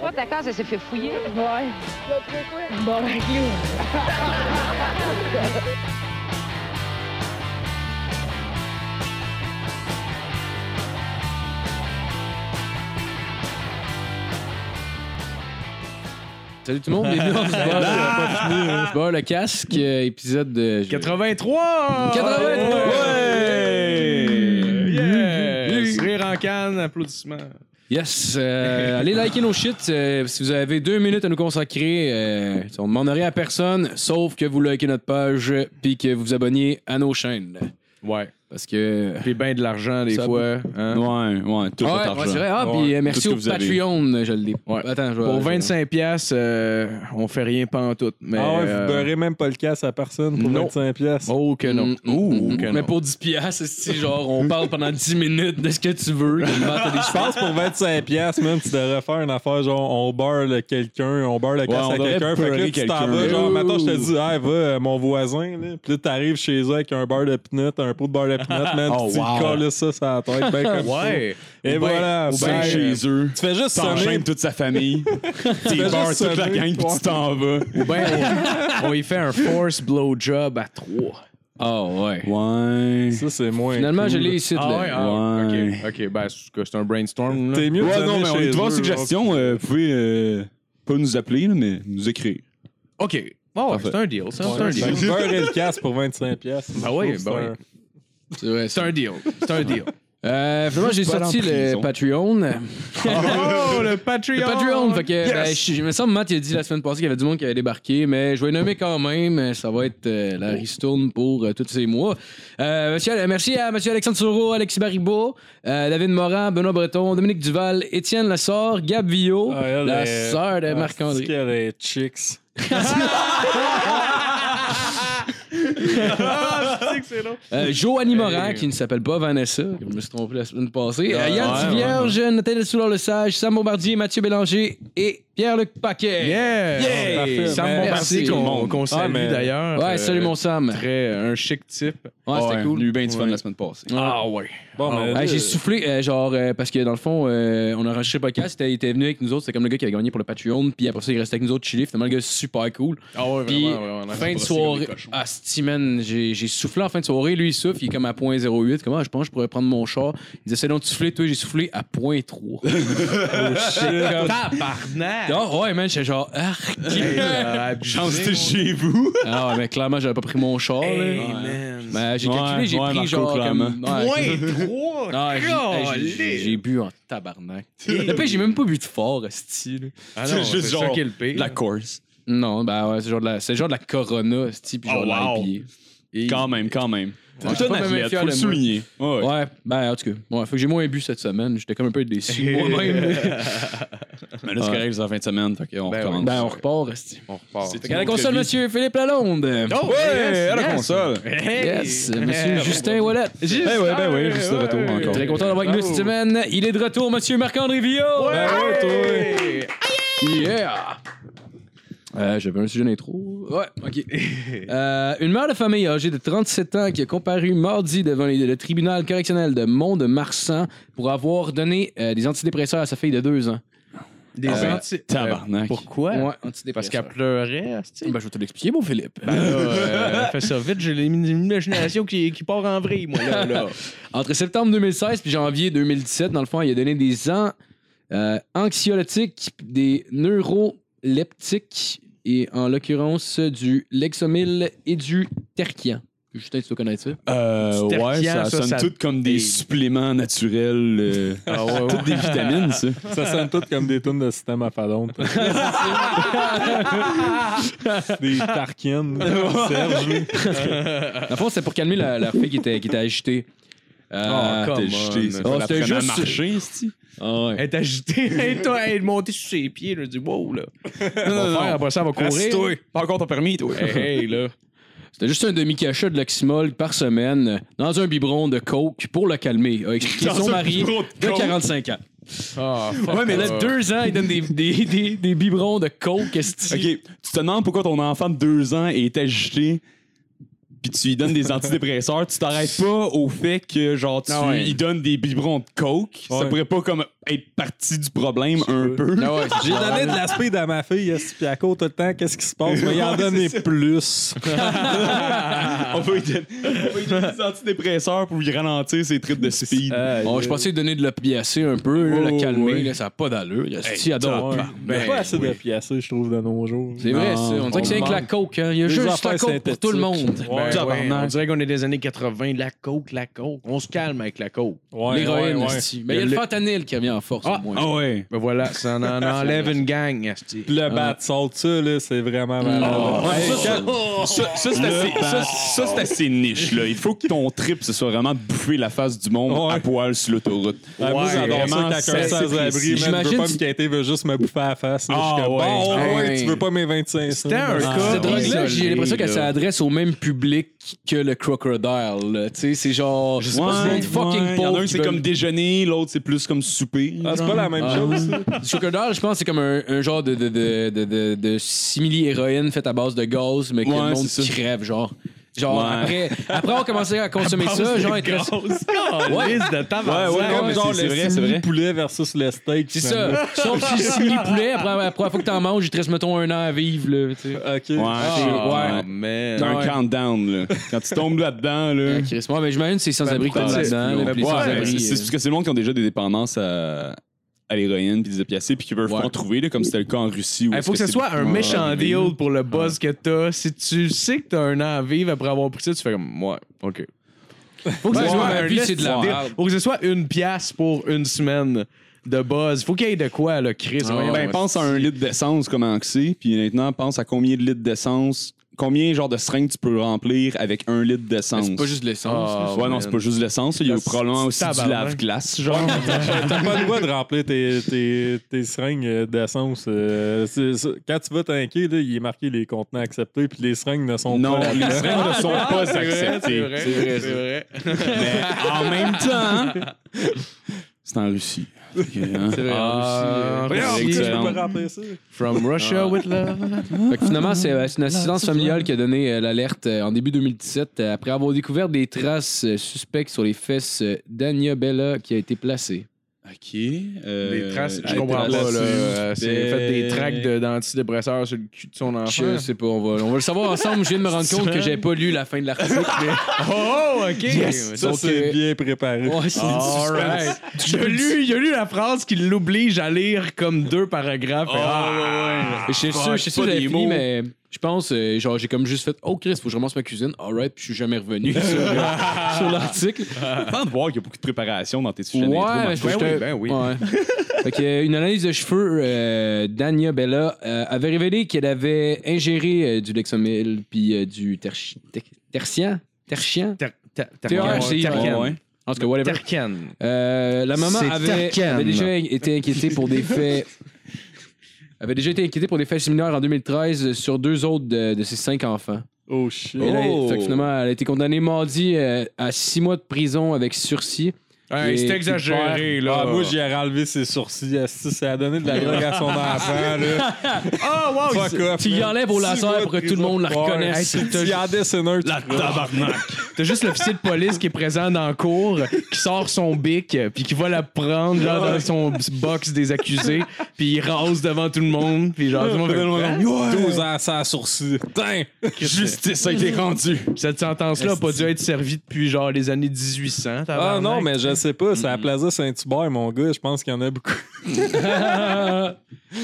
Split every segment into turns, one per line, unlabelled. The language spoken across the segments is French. Toi, ta case, elle s'est fait fouiller.
Ouais. Bon, ben, clou.
Salut tout le monde, bienvenue dans ce bol, pas fini, hein, ce bol, le casque, euh, épisode de...
83!
83!
Ouais! Yes!
Yeah!
Rire en canne, applaudissements.
Yes, euh, allez liker nos shit, euh, si vous avez deux minutes à nous consacrer, euh, on ne demanderait à personne, sauf que vous likez notre page, puis que vous vous abonniez à nos chaînes.
Ouais.
Parce que...
Puis ben de l'argent, des
Ça
fois. hein.
Ouais, ouais, tout
Ah ouais,
votre argent.
ouais, c'est vrai. Ah,
Ouais.
puis euh,
Tout ce
merci
que
au
vous avez.
Patreon, je l'ai.
Ouais.
Attends, je vais-
Pour
je vais-
25$, piastres, euh, on fait rien pantoute. Mais,
Ah ouais,
euh,
vous beurrez même pas le casse à personne pour
non.
25 pièces.
Oh que non.
Mm, mm,
Oh
mm,
que
mm.
non.
Mais pour 10 piastres, c'est genre, on parle pendant 10 minutes de ce que tu veux. comme dans tes-
Je pense pour 25 pièces même tu devrais faire une affaire genre on beurre le quelqu'un, on beurre le casse
on
à
devrait
quelqu'un, fait que là
beurrer
tu t'en
quelqu'un.
vas genre
Ouh.
maintenant je te dis hey va euh, mon voisin là, puis là t'arrives chez eux avec un beurre de pinot, un pot de beurre de pinot, man,
Oh,
tu
wow.
te colles ça sur la tête ben comme ça.
Ouais.
Et
Ou ben-
voilà,
Ou bien
ben,
chez eux.
tu fais juste sonner
T'enchaînes toute sa famille.
fais
T'es
juste
barres toute la
sonner,
gang, puis
ouais.
tu t'en vas.
Ou ben on, on y fait un force blowjob à 3.
Ah ouais.
Ouais.
ça c'est moins
Finalement,
cool.
je l'ai ici. là.
hein. ok.
ah,
Ok, ben c'est c'est un brainstorm. Là.
T'es mieux de
Ouais, non,
sonner
mais on
chez
est devant
eux,
suggestions. euh, vous pouvez euh, pas nous appeler, là, mais nous écrire.
Ok. Oh, c'est un deal. ça, C'est un
Ouais,
deal.
fait que Beurre et le casse pour 25 pièces.
Ah ouais, ben ouais.
C'est vrai.
C'est un deal. C'est un deal.
Euh, finalement, j'ai
pas
sorti
aller en
le
prison.
Patreon.
Oh, le Patreon!
Le Patreon, fait que, ben, je, je me semble, Matt, il a dit la semaine passée qu'il y avait du monde qui avait débarqué, mais je vais le nommer quand même. Ça va être euh,
Oh.
la ristourne pour euh, tous ces mois. Euh, monsieur- euh, merci à M. Alexandre Soureau, Alexis Baribot, euh, David Morin, Benoît Breton, Dominique Duval, Étienne Lessard, Gab Villot,
Ah, elle
la
est-
sœur de
Ah, c'est-tu
Marc-André.
qu'elle est chicks.
Euh, Joanie Morin, qui ne s'appelle pas Vanessa, je me suis trompé la semaine passée. Euh, Yann
Ah, ouais,
Vierge, Nathalie Soulard-Lesage, Sam Bombardier, Mathieu Bélanger et Pierre-Luc Paquet.
Yeah!
Yeah!
Parfait. Sam
Merci.
Bombardier qu'on qu'on salue
Ah, mais-
d'ailleurs.
Ouais,
Euh,
salut mon Sam.
Très, euh, un chic type.
Ouais, c'était cool.
Il y a eu bien du fun la semaine passée.
Ah ouais.
Bon, mais
Ouais,
là,
j'ai soufflé, euh, genre, euh, parce que dans le fond, euh, on a enregistré le podcast, c'était- il était venu avec nous autres, c'était comme le gars qui avait gagné pour le Patreon, puis après ça, il restait avec nous autres chiller, finalement, le gars, super cool.
Ah ouais,
Puis,
vraiment. ouais, on a
fin de
brassé
soirée,
comme des cochons.
ah, c'ti, man, j'ai j'ai soufflé en fin de soirée, lui, il souffle, il est comme à 0.08, comment je pense que je pourrais prendre mon char. Il disait, c'est long de souffler, toi, j'ai soufflé à 0.3.
Oh, Tabarnak!
oh, ouais, man, j'étais genre, arc.
Chance, c'était chez vous.
ah, ouais, mais clairement, j'avais pas pris mon char, là. Ouais. Mais j'ai
Ouais,
calculé, j'ai
ouais,
pris
Marco,
genre.
clairement.
Comme, ouais. Ah, j'ai- hey, j'ai j'ai bu en tabarnak. Le pire, j'ai même pas bu de fort, style.
Ah non,
C'est
c'est
juste
ça
genre
qui est le pire.
La course.
Non, ben ouais, c'est genre de la, c'est genre de la Corona, style, puis genre
Oh,
de la
wow.
IPA.
Quand même, quand même.
Ouais, je suis
T'es un
pas même
athlète,
fier
faut le
de moi.
souligner. Ouais, ouais.
Ouais, ben en tout cas, ouais, fait que j'ai moins bu cette semaine, j'étais comme un peu déçu moi-même.
Mais là, c'est correct, c'est la fin de semaine, fait qu'on
Ben
recommence.
ben on repart, style.
On repart.
C'est-
À la
Notre
console,
vie.
monsieur Philippe Lalonde.
Oh,
Ouais,
yes,
à la
yes.
console.
Yes,
Hey.
monsieur
Hey.
Justin Wallet.
Juste-
Eh ouais, ben ouais,
ah,
juste de retour encore.
Très content d'avoir avec nous cette semaine. Il est de retour, monsieur Marc-André Villot.
Ouais, toi.
Yeah! Euh, J'avais un sujet d'intro. Ouais, ok. Euh, une mère de famille âgée de 37 ans qui a comparu mardi devant les- le tribunal correctionnel de Mont-de-Marsan pour avoir donné euh, des antidépresseurs à sa fille de 2 ans.
Des
Ah, ben,
anti-
Tabarnak.
Pourquoi?
Ouais,
Parce
antidépresseurs.
qu'elle pleurait, asti.
Ben, je vais te l'expliquer, mon Philippe.
Bah,
Ben là, euh, fais ça vite, j'ai l'imagination qui, qui part en vrille, moi, là. là.
Entre septembre 2016 puis janvier 2017, dans le fond, il a donné des an- euh, anxiolytiques, des neuroleptiques et en l'occurrence du lexomil et du terquian. Justin, tu dois connaître ça.
Euh,
Du
ouais,
tertiaire,
ça,
ça,
sonne
ça-
tout comme des
Et-
suppléments naturels. euh, Toutes des vitamines, ça.
Ça sonne tout comme des tunes de système à Fadon. des Tarkin. Serge. là.
Dans le fond, c'était pour calmer la, la fille qui était, qui était agitée. Euh,
Oh,
Ah, T'es
come
jeté.
on.
c'est
Oh,
pas la
c'était
peine à
juste-
marcher, c'ti.
ah ouais.
Elle est agitée, elle est, elle est montée sur ses pieds, là, dit wow, là.
Non, non, non.
Faire, après ça, elle va courir.
Reste-toi. Pas encore ton permis, toi.
Hey, hey, là.
C'était juste un demi-cachet de l'oxymol par semaine euh, dans un biberon de coke pour le calmer, a expliqué
Dans
son
un
mari
biberon
de,
de coke.
45 ans.
Ah, fuck
Ouais, mais là,
off.
deux ans, il donne des, des, des, des biberons de coke. esti.
Ok, tu te demandes pourquoi ton enfant de deux ans est agité, puis tu lui donnes des antidépresseurs, tu t'arrêtes pas au fait que genre tu
Ah ouais.
il donne des biberons de coke, ça
Ouais.
pourrait pas comme être partie du problème un peu.
Ah ouais, c'est
J'ai
ça.
donné de la speed à ma fille, yes, puis à cause tout le temps, qu'est-ce qui se passe? Il en
Ouais,
donner
c'est ça.
plus. Ah,
on peut lui donner, on peut lui donner des antidépresseurs pour lui ralentir ses trips de speed.
Bon, je pensais lui donner de l'opiacé un peu, là,
Oh,
la calmer,
ouais.
là, ça n'a pas d'allure. Il a hey, adore.
top.
Ben, pas assez de piacé, je trouve, de nos jours.
C'est vrai, ça.
Non,
On dirait que c'est
on
avec la coke. Hein. Il y a
Les
juste
affaires
la coke pour tout le monde.
synthétiques.
Ben,
Ouais,
ouais,
tabarnak.
on dirait qu'on est des années 80, la coke, la coke. On se calme avec la coke.
Ouais,
L'héroïne,
ouais, ouais.
asti. Mais il y a le fentanyl qui revient en force,
Ah,
au moins.
Ah ouais.
Ben voilà, ça en, en enlève une gang, asti.
Puis le bat salt, ça, là, c'est vraiment malade.
Oh.
Hey,
Ça,
quand-
Ça, ça, c'est assez, ça, ça, c'est assez niche. Là. Il faut que ton trip, ce soit vraiment de bouffer la face du monde
Ouais.
à poil sur l'autoroute.
Ah, moi,
Ouais,
j'adore ça
vraiment,
quand un
c'est- c'est précis.
sans-abri, man, je
J'imagine
veux pas
si-
me quitter, veut juste me bouffer à la face. là.
Ah,
Je suis comme,
ouais.
bon,
Hey.
ouais, tu veux pas mes 25 cents.
C'était un
Ah,
cas.
Cette
ouais.
drogue-là, j'ai
isolé,
l'impression qu'elle
là.
s'adresse au même public que le crocodile. là. Tu sais, c'est genre. Je
Ouais, ouais.
fucking
Il y en a
pauvre.
un, c'est comme déjeuner, l'autre, c'est plus comme souper.
Ah, c'est pas la même
Ah.
chose. ça.
Crocodile, je pense, que c'est comme un, un genre de, de, de, de, de, de simili-héroïne faite à base de gaz, mais que
Ouais,
le monde
c'est ça.
crève, genre. Genre,
Ouais.
après, après avoir commencé à consommer ça, genre, être resté-
Liste de tabarnak.
Ouais,
C'est
ouais,
comme genre
c'est- c'est vrai,
le
c'est vrai.
simili poulet versus le steak.
C'est
finalement.
ça. Sauf si c'est simili poulet, après après la première fois que t'en manges, il te reste, mettons, un an à vivre, là, tu sais.
Ok.
Ouais, c'est-
Ah,
ouais.
man.
un
Ouais.
countdown. Là. Quand tu tombes là-dedans, là.
Ah, Chris, moi, mais j'imagine que c'est sans-abri qui
Ben,
tombe
c'est-
là-dedans. là, puis hein, les
Ouais, mais
sans-abri,
c'est- c'est
euh,
parce que c'est le monde qui ont déjà des dépendances à, à l'héroïne puis des opiacés puis qui veulent
Ouais.
en trouver, là, comme c'était le cas en Russie. où
Il
est-ce
faut que ce
c'est
soit un
beaucoup moins
méchant
arrivé.
deal pour le buzz que t'as. Si tu sais que t'as un an à vivre après avoir pris ça, tu fais comme, ouais, OK. Faut que
Ouais,
ce soit
ouais,
un
puis c'est
esti
de la
deal.
merde.
Faut que ce soit une pièce pour une semaine de buzz. Faut qu'il y ait de quoi, là, Chris.
Ah,
voyons.
Ben, pense à un litre d'essence, comment que c'est. Puis maintenant, pense à combien de litres d'essence, combien genre de seringues tu peux remplir avec un litre
mais
d'essence.
C'est pas juste de l'essence.
Ah,
là.
ouais, non, c'est pas juste l'essence. Il y a
C'est-
probablement
c'est
aussi du
tabarnak.
lave-glace, genre.
T'as pas le droit de remplir tes, tes, tes seringues d'essence. euh, c'est- c'est- quand tu vas tanker, là, il est marqué les contenants acceptés, puis les seringues ne sont
non,
pas.
les seringues ne sont pas
C'est vrai, c'est
acceptées.
vrai,
C'est vrai,
c'est
ça.
vrai.
Mais en même temps, c'est en Russie. Ok, hein.
C'est vrai,
Ah,
en Russie, euh,
Regarde,
Regarde,
pourquoi je peux
je
Excellent.
peux
pas
pas remplir ça.
From Russia with love.
Fait que finalement, c'est euh, c'est une assistance familiale qui a donné euh, l'alerte euh, en début 2017 euh, après avoir découvert des traces euh, suspectes sur les fesses euh, d'Ania Bella qui a été placée.
Ok. euh,
Des traces, je
des
comprends pas,
traces
là. Euh,
suspectes.
C'est fait des tracks de- d'antidépresseurs sur le cul de son enfant.
Je sais pas, on va, on va le savoir ensemble. Je viens de me rendre compte que j'avais pas lu la fin de l'article. mais-
Oh, OK.
Ça,
Donc,
c'est
euh,
bien préparé.
Ouais, c'est-
All right. Il a lu, il a lu la phrase qui l'oblige à lire comme deux paragraphes.
Ah!
Je suis sûr, je suis sûr que j'avais fini, mais je pense, euh, genre, j'ai comme juste fait Oh Chris, faut que je ramasse ma cuisine. All right, puis je suis jamais revenu sur, euh, sur l'article.
Content de voir qu'il y a beaucoup de préparation dans tes sujets d'intro,
Ouais, mais
Marco.
je pense
Ben
que-
oui, ben oui.
Ouais. Fait que, euh, une analyse de cheveux euh, d'Ania Bella euh, avait révélé qu'elle avait ingéré euh, du Lexomil puis euh, du terchi- ter- tertian. Tertian? TRCI,
Ouais,
Tarkan.
ouais.
En tout cas, whatever. Euh, la maman
C'est
avait,
Tarkan.
avait déjà in- été inquiétée pour des faits. avait déjà été inquiétée pour des faits similaires en 2013 euh, sur deux autres de, de ses cinq enfants.
Oh shit.
Et là,
Oh.
fait que finalement, elle a été condamnée mardi euh, à six mois de prison avec sursis.
Hey,
Et-
c'est exagéré, là.
Ah, moi, j'ai enlevé ses sourcils. asti, Ça a donné de la drogue à son enfant. Là.
Ah, wow, il-
Fuck off.
Tu y
man.
enlèves au
Six
laser
mois
pour que
de
tout le monde la
prison.
reconnaisse.
Ouais.
T'as-
Si y en dessine un, tu
La tabarnak.
T'as juste l'officier de police qui est présent dans la cour, qui sort son bic, puis qui va la prendre genre, dans son box des accusés, puis il rase devant tout le monde, puis
Ah,
genre, tout le monde fait, Hein?
12 ans sans sourcils. Ah, Tain!
Justice a été rendue.
Cette sentence-là a pas dû être servie depuis genre les années 1800.
Ah
tabarnak.
non, mais je sais pas, c'est à Plaza Saint-Hubert, mon gars, je pense qu'il y en a beaucoup.
Mais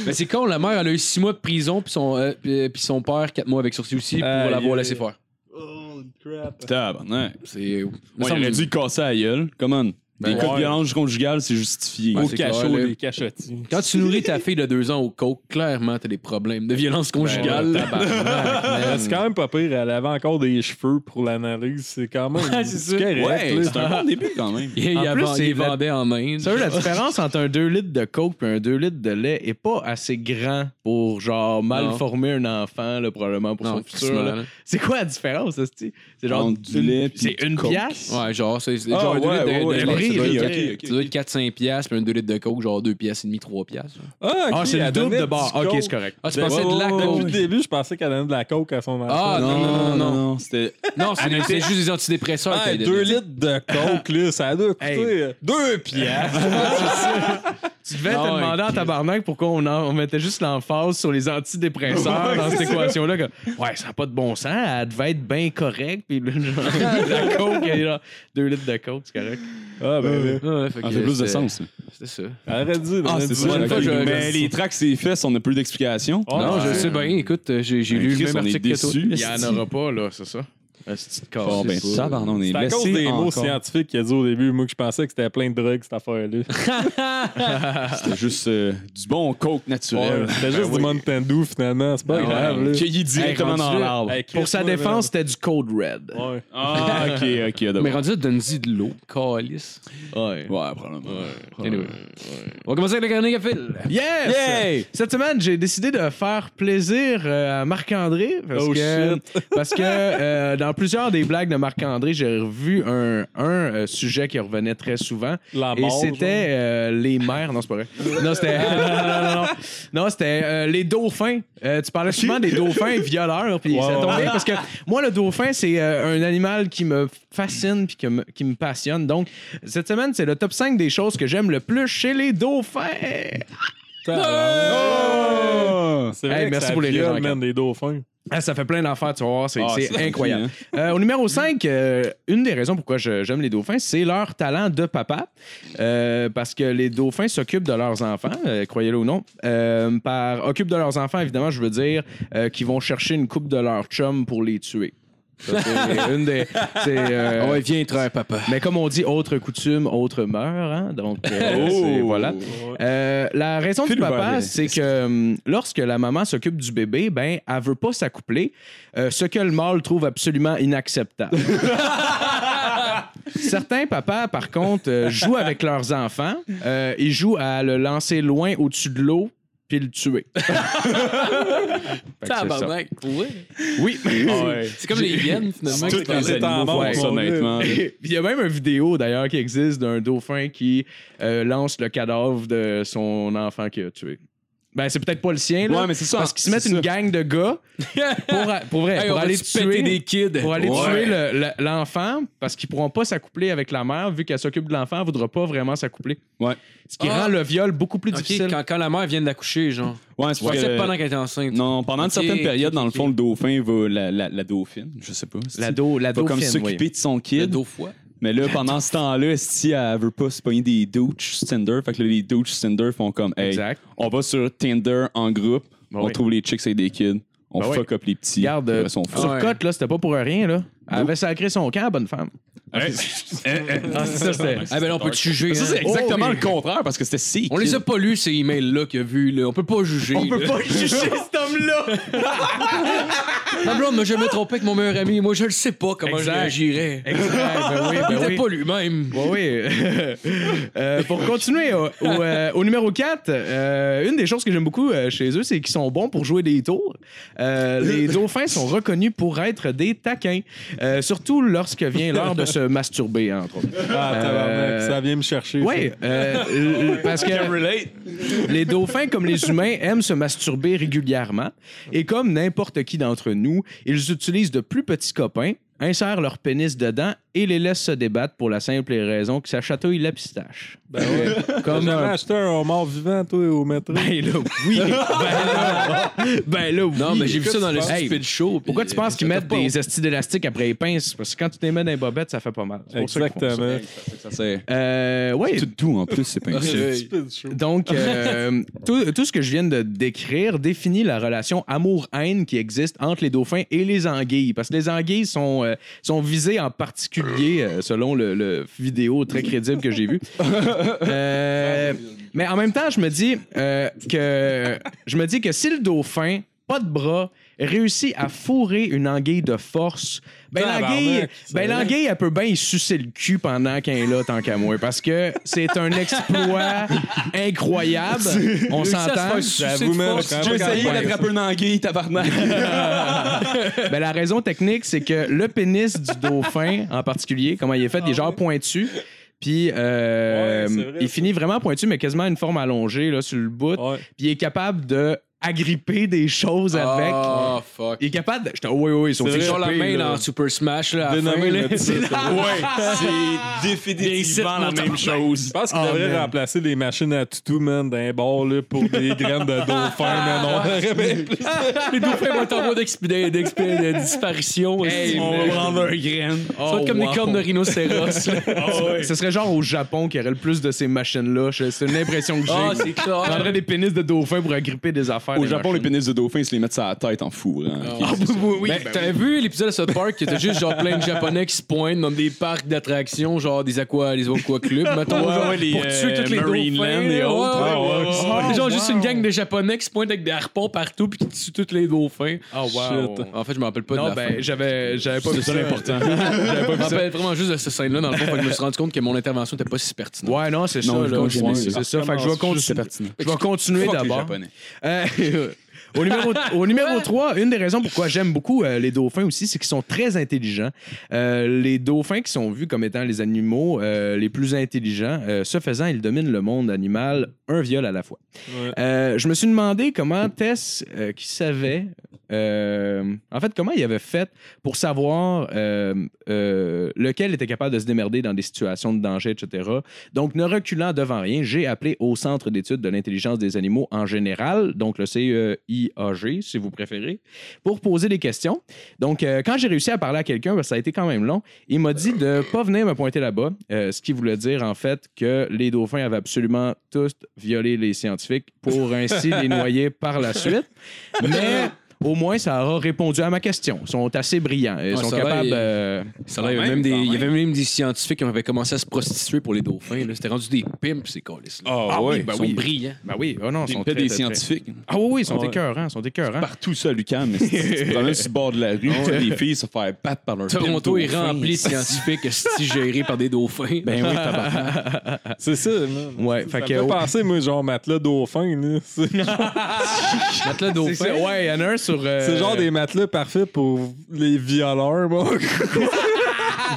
Ben, c'est con, la mère, elle a eu 6 mois de prison, puis son, euh, puis- puis son père, 4 mois avec sursis aussi, pour
Aïe,
l'avoir
aïe.
laissé faire.
Oh crap.
Tabarnak.
C'est.
Ouais, il aurait dû casser la gueule. Come on. Des
Ben
cas de
ouais.
violence conjugale, c'est justifié.
Ah,
Ouais,
Au
c'est
cachot,
clair, là.
des-
Cachotis.
Quand tu nourris ta fille de 2 ans au coke, clairement, t'as des problèmes de violence conjugale.
C'est quand même pas pire, elle avait encore des cheveux pour l'analyse, c'est quand même Ah, c'est correct.
Ouais,
là.
c'est un bon début quand même.
il
En
il
plus,
vend-
c'est
il
la-
vendait en main.
Sérieux, la différence entre un 2 litres de coke et un 2 litres de lait est pas assez grand pour genre mal
Non.
former un enfant là, probablement pour son futur. là. C'est quoi la différence, hostie? C'est genre
Entre du lait puis
c'est
du
une
coke.
pièce.
Ouais, genre, c'est c'est-
Ah,
genre un deux
ouais,
litres
ouais,
de-
ouais,
de
le
lait,
prix,
ça doit
oui,
être-
ok, ok,
ça doit être 4-5 piastres, puis un 2 litres de coke, genre 2 piastres et demi, 3 piastres.
Ah, ok,
Ah, c'est
elle
le double
donnait
de bar.
du
Ok,
coke.
c'est correct.
Ah, tu
Ben,
pensais de la
ouais, ouais, Depuis
coke?
le début, je pensais qu'elle donnait de la coke à son enfant.
Ah, non, non, non, non.
C'était.
Non, c'est c'est juste des antidépresseurs.
Hey,
qu'elle
deux
donnait.
litres de coke, là, ça doit coûter
Hey.
euh, deux piastres.
Tu devais
Ah
te
ouais,
demander en
Chris.
tabarnak pourquoi on, en- on mettait juste l'emphase sur les antidépresseurs dans cette équation-là. que, Ouais, ça n'a pas de bon sens, elle devait être bien correcte. Puis là, genre, la coke, elle est là, deux litres de coke, c'est correct.
Ah,
Euh.
ben,
Ouais, fait
Ça
que
fait plus de
c'était-
sens. là.
C'était ça.
arrête de dire.
Ah,
arrête
c'est
de
ça.
dire.
une
ok.
fois, je-
Mais les tracks, c'est fesses, on n'a plus d'explication.
Ah,
non, je
ouais.
sais bien. Écoute, euh, j'ai j'ai
Ben,
lu
Chris,
le même
on est
article que toi.
déçus.
Il n'y en aura pas, là, c'est ça. Un petit corps.
Bon, ben,
c'est ça.
ça, pardon, on est
C'est à cause
blessé
des mots
encore.
scientifiques qu'il a dit au début. Moi, que je pensais que c'était plein de drogues, cette affaire-là.
C'était juste euh, du bon coke naturel.
Ouais, C'était
Ben
juste du Mountain finalement. C'est pas
Ah,
grave, là.
Cueilli ben, directement
Hey,
dans
rendu là.
l'arbre.
Hey, Chris,
Pour sa
moi,
défense, c'était du code red.
man. Ouais.
Ah, ok, ok,
Mais
d'abord.
rendu là, donne-y de l'eau. Calice.
Ouais.
Ouais, probablement.
Anyway. On va commencer avec la chronique à fil.
Yes!
Yay!
Cette semaine, j'ai décidé de faire plaisir euh, à Marc-André parce
Oh,
que, parce que euh, dans plusieurs des blagues de Marc-André, j'ai revu un, un euh, sujet qui revenait très souvent.
La
Et
mort,
c'était euh, les mères. Non, c'est pas vrai. Non, c'était. non, non, non, non, non. Non, c'était euh, les dauphins. Euh, tu parlais souvent des dauphins violeurs. Puis
Ouais,
ça
ouais,
tombait
ouais.
parce que moi, le dauphin, c'est euh, un animal qui me fascine puis que me- qui me passionne. Donc, cette semaine, c'est le top 5 des choses que j'aime le plus chez les dauphins.
Tabarnak. Oh!
Ah,
C'est vrai
Hey,
que
merci
ça
pour les
viole,
raisons,
man, des dauphins.
Ah, ça fait plein d'affaires, tu vas voir, c'est
Ah,
c'est
c'est
incroyable.
fou,
Euh, au numéro 5, une des raisons pourquoi je- j'aime les dauphins, c'est leur talent de papa. Euh, parce que les dauphins s'occupent de leurs enfants, euh, croyez-le ou non. Euh, par occupent de leurs enfants, évidemment, je veux dire euh, qu'ils vont chercher une coupe de leur chum pour les tuer. Ça, C'est une des. c'est, euh,
Ah Ouais, viens, traire, papa.
Mais comme on dit, autre coutume, autre meurt. Hein? Donc,
Oh!
euh, c'est- voilà. Euh, la raison du
Philou
papa,
Barret.
c'est que hum, lorsque la maman s'occupe du bébé, ben, elle veut pas s'accoupler, euh, ce que le mâle trouve absolument inacceptable. Certains papas, par contre, euh, jouent avec leurs enfants. Euh, ils jouent à le lancer loin au-dessus de l'eau puis le tuer. Fait que c'est ça.
Tabarnak. Ouais.
Oui.
C'est comme les hyènes, finalement.
C'est
qui
toutes les
parlaient.
états en mort,
ouais.
ça,
mon Dieu.
honnêtement. là.
Il y a même une vidéo d'ailleurs qui existe d'un dauphin qui euh, lance le cadavre de son enfant qu'il a tué. Ben, c'est peut-être pas le sien, là.
Ouais, mais c'est ça.
Parce qu'ils se mettent une gang de gars pour, a- pour vrai,
Hey,
pour
on
aller
va-tu péter
tuer
des kids.
Pour aller
Ouais.
tuer le- le- l'enfant, parce qu'ils pourront pas s'accoupler avec la mère, vu qu'elle s'occupe de l'enfant, elle voudra pas vraiment s'accoupler.
Ouais.
Ce qui
Ah.
rend le viol beaucoup plus
Ok,
difficile.
Quand, quand la mère vient d'accoucher, genre.
Ouais, c'est
Je pensais
parce que-
pendant qu'elle était enceinte.
Non, pendant une
Ok,
certaine
ok,
période, dans le
ok.
fond, le dauphin va. La, la, la dauphine, je sais pas.
La,
c'est-
do, la
va comme
dauphine,
s'occuper
oui.
de son
Le
kid.
dos fois.
Mais là, pendant ce temps-là, si elle veut pas se pogner des douches sur Tinder, fait que là, les douches sur Tinder font comme, hey,
Exact.
on va sur Tinder en groupe,
Ben
on
oui.
trouve les chicks et des kids, on
Ben oui.
fuck up les petits,
Regarde,
ils
euh,
sont fous.
Sur
Ouais.
Côte, là, c'était pas pour rien, là. Elle avait sacré son camp, la bonne femme.
Ça,
Ça, c'était-
Ah ben là, on peut te juger. hein.
c'est exactement
Oh, oui.
le contraire parce que c'était si.
On les a pas lus, ces emails-là qu'il a vus. Là. On peut pas juger. On peut pas juger cet homme-là. Ma blonde m'a jamais trompé avec mon meilleur ami. Moi, je le sais pas comment je
Exact.
réagirais.
Exact, ben oui,
Il
ben
était
oui.
pas lui-même.
Ouais, oui. Euh, pour continuer au, au, euh, au numéro 4, une des choses que j'aime beaucoup euh, chez eux, c'est qu'ils sont bons pour jouer des tours. Euh, les dauphins sont reconnus pour être des taquins, Euh, surtout lorsque vient l'heure de se masturber, entre autres.
Ah, tabarnak,
Euh,
ça vient me chercher.
Oui, euh,
ça.
parce que les dauphins, comme les humains, aiment se masturber régulièrement. Et comme n'importe qui d'entre nous, ils utilisent de plus petits copains, insèrent leur pénis dedans et les laissent se débattre pour la simple raison que ça chatouille la pistache.
Ben ouais. T'as
Comme
jamais
un-
acheté un homard vivant, toi, au métro?
Ben là, oui! Ben là, ben là, oui!
Non, mais j'ai vu ça dans le
Hey,
stupid show. puis-
Pourquoi tu penses qu'ils
Ça
mettent
t'a pas-
des estis d'élastique après les pinces? Parce que quand tu les mets dans les bobettes, ça fait pas mal. C'est pour ça qu'ils font ça.
Exactement.
c'est.
Euh, ouais,
Tout doux en plus, c'est pas
Ouais.
une
Donc, euh, tout, tout ce que je viens de décrire définit la relation amour-haine qui existe entre les dauphins et les anguilles. Parce que les anguilles sont, euh, sont visées en particulier, euh, selon le, le vidéo très crédible que j'ai vu. Euh, mais en même temps, je me dis euh, que je me dis que si le dauphin, pas de bras, réussit à fourrer une anguille de force, ben
Tabarnak,
l'anguille,
c'est
ben
vrai.
l'anguille, elle peut bien y sucer le cul pendant qu'elle est là, tant qu'à moi, parce que c'est un exploit incroyable. On
Ça se
s'entend.
fait sucer
J'avoue,
de
man,
force.
je comprends
J'ai
pas
essayé
comment-
d'attraper une anguille, tabarnak.
Ben, la raison technique, c'est que le pénis du dauphin, en particulier, comment il est fait, il est genre pointu. Puis euh,
Ouais, c'est vrai,
il
ça.
finit vraiment pointu, mais quasiment une forme allongée là, sur le bout.
Ouais.
Puis il est capable de agripper des choses avec.
Oh, fuck.
Il est capable de. J'étais, oh, oui, oui, ils sont
C'est genre la
échappés,
main
là.
dans Super Smash, là. à la fin,
Dénommé
là.
le
C'est
titre.
la-
C'est définitivement la même chose.
Je pense qu'il
Oh,
devrait
man.
remplacer les machines à toutou, man, d'un bord, là, pour des graines de dauphin, man. On aurait bien plus.
Les dauphins vont être en mode d'expé- d'expé- de disparition. aussi.
Hey, man.
On va prendre un grain.
Oh,
Ça va être comme
wow.
des cornes de rhinocéros. là.
Ce serait genre au Japon qu'il y aurait le plus de ces machines-là. Je- C'est une impression que j'ai.
Ah, c'est
On
clair.
prendrait des pénis de dauphin pour agripper des affaires.
Au
des
Japon, les
machines.
pénis de dauphin, ils se les mettent sur la tête en hein. four.
Ah, oui, oui, oui.
Ben,
Ben
T'avais vu l'épisode de South Park qui était juste genre plein de japonais qui se pointent dans des parcs d'attractions, genre des aqua, les aqua clubs, mettons,
Ah, Ouais,
genre,
ouais, les,
pour tuer
euh,
toutes les
Marine
dauphins,
Land et
là,
autres.
ouais,
Ah,
ouais,
ouais.
ouais.
Oh,
C'est genre
wow.
juste une gang de japonais qui se pointent avec des harpons partout puis qui tuent tous les dauphins.
Oh, wow.
Shit. Ah, En fait, je me rappelle pas de
non,
la
ben, j'avais, j'avais pas
C'est
vu
ça l'important.
J'avais pas
fin. Je me
vu ça.
rappelle vraiment juste de cette scène-là dans le fond, fait que je me suis rendu compte que mon intervention était pas si pertinente.
Ouais, non, c'est ça.
Non,
là.
je pense que
Ouais,
c'est-
c'est ça. Fait que je vais
C'est
continuer.
pertinent.
Je vais continuer
Fuck les
d'abord.
Japonais.
Euh, au, numéro, au numéro 3, une des raisons pourquoi j'aime beaucoup euh, les dauphins aussi, c'est qu'ils sont très intelligents. Euh, les dauphins qui sont vus comme étant les animaux euh, les plus intelligents, euh, ce faisant, ils dominent le monde animal un viol à la fois.
Ouais.
Euh, je me suis demandé comment Tess, euh, qui savait, euh, en fait, comment il avait fait pour savoir euh, euh, lequel était capable de se démerder dans des situations de danger, etc. Donc, ne reculant devant rien, j'ai appelé au Centre d'études de l'intelligence des animaux en général, donc le E CEIAG, si vous préférez, pour poser des questions. Donc, euh, quand j'ai réussi à parler à quelqu'un, parce que ça a été quand même long, il m'a dit de ne pas venir me pointer là-bas, euh, ce qui voulait dire en fait que les dauphins avaient absolument tous violé les scientifiques pour ainsi les noyer par la suite. Mais au moins, ça aura répondu à ma question. Ils sont assez brillants.
Ouais,
Ils sont
ça va,
capables.
ils-
euh,
Ça, là, il, y
Quand
avait même
même,
des,
quand
il y avait même des scientifiques qui avaient commencé à se prostituer pour les dauphins. là. C'était rendu des pimps, ces colis.
Ah oui,
bah
Ils sont
oui.
brillants.
Ben oui, oh non, ils
Ils
sont
paient
très,
des
très, très-
scientifiques. Bah,
Ah oui, oui, ils sont
Ouais.
écœurants, ils sont écœurants.
Partout ça, Lucas, mais c'est tu te promènes sur le bord de la rue,
Ah
les filles se faire battre par leur
Toronto est rempli de scientifiques esti, gérés par des dauphins.
Ben oui, tabarnak.
C'est ça, man.
Ouais,
Ça
fait
me
que.
fait
oh,
penser, moi, genre matelas dauphin, là. C'est
Matelas
c'est ça,
dauphin.
ouais, il y en a un sur. euh,
c'est genre des matelas parfaits pour les violeurs, moi.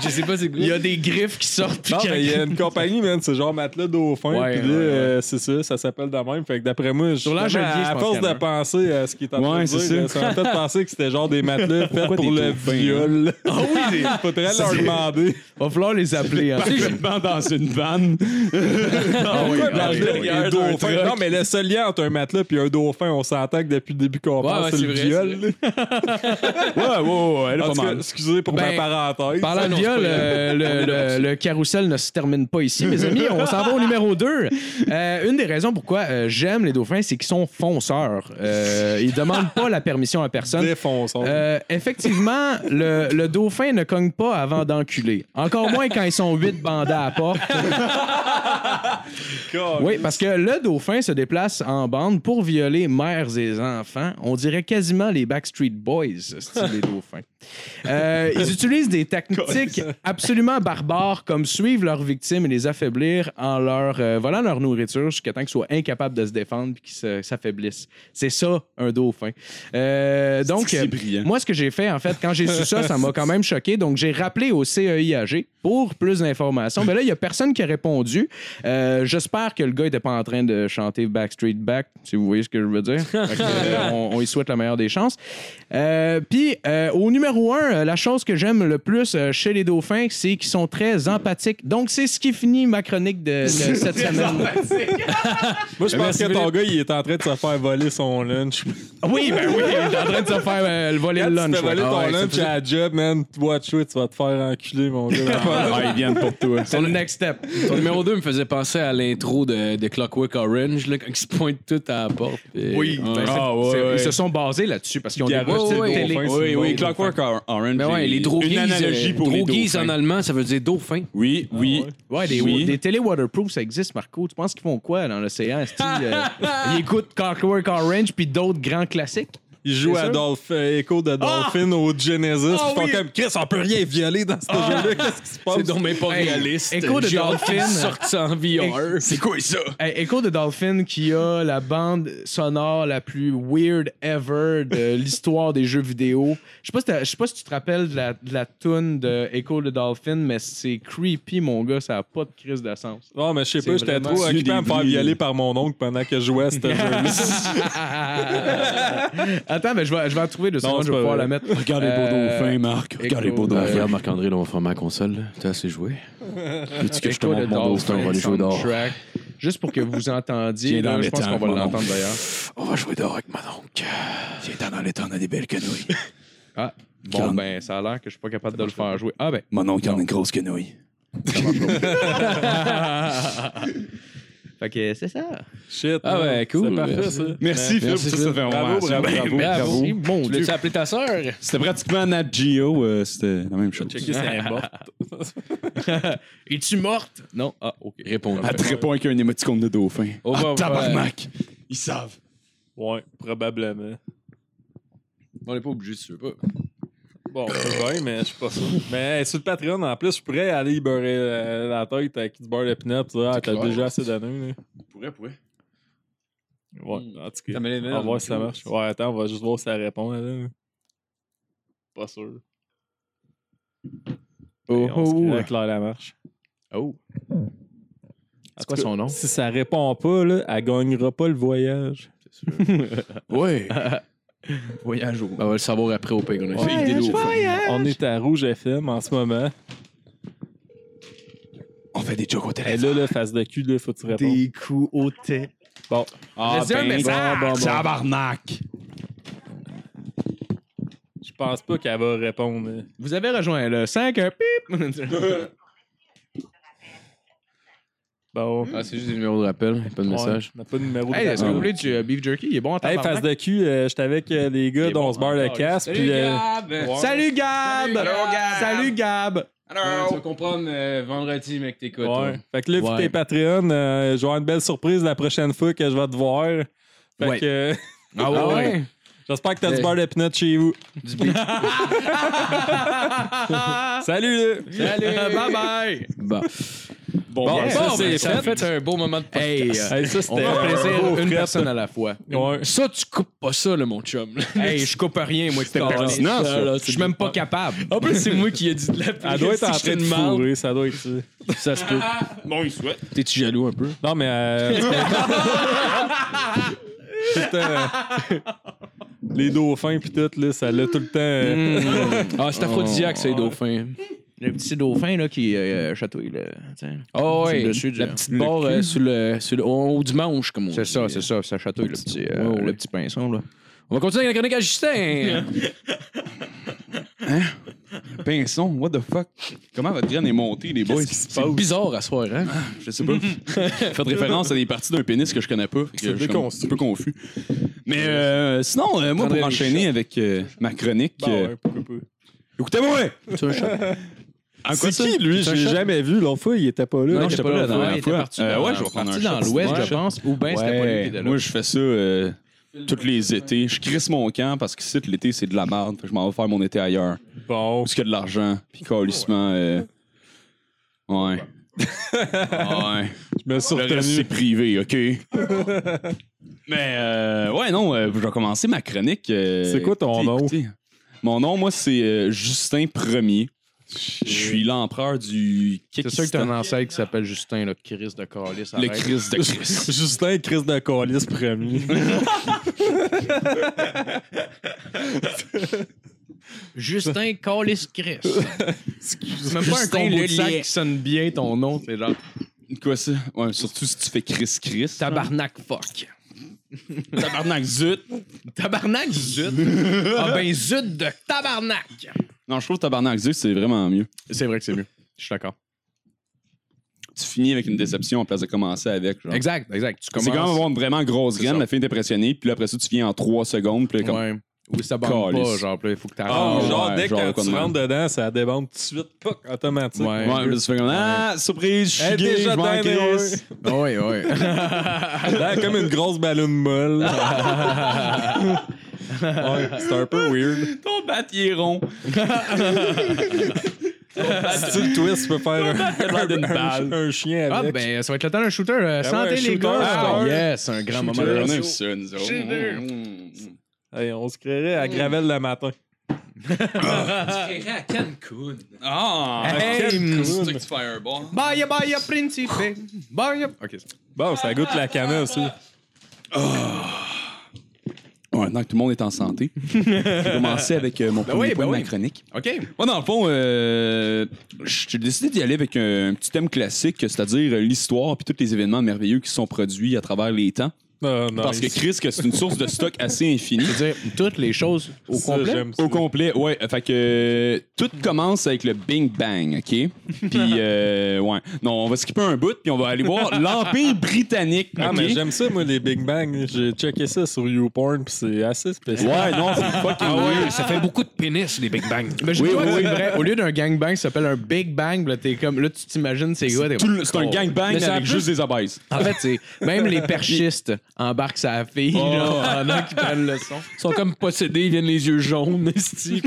Je sais pas c'est quoi.
Il y a des griffes qui sortent. puis
Non,
qui-
mais il y a une compagnie, man, c'est genre Matelas Dauphin.
Ouais,
puis là,
ouais, ouais.
euh, c'est ça, ça s'appelle de même. Fait que d'après moi, je
l'âge
justement,
Olivier, je
à
pense
force
qu'il y en a
de penser à ce qui est en train
Ouais,
de
c'est
dire,
ça.
ça m'a fait penser que c'était genre des matelas faits
Pourquoi
pour
des
le
dauphins,
viol.
Ah oui, des-
Faudrait leur demander.
va falloir les appeler. hein.
Complètement dans une vanne.
Ah oui,
Pourquoi
ah
dans
oui,
le-
ah oui.
d'un
un dauphin?
truck.
Non, mais le seul lien entre un matelas et un dauphin, on s'entend que depuis le début qu'on
Ouais, ouais,
pense,
c'est
c'est le
vrai, c'est
viol.
Ouais, ouais, ouais, elle est
En tout
pas
cas,
mal.
excusez pour
Ben,
ma parenthèse.
Parlant de
Non,
viol, euh, le, le- le carrousel ne se termine pas ici, mes amis. On s'en va au numéro 2. une des raisons pourquoi euh, j'aime les dauphins, c'est qu'ils sont fonceurs. Euh, ils demandent pas la permission à
c'est
personne.
Défonçons.
Euh, effectivement, le, le dauphin ne cogne pas avant d'enculer. Encore moins quand ils sont huit bandés à la porte. Oui, parce que le dauphin se déplace en bande pour violer mères et enfants. On dirait quasiment les Backstreet Boys, ce style des dauphins. Euh, ils utilisent des tactiques absolument barbares comme suivre leurs victimes et les affaiblir en leur euh, volant leur nourriture jusqu'à temps qu'ils soient incapables de se défendre puis qu'ils se- s'affaiblissent. C'est ça, un dauphin. Euh, donc,
C'est
euh,
brillant.
moi, ce que j'ai fait, en fait, quand j'ai su ça, ça m'a quand même choqué. Donc, j'ai rappelé au E CEIAG pour plus d'informations. Mais là, il n'y a personne qui a répondu. Euh, J'espère que le gars n'était pas en train de chanter Backstreet Back, si vous voyez ce que je veux dire. Fait que, euh, on, on y souhaite la meilleure des chances. Euh, Puis, euh, au numéro un, euh, la chose que j'aime le plus euh, chez les dauphins, c'est qu'ils sont très empathiques. Donc, c'est ce qui finit ma chronique de, de cette semaine.
Moi, je pense
Merci,
que ton
Philippe.
gars, il est en train de se faire voler son lunch.
Oui, ben oui, il est en train de se faire euh, le voler
Quand
le
tu
lunch.
te fais voler
ouais.
ton
Ah ouais, ça
lunch
faisait-
à la job, man, watch it, tu vas te faire enculer, mon gars.
Ah, ils viennent pour toi.
C'est le next step.
Ton numéro 2 me faisait penser à l'intro de, de Clockwork Orange, là, quand ils se pointent tout à la porte. Et-
Oui,
Ouais.
ben, c'est-
Ah, ouais,
c'est-
ouais.
ils se sont basés là-dessus parce qu'ils ont des
Garage,
grosses
c'est
de
le
télé.
dauphin,
Oui,
bon,
oui,
les
Clockwork Or- Orange.
Oh, Ben ouais,
est
les drogues.
Une analogie pour les
en Ah
dauphins.
allemand, ça veut dire dauphin.
Oui, oui.
Ouais, des,
Oui.
des télé waterproof, ça existe, Marco. Tu penses qu'ils font quoi dans l'océan? esti? Euh, ils écoutent Clockwork Orange puis d'autres grands classiques?
Ils jouent
C'est
à
sûr.
Dolph- euh, Echo de Dolphin au Genesis.
Ah
ils font
oui.
comme Chris, on peut rien violer dans ce jeu-là. Qu'est-ce qui se passe?
C'est donc même Oh, pas
Hey,
réaliste.
Echo de
Genre,
Dolphin.
ils sortent ça en VR.
C'est quoi ça?
Hey, Echo de Dolphin qui a la bande sonore la plus weird ever de l'histoire des jeux vidéo. Je sais pas si t'as- je sais pas si tu te rappelles de la, de la toune de Echo de Dolphin, mais c'est creepy, mon gars. Ça a pas de crise de sens.
Non, Ah, mais je sais
C'est
pas, j'étais
vraiment-
trop
Tu es
occupé à me
des
faire
billes.
violer par mon oncle pendant que je jouais à ce jeu-là.
Attends, mais je vais, je vais en trouver deux
Non,
secondes.
c'est
Je vais
pas
pouvoir
vrai.
la mettre.
Regarde les beaux
Euh,
dauphins, Marc. Regarde les beaux
Echo, euh,
dauphins.
Regarde,
Marc-André, là, on va faire ma console. T'as assez joué.
Veux-tu que je te
Echo de
montre mon dauphin?
Dolphin,
On va aller jouer dehors.
soundtrack. Juste pour que vous entendiez.
Viens dans
là, je
les
pense
temps,
qu'on va
mon
l'entendre
oncle.
d'ailleurs.
On va jouer dehors avec mon
Oh,
oncle. Tiens, dans les temps, on a des belles quenouilles.
Ah, bon,
Calme.
ben, ça a l'air que je suis pas capable de le faire jouer. Ah, ben.
Mon oncle en a une grosse quenouille.
Fait que c'est ça.
Shit.
Ah
non,
ouais, cool.
C'est parfait, ça.
Merci, Phil.
Merci,
Ça,
Phil.
ça fait un
Bravo,
moment.
bravo,
Bravo.
bravo.
Merci, mon
Tu
Dieu.
l'as-tu appelé ta sœur?
C'était pratiquement Nat Geo. euh, C'était la même chose.
Checker, c'est un mort.
Es-tu morte? Non. Ah, OK.
Réponds.
Elle te répond avec un émoticône de dauphin.
Oh, bah,
ah,
bah,
tabarnak! Ils savent.
Ouais, probablement.
On n'est pas obligé si tu veux pas.
Bon, c'est bien, mais je suis pas sûr. Mais hey, sur le Patreon, en plus, je pourrais aller y beurrer euh, la tête à qui tu beurres le pin-up. tu vois, ah, T'as
clair.
déjà assez d'années. là.
Pourrais, pourrais.
Ouais,
Hmm.
en tout
Ça
cas.
met les
On
nerfs
va
dans le
voir si ça
cul.
marche. Ouais, attends, on va juste voir si ça répond. là, là. Pas sûr.
Oh,
Et on se crée
oh,
avec l'heure à la marche.
oh.
En
C'est quoi
tout cas,
son nom?
Si ça répond pas, là, elle gagnera pas le voyage.
Ouais.
Voyage au...
On va le savoir après au pays qu'on a fait.
Ouais,
des
je
dauphins.
On est à Rouge FM en ce moment.
On fait des jokes au
Et
téléphone.
là, le face de cul, là, faut que tu répondes.
coups au thé.
Bon. Ah,
Vas-y, un
ben,
message!
bon, bon, bon.
Tabarnak!
Je pense pas qu'elle va répondre. là.
Vous avez rejoint le 5, un pip!
Bon.
Ah, c'est juste des numéros de rappel, pas de message.
On n'a pas de numéro
hey,
de
est-ce que vous
téléphone.
voulez du euh, beef jerky? Il est bon hein? en
Hey, face
tabarnak.
de cul, euh, j'étais avec euh, les gars
est
dont
bon,
on se barre
hein,
le
Carl.
casse. Puis, euh, ouais.
Salut Gab!
Salut, Gab!
Salut Gab!
Tu vas comprendre euh, vendredi, mec, t'écoutes.
Ouais. Fait que là, vu
Ouais.
que t'es Patreon, euh, je vais avoir une belle surprise la prochaine fois que je vais te voir. Fait
Ouais.
que euh,
Ah
Ah ouais?
j'espère que t'as
Ouais.
du beurre de peanut chez vous.
Du beat.
Salut! là.
Salut! bye bye!
Bon,
Bon,
Bon,
ben,
ça,
Bon,
c'est
ben, ça a
fait.
fait un beau moment de podcast.
Hey! euh,
Hey, ça,
on
c'était
va
un beau
plaisir une
fret.
personne à la fois.
Ouais.
euh, Ça, tu coupes pas ça, là, mon chum.
hey, je coupe rien, moi, c'était
pertinent, ça.
Je suis même pas capable.
En plus, c'est moi qui ai dit de la
Elle doit être en train de fourrer, ça doit être ça.
Ça se peut.
bon, il souhaite.
T'es-tu jaloux un peu?
Non, mais. Euh... tout, euh, Les dauphins pis tout, là, ça l'a tout le temps. euh,
Ah, c'est aphrodisiaque, c'est les dauphins.
Le petit dauphin là, qui euh, chatouille. Là, tiens.
Oh,
Sur
ouais.
le dessus du-
la petite barre euh, sur le, sur le- au haut du manche, comme on
C'est
dit.
ça, c'est ça, ça chatouille le petit, euh,
Ouais, ouais.
le petit pinson. Là.
On va continuer avec la chronique à Justin.
Pinson, what the fuck? Comment votre graine est montée, les boys?
c'est bizarre à soir, hein?
Je sais pas. Faites référence à des parties d'un pénis que je connais pas. fait que
C'est
je
bien
suis comme un
conçu.
petit peu confus. Mais euh, sinon, euh, moi,
Prendrais
pour
les
enchaîner avec euh, ma chronique.
bah
euh,
ouais, pourquoi pas.
Écoutez-moi!
Tu un chat?
En
C'est
quoi ça?
qui, lui?
C'est un
J'ai
chat?
jamais vu. L'autre fois, il était pas là.
Non,
il
j'étais
était
pas là la
là,
dernière
ouais, il était
fois.
parti
Euh,
dans-
ouais, je vais prendre un
parti
shot,
dans
c'est
l'ouest,
bon.
je pense, ou bien c'était pas lui qui
Ouais,
était là.
moi je fais ça euh, tous les étés. Je crisse mon camp parce que ici, l'été c'est de la merde. Fait que Je m'en vais faire mon été ailleurs.
Bon.
Parce qu'il y a de l'argent. Puis calissement. euh, Ouais. ouais.
Je me suis
Le reste, c'est
retenu.
privé, OK? Mais euh, ouais, non, euh, je vais commencer ma chronique. euh,
C'est quoi ton
écoutez,
nom?
écoutez. Mon nom, moi, c'est euh, Justin Ier. Je suis l'empereur du
C'est sûr que t'as
Kyrgyzstan.
un ancêtre qui s'appelle Justin, le Chris de Calis.
Le Christ de Christ.
Justin Chris de Calis premier.
Justin Calis Chris. C'est même pas un
Justin
combo de
le
sac
lait.
qui sonne bien ton nom, c'est genre
quoi ça? Ouais, surtout si tu fais Chris Chris.
Tabarnak fuck.
Tabarnak, zut!
Tabarnak zut. ah ben zut de tabarnak.
Non, je trouve Tabarnak Zeus, c'est vraiment mieux.
C'est vrai que c'est mieux. Je suis d'accord.
Tu finis avec une déception en place de commencer avec. genre.
Exact, exact. Tu
C'est quand même avoir une vraiment grosse
C'est
graine,
ça.
la fin est impressionnée, puis là, après ça, tu viens en trois secondes, puis là, comme.
Ouais. Ou ça bande pas,
Câlisse.
genre, puis là, il faut que t'arrêtes.
Ah,
Ah,
genre,
ouais,
dès que
genre,
quand
quoi de
tu
même.
rentres dedans, ça débande tout de suite, poc, automatique.
Ouais.
Ouais, puis là, tu fais comme. Ah, surprise, je suis
Elle
gay, je
Eh, déjà
m'en
dingue,
crisse.
Ah, Ouais, ouais.
Là, comme une grosse ballonne molle. Ouais, c'est un peu weird.
Ton bat, il est rond.
C'est le twist, tu peux faire un,
Il a l'air d'une
un-
balle.
un chien
Ah,
avec.
ben, ça va être le temps d'un shooter. Euh,
Ben
santé,
ouais,
les
shooter,
gars.
shooter.
Ah, yes, un grand moment.
On
de
a eu
radio.
ça, nous autres.
Shooter.
Mm.
Hey, on se créerait à Gravel le matin.
à Cancun.
Ah!
Hey,
quel
mm.
coup de fireball.
Bye, bye, principe. Bye. OK, c'est
Bon, ça goûte la canne aussi.
Ouais, maintenant que tout le monde est en santé, je vais commencer avec euh, mon premier
oui,
point
ben
de
oui.
ma chronique.
bon. OK.
Moi, dans le fond, euh, j'ai décidé d'y aller avec un, petit thème classique, c'est-à-dire euh, l'histoire puis tous les événements merveilleux qui sont produits à travers les temps.
Non,
Ben
non,
Parce que
ici,
Chris, que c'est une source de stock assez infinie.
C'est-à-dire, toutes les choses au
ça,
complet.
j'aime ça.
Au complet, ouais. Fait que euh, tout commence avec le Big Bang, OK? Puis, euh, ouais. Non, on va skipper un bout, puis on va aller voir l'Empire britannique.
Ah,
OK?
mais j'aime ça, moi, les Big Bang. J'ai checké ça sur YouPorn, puis c'est assez spécial.
Ouais, non, c'est fucking weird.
Ça fait beaucoup de pénis, les Big Bang.
Mais Ben, je
Oui,
dis,
oui,
ouais,
oui.
c'est vrai, au lieu d'un gangbang, ça s'appelle un big bang. Là, t'es comme, là tu t'imagines ces gars. t'es
Tout
comme,
le- C'est un gangbang
Mais ça
avec
peut-
juste des abaisses.
En fait, c'est même les perchistes embarquent sa fille
Oh.
là, en a qui prennent le son.
Ils sont comme possédés, ils viennent les yeux jaunes, esti.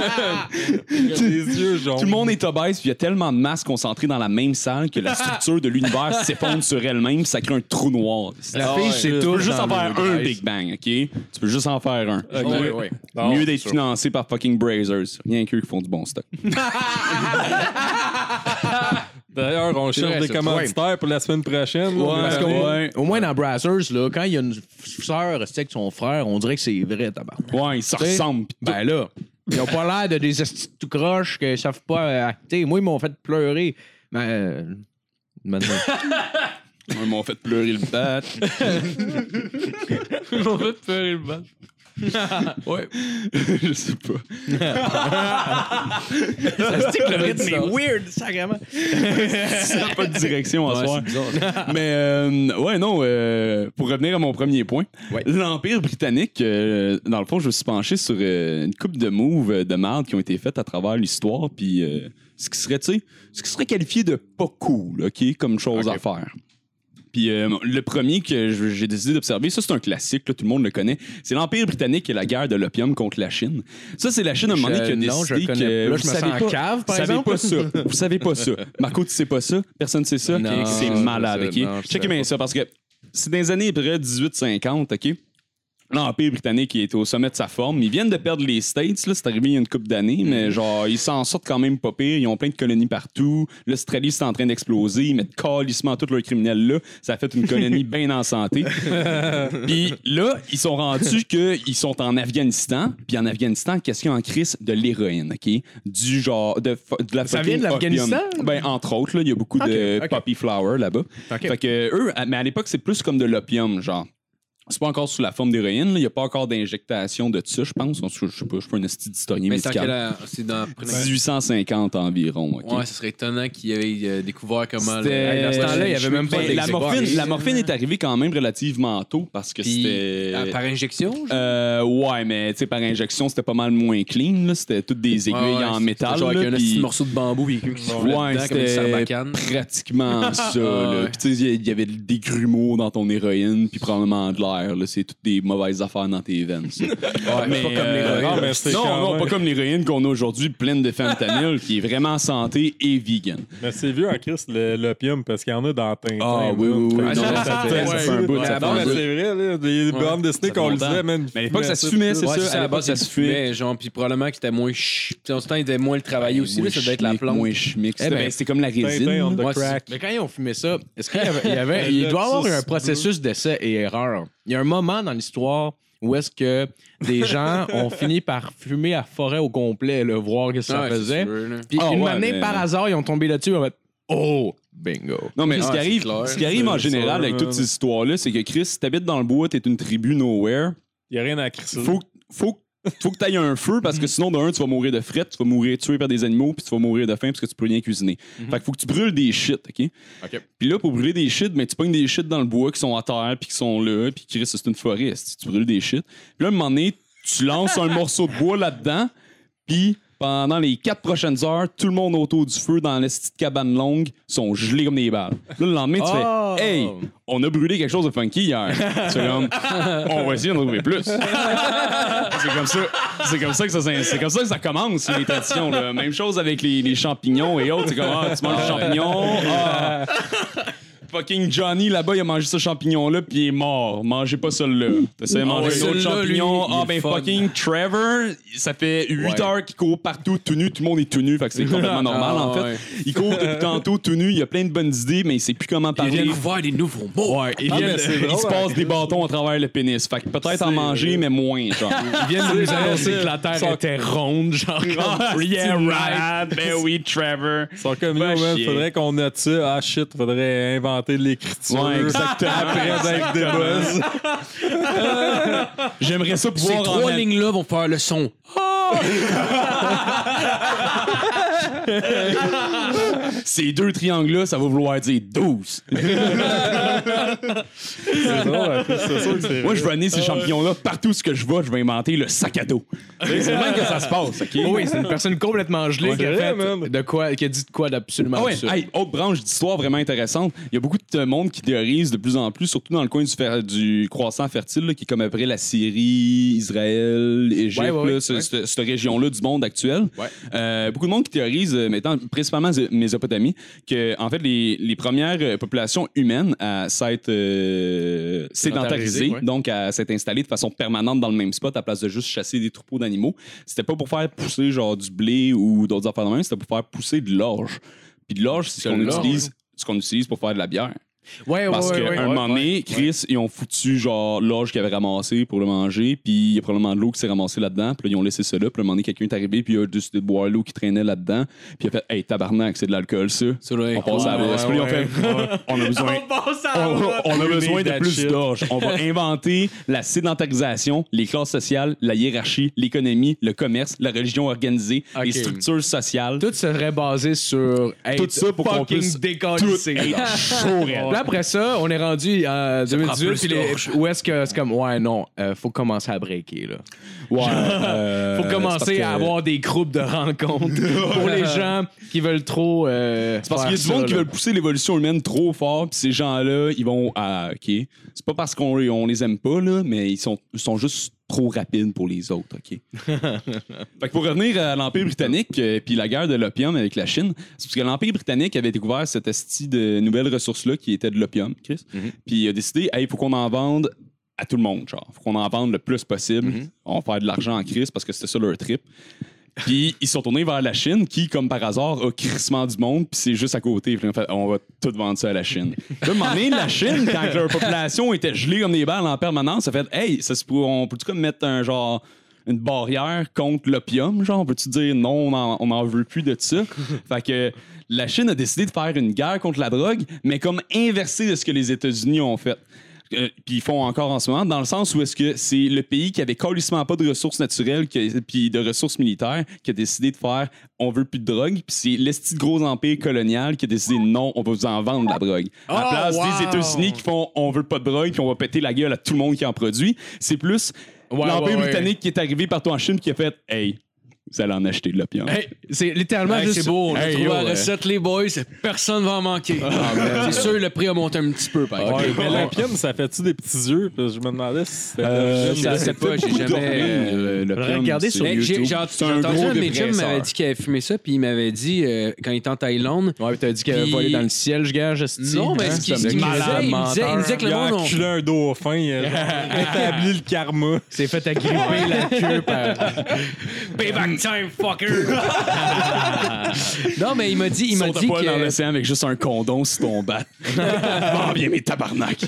J'ai les yeux jaunes.
Tout le monde est obèse, puis il y a tellement de masse concentrée dans la même salle que la structure de l'univers s'effondre sur elle-même, puis ça crée un trou noir.
La
Ah
fille,
ouais.
c'est
Tu
tout.
peux juste
dans
en faire
le
un
guys.
Big Bang, OK? Tu peux juste en faire un.
Ok.
Oui, oui.
Non,
Mieux
c'est
d'être
sûr.
financé par fucking Brazers. Rien qu'eux qui font du bon stock.
D'ailleurs, on cherche
vrai,
des
ça.
commanditaires pour la semaine prochaine.
Ouais, parce qu'au
ouais.
au moins dans Brassers, là, quand il y a une f- sœur c'est avec son frère, on dirait que c'est vrai, tabarnak.
Ouais, ils se ressemblent. pis tout.
Ben là, ils ont pas l'air de des estis tout croches qu'ils savent pas euh, acter. Moi, ils m'ont fait pleurer. Mais, euh, maintenant.
Ils m'ont fait pleurer le bat.
Ils m'ont fait pleurer le bal.
Je sais pas.
le rythme est weird, sacrément.
Ça n'a pas de direction en soi. Mais euh, ouais, non, euh, pour revenir à mon premier point,
Ouais.
l'Empire britannique, euh, dans le fond, je me suis penché sur euh, une coupe de moves euh, de marde qui ont été faites à travers l'histoire, puis euh, ce qui serait, tu sais, ce qui serait qualifié de pas cool, OK, comme chose
Ok.
à faire. Puis euh, le premier que je- j'ai décidé d'observer, ça c'est un classique, là, tout le monde le connaît, c'est l'Empire britannique et la guerre de l'opium contre la Chine. Ça c'est la Chine à un moment donné qui a
Je- non, je
décidé
connais
que
pas. Là,
vous
je me
savez
sens en
pas-
cave, par
vous savez
exemple.
pas ça. Vous savez pas ça. Marco, tu sais pas ça. Personne sait ça.
Non,
Ok, c'est
je sais
malade.
pas
ok?
ça. Non, je
Check
sais
bien
pas.
ça parce que c'est dans les années près 1850, OK? L'Empire britannique il est au sommet de sa forme. Ils viennent de perdre les States, là, c'est arrivé il y a une couple d'années,
Mm.
mais genre, ils s'en sortent quand même pas pire. Ils ont plein de colonies partout. L'Australie, c'est en train d'exploser. Ils mettent calissement tous leurs criminels là. Ça fait une colonie bien en santé. Puis là, ils sont rendus qu'ils sont en Afghanistan. Puis en Afghanistan, qu'est-ce qu'il y a en crise? De l'héroïne, OK? Du genre, de, fo- de la
Ça vient de
fucking opium.
l'Afghanistan?
Ben, entre autres, là, il y a beaucoup de
Ok, ok.
poppy flower là-bas.
Ok.
Fait que eux, à- mais à l'époque, c'est plus comme de l'opium, genre. C'est pas encore sous la forme d'héroïne, là. il n'y a pas encore d'injectation de ça, je pense. Je je sais pas, je suis pas un esti d'historien
Mais c'est à quelle
médical.
heure? C'est dans.
1850 environ. ok.
Ouais, ce serait étonnant qu'ils aient euh, découvert comment.
C'était-
le-
Dans ce temps-là,
Ouais,
il y avait même pas
je-
Ben, la,
d'exemple.
morphine, la morphine est arrivée quand même relativement tôt parce que
Puis,
c'était.
euh, Par injection? je-
Euh, ouais, mais tu sais, par injection, c'était pas mal moins clean. là. C'était toutes des aiguilles
Ouais, ouais,
en
c'est-
métal.
c'est Genre avec
là,
un
puis-
petit morceau de bambou vécu qui s'envolait
Ouais,
dedans comme une
c'était
sarbacane.
pratiquement ça. là.
ouais.
Puis, tu sais, il y- il y avait des grumeaux dans ton héroïne, puis probablement de l'air. là. C'est toutes des mauvaises affaires dans tes veines. ça. mais, euh,
pas comme l'héroïne. Non, mais c'est
non,
quand
non,
même-
pas comme l'héroïne qu'on a aujourd'hui, pleine de fentanyl, qui est vraiment santé et vegan.
Mais c'est vieux en Christ le- l'opium parce qu'il y en a dans Tintin.
Ah,
là.
oui, oui, oui.
Fait
Non,
que
ça fait- ça fait un bout, ça fait
Non,
un
mais
bout.
c'est vrai, là, des bandes dessinées
ça fait
qu'on
longtemps.
lisait, man.
Mais à l'époque, ça se fumait, c'est
Ouais,
ça.
c'est ça, à la base, ça se fumait, genre, puis probablement qu'il était moins ch... Puis en ce temps, il était moins le travailler aussi, là, ça devait être la plante.
Ben, Moins chimique.
Eh
C'était
ben,
ben, c'était comme la résine.
Tintin on
là.
the
Ouais, c'est-
crack.
Mais quand ils ont fumé ça, est-ce qu'il y avait, il y avait- il
Le
doit y avoir
petit
un processus d'essai et erreur. Il y a un moment dans l'histoire où est-ce que des gens ont fini par fumer à forêt au complet, le voir qu'est-ce que
Ouais,
ça
c'est
faisait.
sûr, là.
Puis
Ah
une
ouais,
année,
mais-
par hasard, ils ont tombé là-dessus en fait Oh, bingo.
Non, mais
Ah,
ce qui
c'est
arrive,
clair.
ce qui arrive en
C'est
général
sûr,
avec
là.
toutes ces histoires-là, c'est que Chris, si t'habites dans le bois, t'es une tribu nowhere.
Il n'y a rien à crisser.
faut, que- faut, que- faut que tu ailles un feu parce que sinon, d'un, tu vas mourir de fret, tu vas mourir tué par des animaux, puis tu vas mourir de faim parce que tu peux rien cuisiner. Fait que faut que tu brûles des shit, OK?
OK.
Puis là, pour brûler des shit, mais tu pognes des shit dans le bois qui sont à terre, puis qui sont là, puis Chris, c'est une forêt, si tu brûles des shit. Puis là, à un moment donné, tu lances un morceau de bois là-dedans, puis Pendant les quatre prochaines heures, tout le monde autour du feu dans les petites cabanes longues sont gelés comme des balles. Là, le lendemain, tu
Oh!
fais Hey, on a brûlé quelque chose de funky hier. c'est comme On va essayer d'en trouver plus. c'est comme ça. C'est comme ça que ça, s'in- c'est comme ça que ça commence les traditions. là. Même chose avec les, les champignons et autres. C'est comme ah, tu manges des champignons. ah. Fucking Johnny là-bas, il a mangé ce champignon-là puis il est mort. Mangez pas celui-là. T'essaies de manger
Ah ouais,
un autre
celui-là,
champignon.
lui, il
Ah
est
ben
fun.
fucking Trevor, ça fait 8
Ouais.
heures qu'il court partout tout nu. Tout le monde est tout nu, fait que c'est complètement normal
Ah,
en fait.
ouais.
Il court depuis tantôt tout nu, il a plein de bonnes idées, mais il sait plus comment
Ils
parler.
viennent voir des nouveaux mots.
Ouais, il,
Ah,
vient-
mais c'est
il
drôle,
se passe des bâtons à travers le pénis. Fait que peut-être en manger, mais moins, genre.
Ils viennent de nous annoncer
vrai,
que la Terre
ça-
était ronde, genre.
Ah,
comme-
yeah, right. Ben oui, Trevor.
Ils sont comme
Va
yo, man,
chier.
faudrait qu'on note ça. Ah shit, faudrait inventer de l'écriture.
Ouais, exactement.
Après, avec des buzz.
J'aimerais ça
Ces
pouvoir en
trois
an-
lignes-là vont faire le son.
Ces deux triangles-là, ça va vouloir dire 12.
C'est drôle,
hein,
en plus, c'est sûr que c'est
Moi, je veux amener ces champignons-là partout ce que je vais, je vais inventer le sac à dos. c'est le même que ça se passe, OK?
Oui, c'est une personne complètement gelée
Ouais,
qui, a
c'est vrai,
fait
man.
de quoi, qui a dit de quoi d'absolument
Ah ouais,
absurde.
hey, autre branche d'histoire vraiment intéressante. Il y a beaucoup de monde qui théorise de plus en plus, surtout dans le coin du, fer- du croissant fertile, là, qui est comme après la Syrie, Israël, Égypte,
Ouais, ouais, ouais,
là, ce-
ouais.
ce- cette région-là du monde actuel.
Ouais.
Euh, beaucoup de monde qui théorise, euh, maintenant, principalement Zé- Mésopotamie, que en fait, les, les premières euh, populations humaines à s'être euh,
Sédentarisées,
sédentarisées,
ouais.
donc à s'être installées de façon permanente dans le même spot, à place de juste chasser des troupeaux d'animaux, c'était pas pour faire pousser genre du blé ou d'autres affaires de même, c'était pour faire pousser de l'orge. Puis de l'orge, c'est ce
De
qu'on
l'orge.
utilise, ce qu'on utilise pour faire de la bière.
Ouais, ouais,
Parce
ouais,
qu'à
ouais.
un moment donné, Chris, ils ont foutu genre l'orge qu'ils avaient ramassé pour le manger, puis il y a probablement de l'eau qui s'est ramassée là-dedans, puis là, ils ont laissé ça là, puis à un moment donné, quelqu'un est arrivé, puis il a décidé de boire l'eau qui traînait là-dedans, puis il a fait Hey, tabarnak, c'est de l'alcool ça.
Ça doit
On
être
passe à la
Ouais,
brosse. Puis là, ils ont
ouais.
fait, on a besoin, on, on a
We
besoin
need
de
that
plus
shit.
d'orge. On va inventer la sédentarisation, les classes sociales, la hiérarchie, l'économie, le commerce, la religion organisée, les
Ok.
structures sociales.
Tout serait basé sur être
Tout ça pour qu'on
fucking
puisse-
décalissé,
est
genre.
chaud, raide.
Puis après ça, on est rendu euh, en
prend
2018
plus
puis les-
d'orge.
où est-ce que c'est comme ouais non, euh, faut commencer à breaker là.
Ouais,
Faut
euh,
commencer
c'est parce
à
que-
avoir des groupes de rencontres pour les gens qui veulent trop euh,
C'est parce qu'il y a du
faire
monde
ça,
qui
là.
veulent pousser l'évolution humaine trop fort, puis ces gens-là, ils vont. Ah, OK. C'est pas parce qu'on on les aime pas, là, mais ils sont, ils sont juste trop rapides pour les autres, OK? fait que pour revenir à l'Empire britannique, euh, puis la guerre de l'opium avec la Chine, c'est parce que l'Empire britannique avait découvert cette esti de nouvelles ressources-là qui était de l'opium, Chris.
Mhm.
Puis il a décidé, hey, faut qu'on en vende à tout le monde, genre. Faut qu'on en vende le plus possible.
Mhm.
On va faire de l'argent en crise parce que c'était ça leur trip. Puis ils sont tournés vers la Chine, qui, comme par hasard, a crissement du monde, puis c'est juste à côté. Puis on fait, on va tout vendre ça à la Chine. Là, à un moment donné, la Chine, quand leur population était gelée comme des balles en permanence, a fait, hey, ça se peut, on peut-tu comme mettre un genre une barrière contre l'opium, genre, on peut-tu dire non, on en- on n'en veut plus de ça? fait que la Chine a décidé de faire une guerre contre la drogue, mais comme inversée de ce que les États-Unis ont fait. Euh, puis ils font encore en ce moment, dans le sens où est-ce que c'est le pays qui avait colissement pas de ressources naturelles que- puis de ressources militaires qui a décidé de faire on veut plus de drogue, puis c'est l'esti de gros empire colonial qui a décidé non, on va vous en vendre la drogue. À la
Oh,
place des
wow!
États-Unis qui font on veut pas de drogue puis on va péter la gueule à tout le monde qui en produit, c'est plus
Ouais,
l'empire
ouais, ouais.
britannique qui est arrivé partout en Chine qui a fait hey, vous allez en acheter de l'opium.
Hey, c'est littéralement
Hey,
juste
c'est beau, on a
Hey,
trouvé
yo,
la
euh,
recette, les boys. Personne va en manquer.
Ah,
c'est sûr, le prix a monté un petit peu, par exemple.
Ouais, mais l'opium, ça fait-tu des petits yeux? Parce que je me demandais si c'était.
Euh,
je sais pas, j'ai
beaucoup
jamais,
dormi,
euh,
le
faudrait
pium,
regarder
c'est-
sur
Hey,
Hey, j'ai
YouTube.
j'ai entendu
C'est un
un
gros
de mes chums
dépresseur.
m'avait dit qu'il avait fumé ça, puis il m'avait dit, euh, quand il était en Thaïlande,
Ouais, puis t'as dit qu'elle
Puis-
volait dans le ciel, je gage. esti.
Non, mais
Hein,
ce qui-
ça
ce
me
qu'il me
malade
disait, il me disait- il me
menteur.
disait que
Il
le
a
monde. on-
enculé un dauphin, euh, il a genre rétabli le karma.
C'est fait agripper la queue par.
Payback time, fucker! non, mais il m'a dit, il m'a
Saute à
dit
poil dans
que,
l'océan avec juste un condom sur ton bat. Bon, bien mes tabarnak.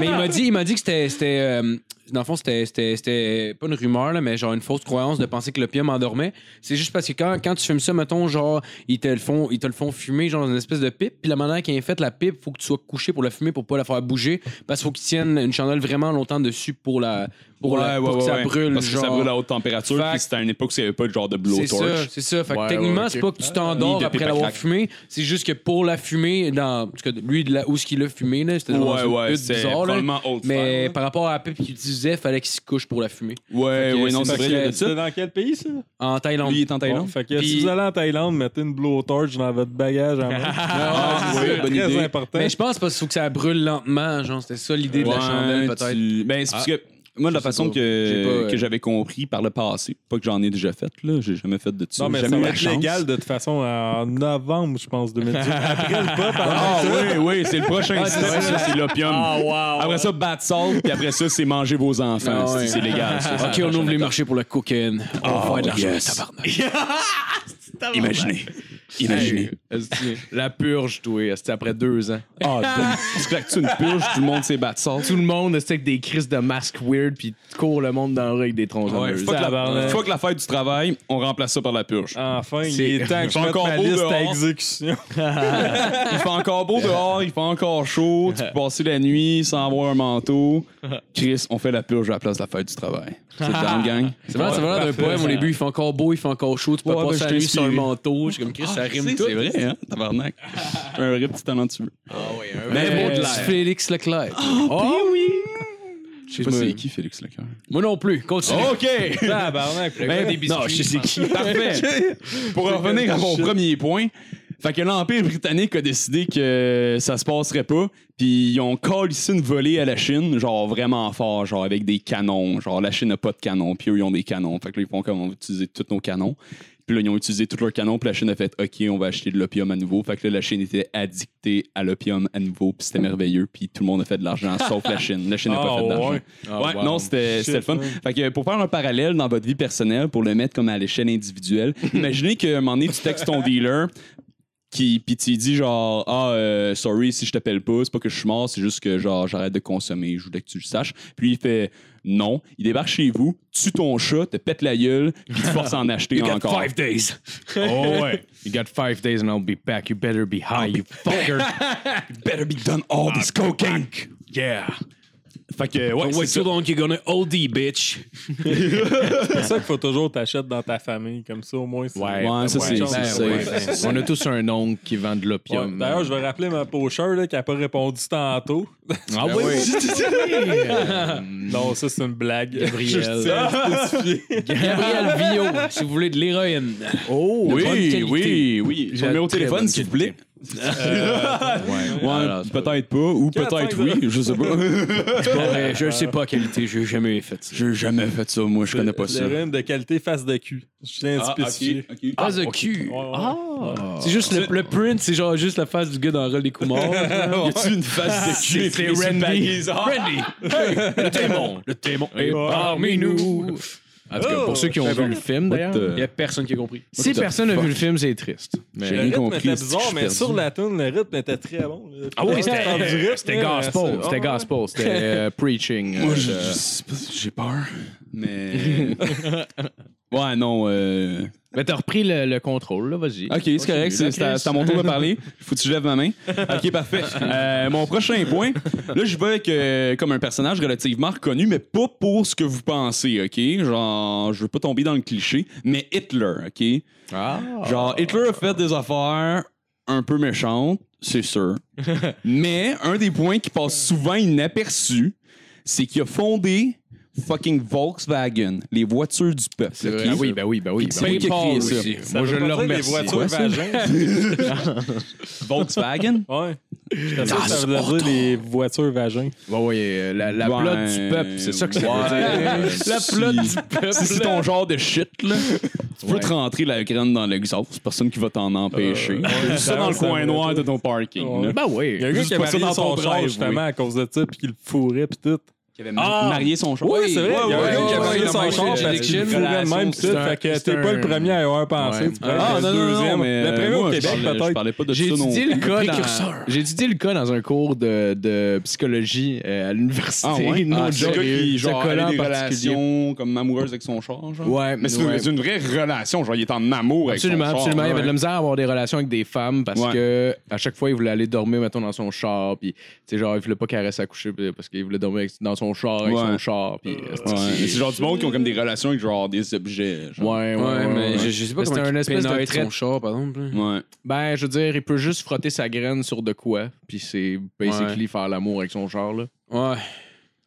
mais il m'a dit, il m'a dit que c'était, c'était, euh, dans le fond, c'était, c'était, c'était pas une rumeur, là, mais genre une fausse croyance de penser que l'opium endormait. C'est juste parce que quand, quand tu fumes ça, mettons, genre, ils te le font, ils te le font fumer, genre, dans une espèce de pipe, puis la manière qu'il est faite, la pipe, faut que tu sois couché pour la fumer, pour pas la faire bouger, parce qu'il faut qu'ils tiennent une chandelle vraiment longtemps dessus pour la, pour, la, pour que ça brûle,
Parce que
genre.
ça brûle à haute température.
Fait-
Puis c'était à une époque où il n'y avait pas de genre de
C'est ça,
blowtorch.
c'est ça. Fait que
Ouais,
techniquement,
ouais,
c'est
ok.
pas que tu
Ni
t'endors
de
après
pipa
l'avoir
claque.
fumé. C'est juste que pour la fumée, dans, en tout cas, lui, de là où ce qu'il a fumé, là, c'était dans
Ouais,
une
ouais,
hutte
c'est
bizarre. là.
probablement old
Mais
style.
par rapport à la pipe qu'il utilisait, disait fallait qu'il se couche pour la fumer.
Ouais,
Fait que
ouais, non,
c'est
c'est
parce
vrai.
que-
il y a de ça.
C'est dans quel pays, ça?
En Thaïlande.
Lui, il est en
Bon,
Thaïlande.
fait que
Puis-
si vous allez en Thaïlande, mettez une blowtorch dans votre bagage en main.
Ah,
ouais, bonne
très
idée.
important.
Mais je pense parce qu'il faut que ça brûle lentement, genre c'était ça l'idée de la
Ouais,
chandelle peut-être. Ah.
tu- Ben, c'est parce que moi, de la
sais
façon
pas. J'ai
que,
pas, euh,
que j'avais compris par le passé, pas que j'en ai déjà fait, là, j'ai jamais fait de ça.
non, mais
j'ai
ça
jamais eu
va
la
être
chance.
légal de toute façon en novembre, je pense, 2018. Après le pop,
Ah oui, oui, c'est le prochain step,
c'est
ça, c'est l'opium. Après ça, battre salt, puis après ça, c'est manger vos
Ah,
enfants. c'est-
ouais.
C'est légal, ça. Ah,
Ok, on ouvre les marchés pour la cocaine. On va faire de l'argent,
yes.
tabarnak.
Imaginez. ben. Imaginez.
Esti, La purge, toi, esti, après deux ans.
Ah, tu claques une purge, tout le monde c'est battre salt.
Tout le monde, c'est avec des crises de masque weird, puis tu cours le monde dans la rue avec des
Ouais,
tronçonneuses.
fuck, la,
Tabarnak.
fuck la fête du travail, on remplace ça par la purge.
Enfin, il
C'est-
est temps que je
J'ai
mette
encore
ma
beau
liste à
dehors.
exécution.
Il fait encore beau dehors, il fait encore chaud, tu peux passer la nuit sans avoir un manteau. Chris, on fait la purge à la place de la fête du travail. C'est dingue, gang.
C'est vraiment, ça va l'air d'un poème. Au début, il fait encore beau, il fait encore chaud. Tu peux
Ouais, ben,
passer
je
la
t'ai
nuit sur un
inspiré.
manteau. Je suis comme, Chris,
Ah,
ça rime tout.
C'est vrai, hein, tabarnak. un vrai petit talentueux.
Mais
Mais-
bon, Euh, c'est Félix Leclerc.
Oh oui!
Je sais pas c'est qui, Félix Leclerc.
Moi non plus. Continue.
OK!
Tabarnak.
Ben, non, je sais qui. Parfait. Pour en revenir à mon premier point, fait que l'Empire britannique a décidé que ça se passerait pas, puis ils ont ici une volée à la Chine, genre vraiment fort, genre avec des canons. Genre la Chine n'a pas de canons, puis eux ils ont des canons. Fait que là, ils font comme on va utiliser tous nos canons. Puis là, ils ont utilisé tous leurs canons, puis la Chine a fait OK, on va acheter de l'opium à nouveau. Fait que là, la Chine était addictée à l'opium à nouveau, puis c'était merveilleux, puis tout le monde a fait de l'argent, sauf la Chine. La Chine n'a pas
Ah,
fait d'argent.
ouais.
Ah,
ouais,
wow.
non, c'était
Shit,
c'était le fun.
ouais.
Fait que pour faire un parallèle dans votre vie personnelle, pour le mettre comme à l'échelle individuelle, imaginez qu'à un moment donné, tu textes ton dealer. Qui, puis tu lui dis genre ah euh, sorry si je t'appelle pas c'est pas que je suis mort c'est juste que genre j'arrête de consommer je voulais que tu le saches puis il fait non il débarque chez vous tue ton chat te pète la gueule puis te force à en acheter encore
days.
Oh ouais. You got five days and I'll be back. You better be high, you fucker.
better be done all this cocaine
yeah.
ben, fait que ouais c'est
Wait
ça.
too long, you're gonna OD, bitch.
C'est pour ça qu'il faut toujours t'achètes dans ta famille, comme ça au moins. c'est-
Ouais,
Ouais, ça,
Ouais,
c'est-
genre,
c'est-
Ben
c'est-
ouais,
c'est-
ben, on a tous un oncle qui vend de
Ouais,
l'opium.
D'ailleurs, je vais rappeler ma pocheur là, qui n'a pas répondu tantôt.
Ah oui!
non, ça, c'est une blague.
Gabriel.
Je tiens à le spécifier.
Gabriel Villot, si vous voulez de l'héroïne.
Oh!
de bonne
oui
qualité.
oui oui
J'ai
son numéro de
très bonne
téléphone s'il vous plaît Euh,
Ouais,
Ouais,
alors, c'est
peut-être pas, ou
Quatre,
peut-être
cinq,
oui, je sais pas.
Ouais, je sais pas qualité, j'ai jamais fait ça.
euh, J'ai jamais fait ça, moi, je connais pas ça. Ah,
L'héroïne de qualité face de cul. Je tiens à le spécifier.
Pas de cul.
Ouais, ouais.
C'est juste le, le print, c'est genre juste la face du gars dans Roll des coups morts.
Ah, Y a-tu une face de cul?
C'est
écrit sur
Randy.
Baggies? Ah,
Randy, le démon, le démon est parmi nous.
En tout
Oh,
cas, pour ceux qui ont vu le film, d'ailleurs,
euh,
Il y a personne qui a compris.
si personne n'a vu le film, c'est triste.
J'ai
Le
rien
Mais
rythme
compris,
était
c'est que
bizarre,
je
mais
suis
sur la tune, le rythme était très bon.
Ah oui,
Tu parles du rythme,
c'était c'était
là,
gospel,
c'est- Ah,
c'était gospel, c'était euh, preaching.
Moi,
euh,
je-
de-
je sais pas, j'ai peur. Mais. Ouais, non. euh,
Mais t'as repris le, le contrôle, là, vas-y.
Ok, c'est correct, c'est c'est à, c'est à mon tour de parler. Faut que tu lèves ma main. Ok, parfait. Euh, mon prochain point, là, je vais avec euh, comme un personnage relativement reconnu, mais pas pour ce que vous pensez, ok? Genre, je veux pas tomber dans le cliché, mais Hitler, ok?
Ah.
Genre, Hitler a fait des affaires un peu méchantes, c'est sûr. Mais un des points qui passe souvent inaperçu, c'est qu'il a fondé fucking Volkswagen, les voitures du peuple. ok?
Ah oui, ben oui, ben oui. ben
C'est
oui.
lui qui a créé
PayPal
ça.
aussi.
Ça
Moi,
veut
je
pas
le
dire des
remercie.
voitures
Quoi, ça?
vagins.
Volkswagen?
Ouais. Je sûr que ça veut dire les voitures vagins.
Ouais, ouais, euh, la, la
Ouais.
plot du peuple, c'est ça que ça veut
Ouais.
dire.
La plot du peuple. Si c'est ton genre de shit, là, tu peux
Ouais.
te rentrer la graine dans l'exhaust. Personne qui va t'en empêcher.
ouais,
Euh, ça dans le
ça
coin
veut
noir
dire.
de ton parking.
Ouais.
là.
Ben
Il y a
oui.
un gars
Juste
qui a
pas ça
marié
dans
son
ton
char
rêve,
justement à cause de ça, puis qu'il le fourrait, puis tout.
Qui avait marié son char.
Oui, c'est vrai. Il y a un
ouais,
gars qui a
ouais,
marié
ouais,
son
ouais,
char
c'est
parce qu'il le
legit.
fourrait de même, puis
C'est
tout.
un-
Fait que
c'est
t'es pas
un-
le premier à y avoir pensé.
Ouais.
tu pourrais
Ah,
être
non,
le
non, non,
deuxième.
mais euh,
Le premier au
moi, je
Québec,
parlais- Je
peut-être.
parlais pas de
J'ai
ça non
étudié
plus.
le cas
Précurseur.
dans, j'ai étudié le cas dans un cours de, de psychologie euh, à l'université.
Ah ouais?
Non,
Ah, c'est
joke.
le gars qui,
Ce
genre,
cas-là
avait
en
des
particulier.
relations comme amoureuse avec son char, genre.
Ouais,
Mais c'est
ouais.
une- c'est une vraie relation, genre, il est en amour avec son
Absolument,
char.
absolument. Il y avait de la
Ouais.
misère à avoir des relations avec des femmes parce
Ouais.
que à chaque fois, il voulait aller dormir, mettons, dans son char. Puis, tu sais, genre, il voulait pas caresser à coucher puis- parce qu'il voulait dormir avec- dans son char, avec
Ouais.
son char. Puis, euh,
Ouais, C'est genre du monde qui ont comme des relations avec, genre, des objets. genre.
ouais, ouais,
Ouais, mais
ouais.
je, je sais pas
Mais c'est
comment
un
il
espèce de
pénètre
trait-
son char, par exemple.
Ouais.
Ben, je veux dire, il peut juste frotter sa graine sur de quoi. Puis, c'est basically faire l'amour avec son char, là.
Ouais.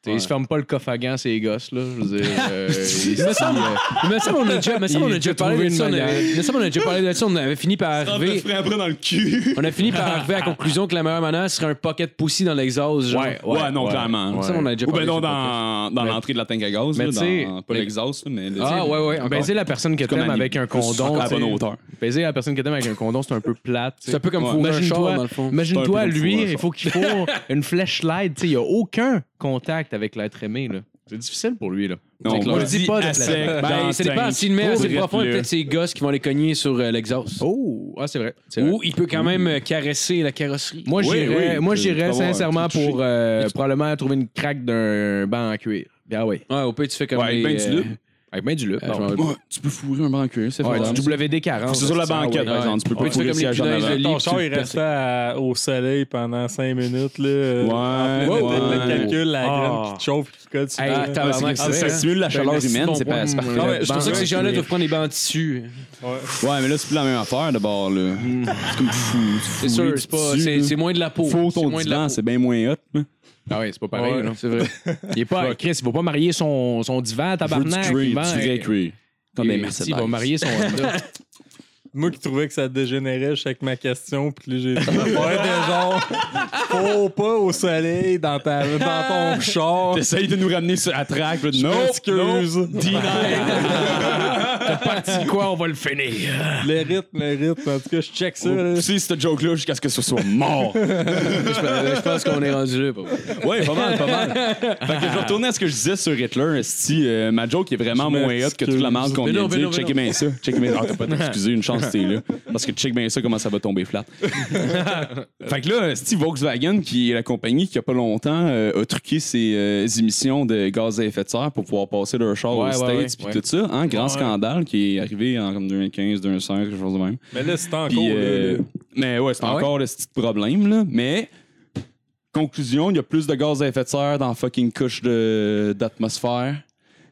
T'sais, Ils se ferment pas le coffre à gants, ces gosses, là. Je veux dire. euh, ils-
Il me semble, il me semble on a déjà, il me semble, on
Il
a déjà
a
parlé
trouvé
de ça. On
une
avait,
manière.
il me semble on a déjà parlé de ça. On avait fini par
On te
arriver.
ferait après dans le cul.
On a fini par arriver à la conclusion que la meilleure manière serait un pocket pussy dans l'exhaust. genre.
Ouais,
Ouais, non,
ouais.
clairement.
Il me semble on a déjà
Ou
parlé
ben non,
de ça.
dans, dans l'entrée de la tank à gaz.
Mais
là,
tu sais,
dans- pas
mais-
l'exhaust, là, mais le-
Ah, ouais, ouais.
Ben,
encore.
c'est la personne que
Comme
t'aimes
un-
avec un
plus
condom.
à la bonne
t'sais.
hauteur.
Baiser la personne que t'aimes avec un condom, c'est un peu plate. t'sais.
C'est un peu comme
Ouais.
fourrer un char,
Imagine-toi-
dans le fond.
C'est
Imagine-toi,
un peu comme
lui,
fourrer un
il faut qu'il faut une flashlight. t'sais, Il n'y a aucun contact avec l'être aimé. là. C'est difficile pour lui. là.
Non,
C'est
moi,
clair.
je dis
pas de
à
plat.
sec, dans
Ben, ça dépend.
tank.
S'il le met assez
Faudrait
profond,
plus.
peut-être c'est les gosses qui vont les cogner sur euh, l'exhaust.
Oh, ah, c'est vrai. c'est vrai.
Ou il peut quand même euh, caresser la carrosserie.
Moi,
Oui,
j'irais,
oui,
moi,
tu-
j'irais
tu vas voir,
sincèrement
tu touches.
pour euh, probablement trouver une craque d'un banc en cuir. Bien, oui. Ah,
Ouais, au pire, tu fais comme
Ouais,
les...
ben, tu
euh,
l'as.
Avec main du lup.
euh, je m'en rappelle
Ouais, tu peux fourrer un banc en cuir, c'est
Ouais,
faisable.
du WD-40.
C'est sur la
ça, Ah ouais.
banquette, par exemple. Tu peux
Ouais,
pas
tu fais
fourrer le
comme les
siège en
punaises
avant.
de lit.
Ton
puis
char,
tu
il
le
restait à- au soleil pendant 5 minutes. Là, ouais,
ouais.
Le calcul, la
Ah.
graine qui te chauffe, qui te colle sur
Hey,
ta-
Ah, tabarnak,
Ça
c'est
ça
vrai, hein.
stimule
Ben,
la chaleur
un
humaine,
bon
c'est
point.
pas c'est parfait.
Non, mais
C'est pour ça que ces gens-là
Ouais.
doivent prendre des bancs en tissu.
Ouais.
Ouais, mais là, c'est plus la même affaire, d'abord. là. C'est comme fou.
C'est sûr, c'est pas- c'est c'est moins de la peau.
Faux
C'est
ton
moins de la
divan,
peau.
c'est bien moins hot. là.
Ah oui, c'est pas pareil.
Ouais,
là.
c'est vrai.
Il est pas, Chris, il va pas marier son, son divan,
Je veux du
tabarnak.
cuir,
il vend-
du vrai cuir. Comme des
Et- si,
Mercedes.
Il va marier son Honda.
Moi qui trouvais que ça dégénérait, je sais que ma question, puis là, j'ai dit, ouais, des gens, faut pas au soleil dans, ta, dans ton char.
T'essayes de nous ramener sur la track. là, Non,
Excuse.
Parti quoi, on va le finir.
Le rythme, le rythme. En tout cas, je check ça. là.
non. Si cette joke-là jusqu'à ce que ce soit mort.
Je pense qu'on est rendu là. pour vrai.
Ouais, pas mal, pas mal. Fait que je vais retourner à ce que je disais sur Hitler. Si euh, ma joke est vraiment
Je
moins hot que toute la merde qu'on
Mais
vient
non,
de
mais
dire,
non, mais
check bien ça. Check bien ça. Ah, t'as pas t'excuser, une chance que t'es là. Parce que check bien ça, comment ça va tomber flat. fait que là, Steve Volkswagen, qui est la compagnie qui, il y a pas longtemps, euh, a truqué ses euh, émissions de gaz à effet de serre pour pouvoir passer leur char
Ouais,
aux
ouais,
States, puis
ouais.
tout ça. Hein, grand
Ouais.
scandale qui est arrivé en 2015, 2016, quelque chose de même.
Mais là, c'est encore.
Puis,
là,
euh,
là.
mais ouais, c'est
Ah ouais?
encore le petit problème, là. Mais, conclusion, il y a plus de gaz à effet de serre dans la fucking couche de- d'atmosphère.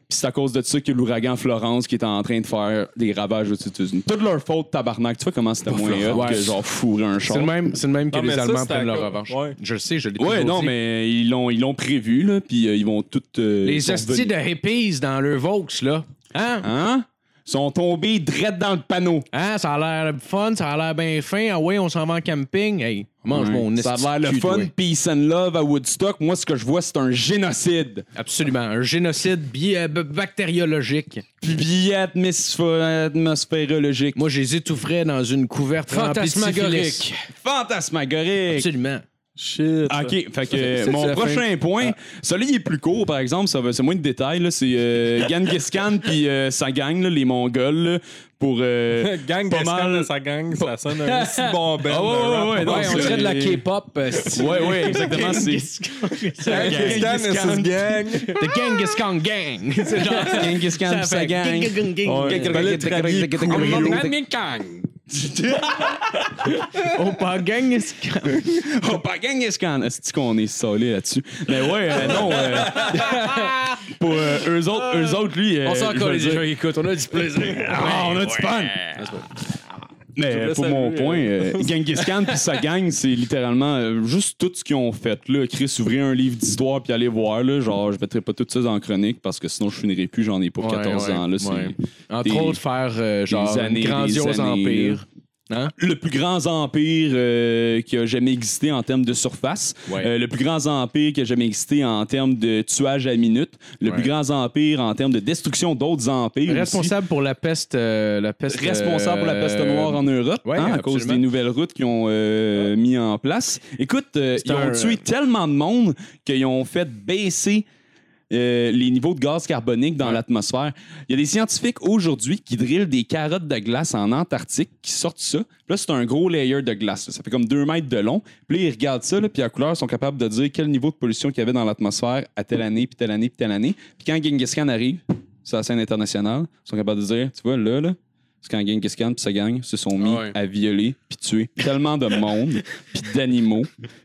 Puis c'est à cause de ça que l'ouragan Florence qui est en train de faire des ravages aux États-Unis. Toute leur faute, tabarnak. Tu vois comment c'était moins hot
Florence.
que genre fourrer un
C'est
char.
le même, c'est le même que
Non, mais
les
ça,
Allemands
c'est
prennent
à
leur
cause-
revanche.
ouais.
Je le sais, je l'ai
Ouais,
toujours
non,
dit.
mais ils l'ont ils l'ont prévu, là. Puis euh, ils vont tout. euh, ils
Les
sont
hosties de
venus-
hippies dans leur Vaux, là. Hein?
Hein? sont tombés drettes dans le panneau.
Hein? Ça a l'air fun, ça a l'air bien fin. Ah ouais, on s'en va en camping. Hey, mange
Ouais.
mon
ça
esti
a
de
l'air le
cul,
fun,
toi.
peace and love à Woodstock. Moi, ce que je vois, c'est un génocide.
Absolument. Un génocide bi- euh, b- bactériologique.
publié atmosphé- atmosphérologique.
Moi, je les étoufferais dans une couverte remplie de syphilis.
Fantasmagorique.
Fantasmagorique.
Absolument.
Shit.
Ah, OK, fait que euh,
c'est
mon
la
prochain point, celui il est plus court par exemple, ça va- c'est moins de détails là, c'est euh, Genghis Khan puis euh, sa gang là, les Mongols là, pour euh,
Gang
pas
de
mal-
mal... ça gang, ça sonne un si bon ben.
Ah ouais,
de
ouais,
rap.
ouais, non,
Ouais, on
c'est-
dirait de la K-pop. euh, c'est-
Ouais ouais, exactement, c'est
Gang,
Genghis
gang,
Khan.
c'est une gang.
The Genghis Khan Gang. C'est genre
Genghis Khan pis sa gang.
Ouais. Ben là, tu habillé cool.
Oh, pas Genghis Khan.
Oh, pas Genghis Khan. Est-ce qu'on est solé là-dessus? Mais ouais, euh, non. euh, pour euh, eux autres, eux autres, lui. euh,
On s'en
je
colle,
veux
les
dire-
gens qui écoutent. On a du plaisir.
Ah, on a du fun! Mais euh, pour mon point, euh, Genghis Khan puis sa gang, c'est littéralement euh, juste tout ce qu'ils ont fait. Là. Chris, ouvrez un livre d'histoire puis allez voir. Là, genre, je mettrai pas tout ça en chronique parce que sinon je finirai plus, j'en ai pour 14
Ouais, ouais,
ans. Là, c'est
ouais. Entre
des-
autres, faire euh, genre
années, des
un grandiose
années,
empire.
le plus grand empire euh, qui a jamais existé en termes de surface,
Ouais.
Euh, le plus grand empire qui a jamais existé en termes de tuage à minute, le
Ouais.
plus grand empire en termes de destruction d'autres empires. aussi.
Responsable pour la peste. euh, la peste
responsable pour la peste
euh,
noire en Europe
ouais,
hein, à
absolument.
cause des nouvelles routes qu'ils ont euh, mis en place. Écoute, euh,
C'est
ils ont
un-
tué tellement de monde qu'ils ont fait baisser euh, les niveaux de gaz carbonique dans l'atmosphère. Il y a des scientifiques aujourd'hui qui drillent des carottes de glace en Antarctique, qui sortent ça. Puis là, c'est un gros layer de glace. là. Ça fait comme deux mètres de long. Puis là, ils regardent ça, là, puis à couleur, ils sont capables de dire quel niveau de pollution qu'il y avait dans l'atmosphère à telle année, puis telle année, puis telle année. Puis quand Genghis Khan arrive sur la scène internationale, ils sont capables de dire, tu vois, là, là, C'est quand gang qu'est-ce puis ça gang se sont mis
Ah ouais.
à violer puis tuer tellement de monde, puis d'animaux,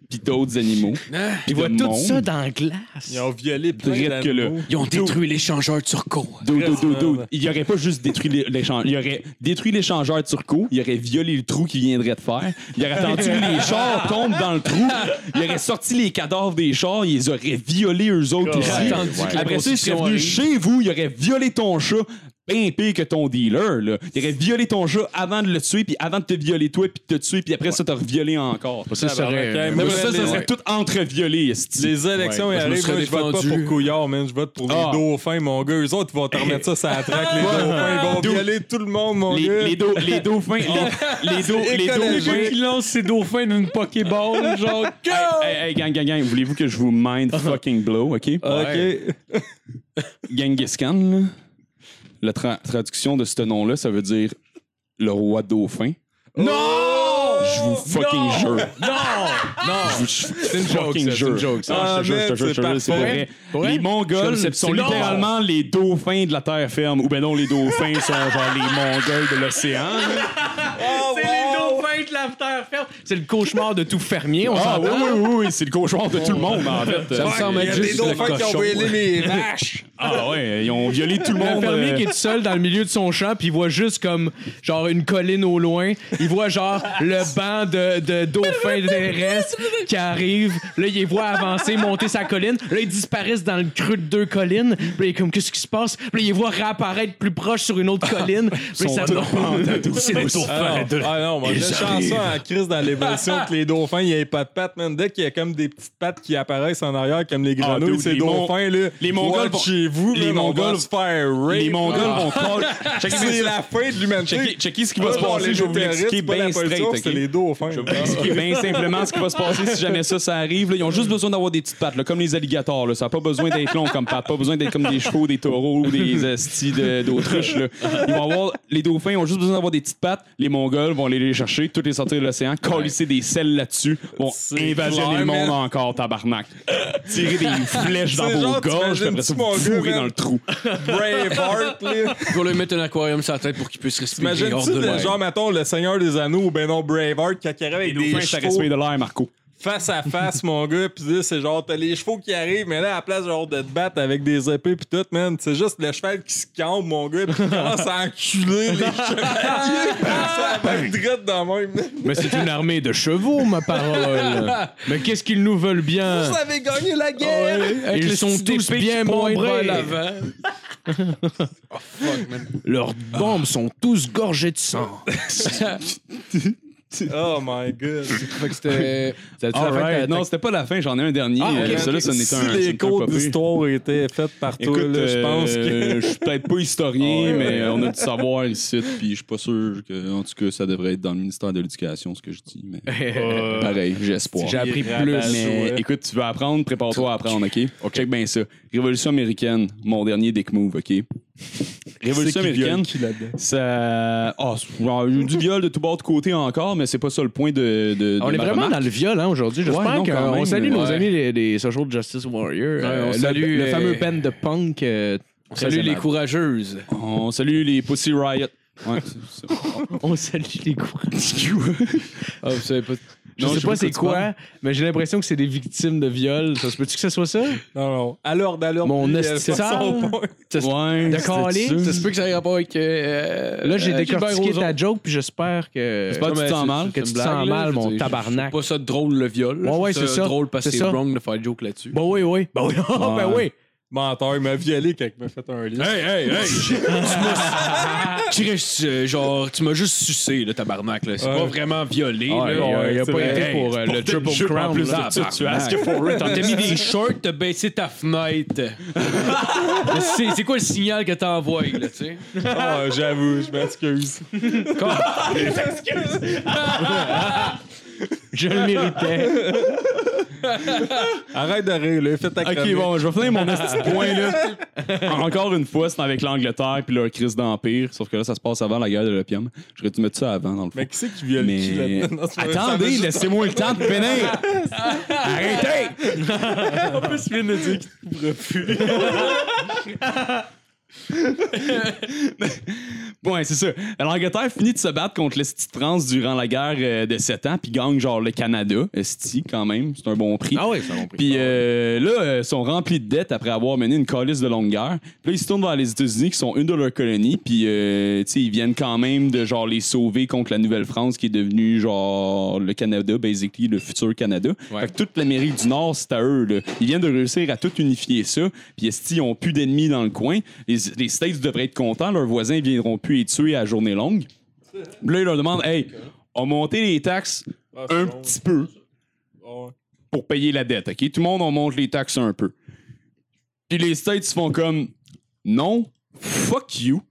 puis d'autres animaux. Puis
Ils voient
de
tout
monde.
ça dans la glace.
Ils ont violé plein
Drette que
d'animaux.
le-
Ils ont détruit l'échangeur turco.
Dude, dude, dude, dude.
Vraiment.
Il n'aurait pas juste détruit l'é- l'échange. Il aurait détruit l'échangeur turco. Il aurait violé le trou qu'il viendrait de faire. Il aurait attendu que les chars tombent dans le trou. Il aurait sorti les cadavres des chars. Il les aurait violés eux autres aussi.
Attendu que la
Après ça, il serait
construction
venu
arrive.
chez vous. Il aurait violé ton chat. Bien pire que ton dealer. Là. Il aurait violé ton chat avant de le tuer, puis avant de te violer toi, puis de te tuer, puis après ça, t'aurais violé encore.
Ça serait.
Tabarnak,
Mais
Ouais,
ça, ça
les-
serait tout entre-violé. esti.
Les élections,
Ouais,
ils
parce que je
arrivent,
me
là, je
serais
vote pas
défendu.
pour Couillard, man. Je vote pour
Ah.
les dauphins, mon gars. Eux autres, ils vont te remettre ça sur la traque, les dauphins. Ils vont
D'où-
violer tout le monde, mon
Les,
gars.
les, dau- les dauphins. Les, les, dau- les
écologique.
dauphins.
Ceux
qui lance ses dauphins d'une Pokéball, genre
Hey, hey, hey, gang, gang, gang, voulez-vous que je vous mind fucking blow, OK?
OK.
Genghis Khan, là, la tra- traduction de ce nom-là, ça veut dire le roi dauphin.
Oh!
Non! Je vous fucking jure. Oh, Non! Non! C'est
une joke, ça, c'est une joke, ça.
Ah, je te jure, je te jure, je te jure, c'est pas vrai. Les Mongols sont littéralement les dauphins de la terre ferme. Ou ben non, les dauphins sont genre les Mongols de l'océan. là.
C'est les dauphins de la terre ferme. C'est le cauchemar de tout fermier, on
Ah oui,
s'entend.
oui, oui, oui, c'est le cauchemar de tout le monde, en fait.
Ça me semble être juste le cochon.
les vaches.
Ah ouais, ils ont violé tout le
Le
monde.
fermier
euh,
qui est tout seul dans le milieu de son champ, puis il voit juste comme genre une colline au loin. Il voit genre le banc de, de dauphins terrestres qui arrive. Là, il les voit avancer, monter sa colline. Là, ils disparaissent dans le creux de deux collines. Puis là, il est comme qu'est-ce qui se passe Puis là, il les voit réapparaître plus proche sur une autre colline. Puis ça
C'est des dauphins.
Ah non, ah non, moi, j'ai chanson en crise dans l'évolution que les dauphins, il n'y avait pas de pattes, man. Dès qu'il y a comme des petites pattes qui apparaissent en arrière, comme les
Ah,
grenouilles,
dude,
ces
les Mon-
dauphins, là.
les Mongols vont-
chez vous,
les
les Mongols
Mongols-
se faire rape.
Les Mongols
Ah.
vont call. Checkez bien
C'est
ça.
la fin de l'humanité.
Checkez- checkez ce qui va
Ah,
se
bon,
passer.
les
Je vais vous
terroristes,
l'expliquer
pas la
bien
pollution,
straight. ok?
C'était les dauphins.
Je vais vous expliquer bien simplement ce qui va se passer si jamais ça, ça arrive. là. Ils ont juste besoin d'avoir des petites pattes, là, comme les alligators. là. Ça n'a pas besoin d'être long comme pattes, pas besoin d'être comme des chevaux, des taureaux ou des astis d'autruche. là. Ils vont avoir, les dauphins ont juste besoin d'avoir des petites pattes. Les Mongols vont aller les chercher, toutes les sortir de l'océan, colisser des selles là-dessus, vont invasionner
clair,
le monde
man.
encore, tabarnak. Tirer des flèches dans
C'est
vos
genre,
gorges, puis
t'imagines
après ça,
tu,
vous
mon gars,
fourrez
man.
dans le trou.
Braveheart, là.
Pour lui mettre un aquarium sur la tête pour qu'il puisse respirer hors
Imagine-tu,
de
le
l'air.
genre, mettons, le Seigneur des Anneaux ou ben non, Braveheart, qui arrive avec
Les dauphins,
des
ça
chevaux
respire de l'air, Marco.
face à face, mon gars. Puis là, c'est genre, t'as les chevaux qui arrivent, mais là, à la place genre, de te battre avec des épées, puis tout, man, c'est juste le cheval qui se campe, mon gars, puis qui commence à enculer les chevaliers.
Ah!
Ça va être drette dans le même.
Mais c'est une armée de chevaux, ma parole. Mais qu'est-ce qu'ils nous veulent bien
Ah!
Vous avez gagné la guerre!
Ils sont tous bien
à
membrés.
l'avant.
Leurs bombes sont tous gorgées de sang.
Oh my god!
Fait que c'était.
T'as-tu la fin de ta-
Alright. Non, c'était pas la fin, j'en ai un dernier.
Ah, ok,
Euh, celui-là, c'en était
si
un- c'en était un
les cours
pas pire.
d'histoire étaient faits par toi,
Écoute, euh,
là, je pense que.
je suis peut-être pas historien, mais euh, on a du savoir ici, puis je suis pas sûr que, en tout cas, ça devrait être dans le ministère de l'Éducation, ce que je dis, mais pareil, j'espère.
J'ai appris
Rabat-
plus.
Mais
ouais.
écoute, tu veux apprendre, prépare-toi à apprendre, OK? Check bien ça. Révolution américaine, mon dernier dick move, OK? Révolution américaine, ça... Ah, c'est- ah, il y a eu du viol de tout bord de côté encore, mais c'est pas ça le point de, de- de
On est
ma
vraiment
remarque.
dans le viol hein, aujourd'hui.
Ouais, non,
J'espère
quand
qu'on
même,
salue
mais
nos
ouais.
amis les, les Social Justice Warriors.
Ouais, on
le-
salue,
le,
euh,
fameux band de punk. euh,
On
très
salue les
aimable.
courageuses.
On salue les Pussy Riot. Ouais, c'est- c'est-
On salue les courageux.
Ah, vous savez pas.
Je
Non,
sais pas
de
c'est
tu
quoi,
parles.
mais j'ai l'impression que c'est des victimes de viol. Ça se peut-tu que ce soit ça?
Non, non. Alors, d'alors,
Mon
puis,
esti
euh,
sale.
son point.
Ouais,
D'accord,
c'était
allez.
ça.
Ça se peut que ça ait rapport avec. euh,
Là, j'ai
euh, Gilbert
décortiqué
Rozon.
ta joke, puis j'espère que.
J'espère que tu te sens mal.
que
C'est
tu
une
te sens
blague, là,
mal,
je
mon
veux dire,
tabarnak.
je trouve Pas ça drôle le viol. là.
Ouais, ouais,
Je trouve
c'est ça.
drôle parce que
C'est
c'est
ça.
wrong de faire joke là-dessus.
Bah oui, oui. Bah oui, ah, ben oui.
Menteur, il m'a violé quand il m'a fait un lit.
Hey, hey, hey!
Chris, euh, genre, tu m'as juste sucé, le tabarnak. là. C'est
Ouais.
pas vraiment violé.
Ah,
là.
il a- il a
C'est
pas
vrai.
été pour, euh,
tu
le
portais
Triple
une jupe en
Crown,
plus
là,
de ça, tu as
tabarnak.
asked for it. T'as mis des shorts, t'as baissé ta fenêtre. Mais c'est c'est quoi le signal que t'envoies, là, tu sais?
euh,
Ah, j'avoue, je m'excuse.
Je le méritais.
Arrête de rire, là. Fais ta
Ok,
chronique.
bon, je vais finir mon esti de point, là. Encore une fois, c'est avec l'Angleterre puis leur crise d'empire, sauf que là, ça se passe avant la guerre de l'opium. J'aurais dû mettre ça avant, dans le fond.
Mais qui c'est qui viole qui
Mais...
là-dedans? Non, c'est pas vrai, ça va
Attendez,
juste-
laissez-moi le temps de finir! Arrêtez! Ouais, c'est ça. L'Angleterre finit de se battre contre l'Esti de France durant la guerre euh, de 7 ans, puis gagne genre le Canada, Esti quand même, c'est un bon prix.
Ah oui, ça compris.
Puis euh, là, euh, sont remplis de dettes après avoir mené une calice de longue guerre. Puis là, ils se tournent vers les États-Unis qui sont une de leurs colonies. Puis, euh, tu sais, ils viennent quand même de genre les sauver contre la Nouvelle-France qui est devenue genre le Canada, basically le futur Canada.
Ouais.
Fait que toute l'Amérique du Nord, c'est à eux. là. Ils viennent de réussir à tout unifier ça. Puis, esti, ils ont plus d'ennemis dans le coin. Les, les States devraient être contents. Leurs voisins viendront plus les tuer à journée longue. Puis là, ils leur demandent, hey, on monté les taxes
Ah,
un petit peu
Ouais.
pour payer la dette. OK? Tout le monde, on monte les taxes un peu. Puis les States se font comme non, fuck you.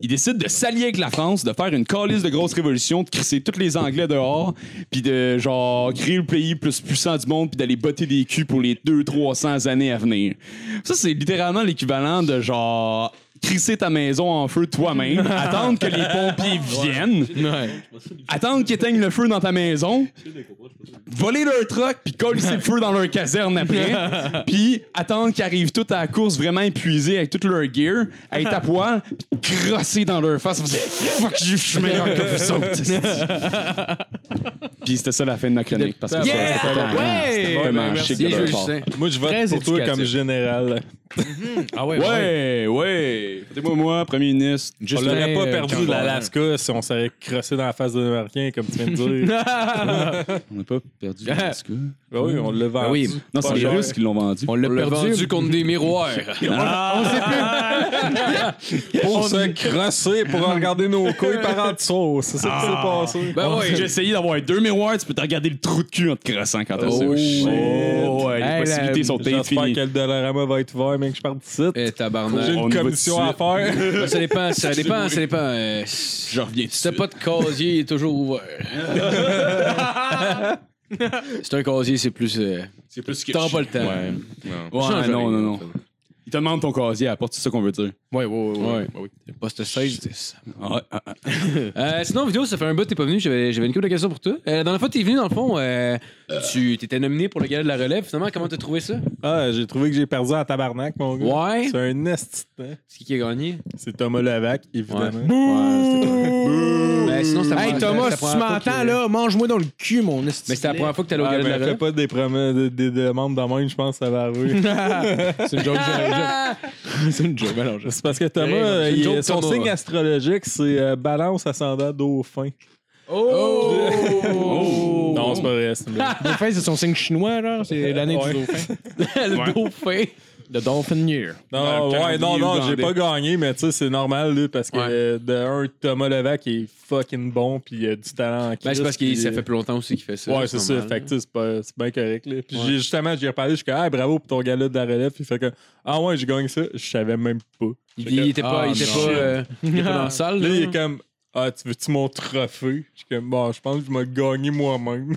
Ils décident de s'allier avec la France, de faire une calice de grosse révolution, de crisser tous les Anglais dehors, puis de genre créer le pays le plus puissant du monde, puis d'aller botter des culs pour les 200-300 années à venir. Ça, c'est littéralement l'équivalent de genre crisser ta maison en feu toi-même, attendre que les pompiers viennent, attendre qu'ils éteignent le feu dans ta maison, voler leur truck, puis coller le feu dans leur caserne après, puis attendre qu'ils arrivent tous à la course vraiment épuisés avec tout leur gear, à être à poil, puis crosser dans leur face. Vous dites, Fuck you, je suis meilleur que vous autres. puis c'était ça la fin de ma chronique. Parce que ça,
Yeah!
c'était vraiment-
Ouais!
c'était vraiment
Ouais,
chic
Bien
de
joué,
leur part.
Justin.
Moi, je vote
Très
pour toi
éducatif.
comme général.
Ah ouais,
Ouais, ouais. Écoutez-moi, moi, premier ministre.
On
Justin,
l'aurait pas
euh,
perdu
Cameron.
l'Alaska si on s'avait crossé dans la face de l'Américain, comme tu viens de dire.
On n'a pas perdu
Ah.
l'Alaska.
Ben oui, on l'a vendu.
oui.
Non, c'est
Pas
les
cher.
Russes qui l'ont vendu.
On l'a
On l'a
perdu.
vendu contre des miroirs.
Pour se crosser, pour regarder nos couilles par en dessous. C'est ça
Ah.
qui s'est passé.
Ben
Si
oui.
J'ai essayé d'avoir deux miroirs, tu peux te regarder le trou de cul en te crassant quand t'as ça.
Oh, shit.
Oh, ouais, les
Hey,
possibilités
la-
sont
J'espère
infinies.
que le Dollarama va être ouvert, mais que je parte d'ici.
Eh,
J'ai
tabarnak.
on y
une
va
commission
tout de
à faire.
Ben, Ça dépend, ça dépend, ça dépend. euh,
Je reviens tout de
Si t'as
suite.
pas de casier, il est toujours ouvert. C'est un casier, c'est plus. euh,
C'est plus que.
T'auras pas le temps.
Ouais.
Non.
Ouais,
Change
non,
rien,
non, non. Il te demande ton casier à la porte, c'est ça qu'on veut dire.
Ouais, ouais, ouais. ouais.
Ouais. Poste 16-10.
Ouais. ah, ah.
Euh, sinon, vidéo, ça fait un bout que t'es pas venu. J'avais j'avais une couple de questions pour toi. Euh, dans la fois que t'es venu, dans le fond, euh, tu étais nominé pour le gala de la relève. Finalement, comment t'as trouvé ça?
Ah, j'ai trouvé que j'ai perdu à tabarnak, mon gars.
Ouais.
C'est un esti de temps.
C'est qui qui a gagné?
C'est Thomas Levac, évidemment.
Ben, sinon, c'était la
Hey
première-
Thomas,
c'était la
si
première
tu
fois
m'entends
que-
là, mange-moi dans le cul, mon esti.
Mais c'était la première fois que t'allais au
Ouais,
gala de la
mais Ah, ben, fais
relève.
pas des, promesses- des, des demandes dans même, je pense que ça va arriver.
C'est une joke, je- je- C'est une joke, mélange.
c'est parce que
Rien,
Thomas,
c'est une
il-
joke,
son
Thomas.
signe astrologique, c'est euh, balance ascendant dauphin.
Oh!
Oh,
Non, c'est pas vrai. c'est une blague.
Dauphin, c'est son signe chinois, là. C'est l'année du dauphin.
le dauphin!
Le Dolphin Year.
Non,
Dans le
ouais, non, non,
calendrier
j'ai pas gagné, mais tu sais, c'est normal, là, parce que
Ouais.
euh, de un, Thomas Levac est fucking bon, puis il a du talent en
Ben,
Christ,
c'est parce que
puis,
ça
euh,
fait plus longtemps aussi qu'il fait ça.
Ouais, c'est ça.
normal.
Fait que tu sais, c'est pas- c'est bien correct. Là. Puis j'ai- justement, j'ai reparlé, je suis comme, ah, bravo pour ton gala de la relève. Puis il fait que, ah ouais, j'ai gagné ça. Je savais même pas.
Il, il était pas,
Ah,
il était
non.
pas, euh, il était pas dans la salle.
Là,
là.
il est comme, ah, tu veux-tu mon trophée? Je suis comme, bon, je pense que je m'ai gagné moi-même.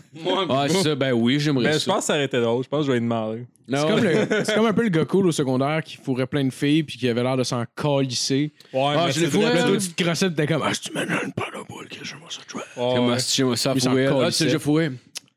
Ah, c'est ça, ben oui, j'aimerais
Mais je
ça.
pense que ça aurait été drôle. Je pense que je vais lui demander.
Non.
C'est comme, le- c'est comme un peu le gars cool au secondaire qui fourrait plein de filles puis qui avait l'air de s'en calisser. Euh.
Ouais, mais
Ah, je l'ai hein.
c'est
fourré,
vrai,
Puis
là.
toi, tu te crossais pis t'es comme Ah, si tu me donnes pas le boule, que je vais ça toi.
ouais,
Comme
ouais.
si chez moi, ça
Il s'en
fourré. Ah, tu
calissait.
sais, j'ai fourré.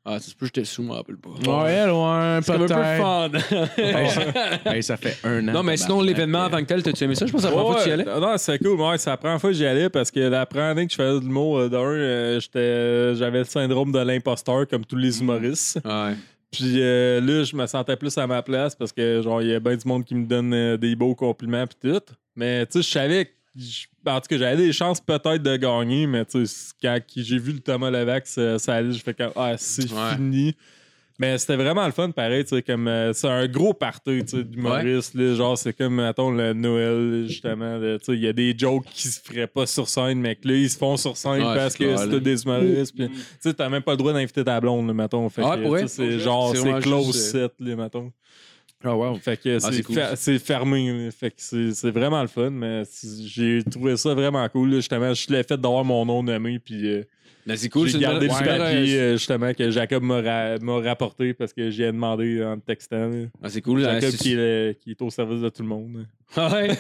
Ah, tu peux, j'étais sous, je m'en rappelle pas.
Ouais, elle, ouais,
C'est comme un peu
peut-être.
fun.
Hey, ça- hey, ça fait un an.
Non, mais sinon, l'événement en tant que tel, t'as-tu aimé ça? Je pense que c'est la première fois que tu y allais.
Ouais, Non, c'est cool. mais Ouais, c'est la première fois que j'y allais parce que la première année que je faisais de l'humour, euh, d'un, euh, j'étais, euh, j'avais le syndrome de l'imposteur comme tous
Mm-hmm.
les humoristes.
Ouais.
Puis euh, là, je me sentais plus à ma place parce que, genre, il y a bien du monde qui me donne euh, des beaux compliments puis tout. Mais, tu sais, je savais que, j- en tout cas, j'avais des chances peut-être de gagner, mais, tu sais, quand qui- j'ai vu le Thomas Levac, ça, ça allait, je fais comme, ah, c'est
Ouais.
fini. Mais c'était vraiment le fun, pareil, tu sais, comme, euh, c'est un gros party, tu sais, d'humoristes, là, genre, c'est comme, attends, le Noël, justement, là, tu sais, il y a des jokes qui se feraient pas sur scène, mais que là, ils se font sur scène
Ouais,
parce
c'est
que
cool.
c'est des humoristes, puis, tu sais, t'as même pas le droit d'inviter ta blonde, là, mettons, fait
Ah,
que,
pour vrai?
tu sais, c'est genre,
C'est
c'est
vraiment
close
juste, euh,
set, les mettons.
Ah, wow.
Fait que
c'est
c'est
cool,
fer- c'est fermé. là. Fait que c'est c'est vraiment le fun, mais c'est- j'ai trouvé ça vraiment cool. là. Justement, je l'ai fait d'avoir mon nom nommé, puis euh,
Mais Ben, c'est cool,
j'ai
c'est une
gardé
belle-
le
ouais.
papier euh, justement que Jacob m'a, ra- m'a rapporté parce que j'ai demandé en textant. là.
Ah, c'est cool. hein,
Jacob
c'est-
qui, est le- qui est au service de tout le monde.
Ouais.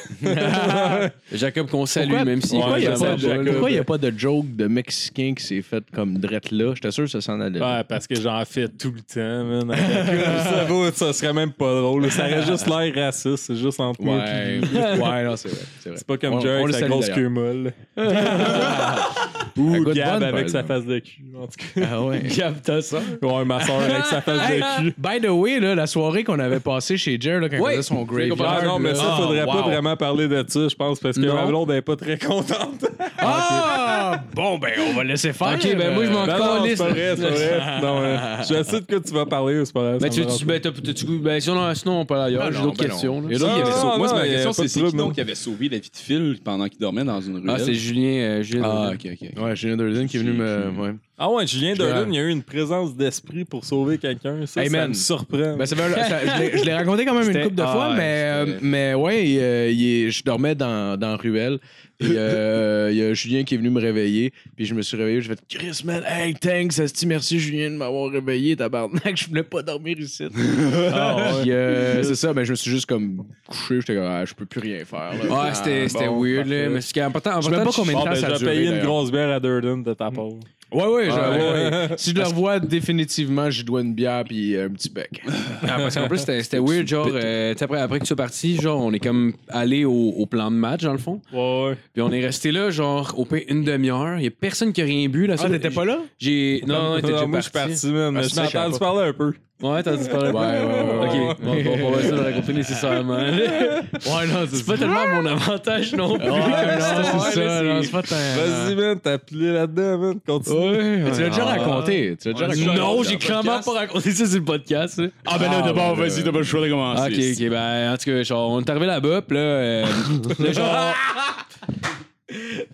Jacob qu'on salue,
Pourquoi-
même si.
pourquoi
il y a
Ouais,
pas
ça va,
de-
là.
Pourquoi il n'y a pas de joke de Mexicain qui s'est fait comme drette là? J'étais sûr que ça s'en allait. là.
Ouais, parce que j'en fais tout le temps, man. À Jacob, ça, vaut- ça serait même pas drôle. Ça aurait juste l'air raciste. C'est juste entre moi et
Ouais, ouais, non, c'est vrai. c'est vrai.
C'est pas comme
On-
Jerry
on le
avec sa
salue,
grosse
d'ailleurs.
queue molle. Ou
good
Gab
one,
avec
par
sa
exemple.
face de cul. En tout cas.
Ah ouais.
Gab, ta soeur. Ouais, ma soeur avec sa face
Hey, euh,
de cul.
by the way, là, la soirée qu'on avait passée chez Jer, là, quand
Ouais.
il faisait son
C'est
graveyard.
comparable.
Ah non, mais ça,
là.
faudrait
Ah,
pas
wow.
vraiment parler de ça, je pense, parce que
Non.
ma blonde n'est pas très contente.
Ah! Bon, ben, on va laisser faire. euh,
Ok, ben, moi, je m'en-
Non,
Encore
non, c'est
lisse.
pas vrai, c'est pas vrai. Non, euh, je sais de quoi tu vas parler, c'est pas vrai.
Ben,
ça
tu,
me rend
tu, ben, t'as- t'as- tu- ben, sinon, sinon, on peut aller ailleurs.
Ben
J'ai
non,
d'autres
ben non.
questions. là.
Il y a d'autres
Ah,
Qui avait
non,
sauvé- Moi, c'est
non,
ma
il y a
question,
pas
c'est
de
c'est qui
trouble,
donc
non.
qui avait sauvé la vie de Phil pendant qu'il dormait dans une ruelle?
Ah, c'est Julien. euh, Julien
Ah,
Doré.
ok, ok. ok.
Ouais, Julien Dorison qui est venu me. Ouais.
Ah ouais, Julien
vais-
Dolan, il y a eu une présence d'esprit pour sauver quelqu'un. Ça,
Hey,
ça
man.
me surprend.
Ben, ça fait- ça- je l'ai- je l'ai raconté quand même une
C'était-
couple de
ah,
fois,
ouais,
mais,
c'était-
euh, mais ouais, il, euh, il est- je dormais dans, dans Ruelle. Puis euh, il y a Julien qui est venu me réveiller. Puis je me suis réveillé. J'ai fait Chris, man, hey, thanks, esti, merci Julien de m'avoir réveillé, tabarnak. Je voulais pas dormir ici. Puis, euh, c'est ça, mais je me suis juste comme couché. J'étais comme, ah, je peux plus rien faire. là.
Ouais, c'était
Ah,
c'était
bon,
weird, là.
parfait.
Mais c'est qu'en partant, en
Je sais même
partant
pas
de-
combien de
Bon,
temps
ben,
ça a
je vais
duré.
payer une
d'ailleurs. Mm.
grosse bière à Durden de ta part.
Ouais, ouais, je-
Ouais.
ouais, ouais. Si je le revois définitivement, je lui dois une bière puis euh, un petit bec.
Ah, parce qu'en plus, c'était c'était weird. Genre, euh, tu sais, après, après que tu sois parti, genre, on est comme allé au, au plan de match, dans le fond.
Ouais, ouais.
Puis on est resté là, genre, au pain une demi-heure. Il y a personne qui a rien bu. Là,
Ah, t'étais pas là?
J'ai. Non, non, il était déjà
euh, moi, je suis
parti.
parti, man. Mais
Ah,
je
c'est ça,
t'ai
je savais
entendu parler un peu.
Ouais, t'as dit pas
Ouais, ouais, ouais.
Ok, bon, bon, pas ça de raconter nécessairement.
Ouais, non,
c'est pas tellement mon avantage non plus.
Ouais, non,
comme histoire,
c'est
là,
ça, non,
c'est-
c'est pas tant.
Vas-y, man, t'as pilé là-dedans, man. Continue.
Mais tu l'as
Ah,
déjà raconté. Tu l'as déjà raconté.
Non, j'ai clairement pas raconté ça sur le podcast. là.
Ah, ben là, d'abord,
ouais,
vas-y,
ouais.
t'as pas le choix de
Ah, ok,
commencer.
ok. Ben, en tout cas, genre, on est arrivé là-bas, pis là. euh, là, genre.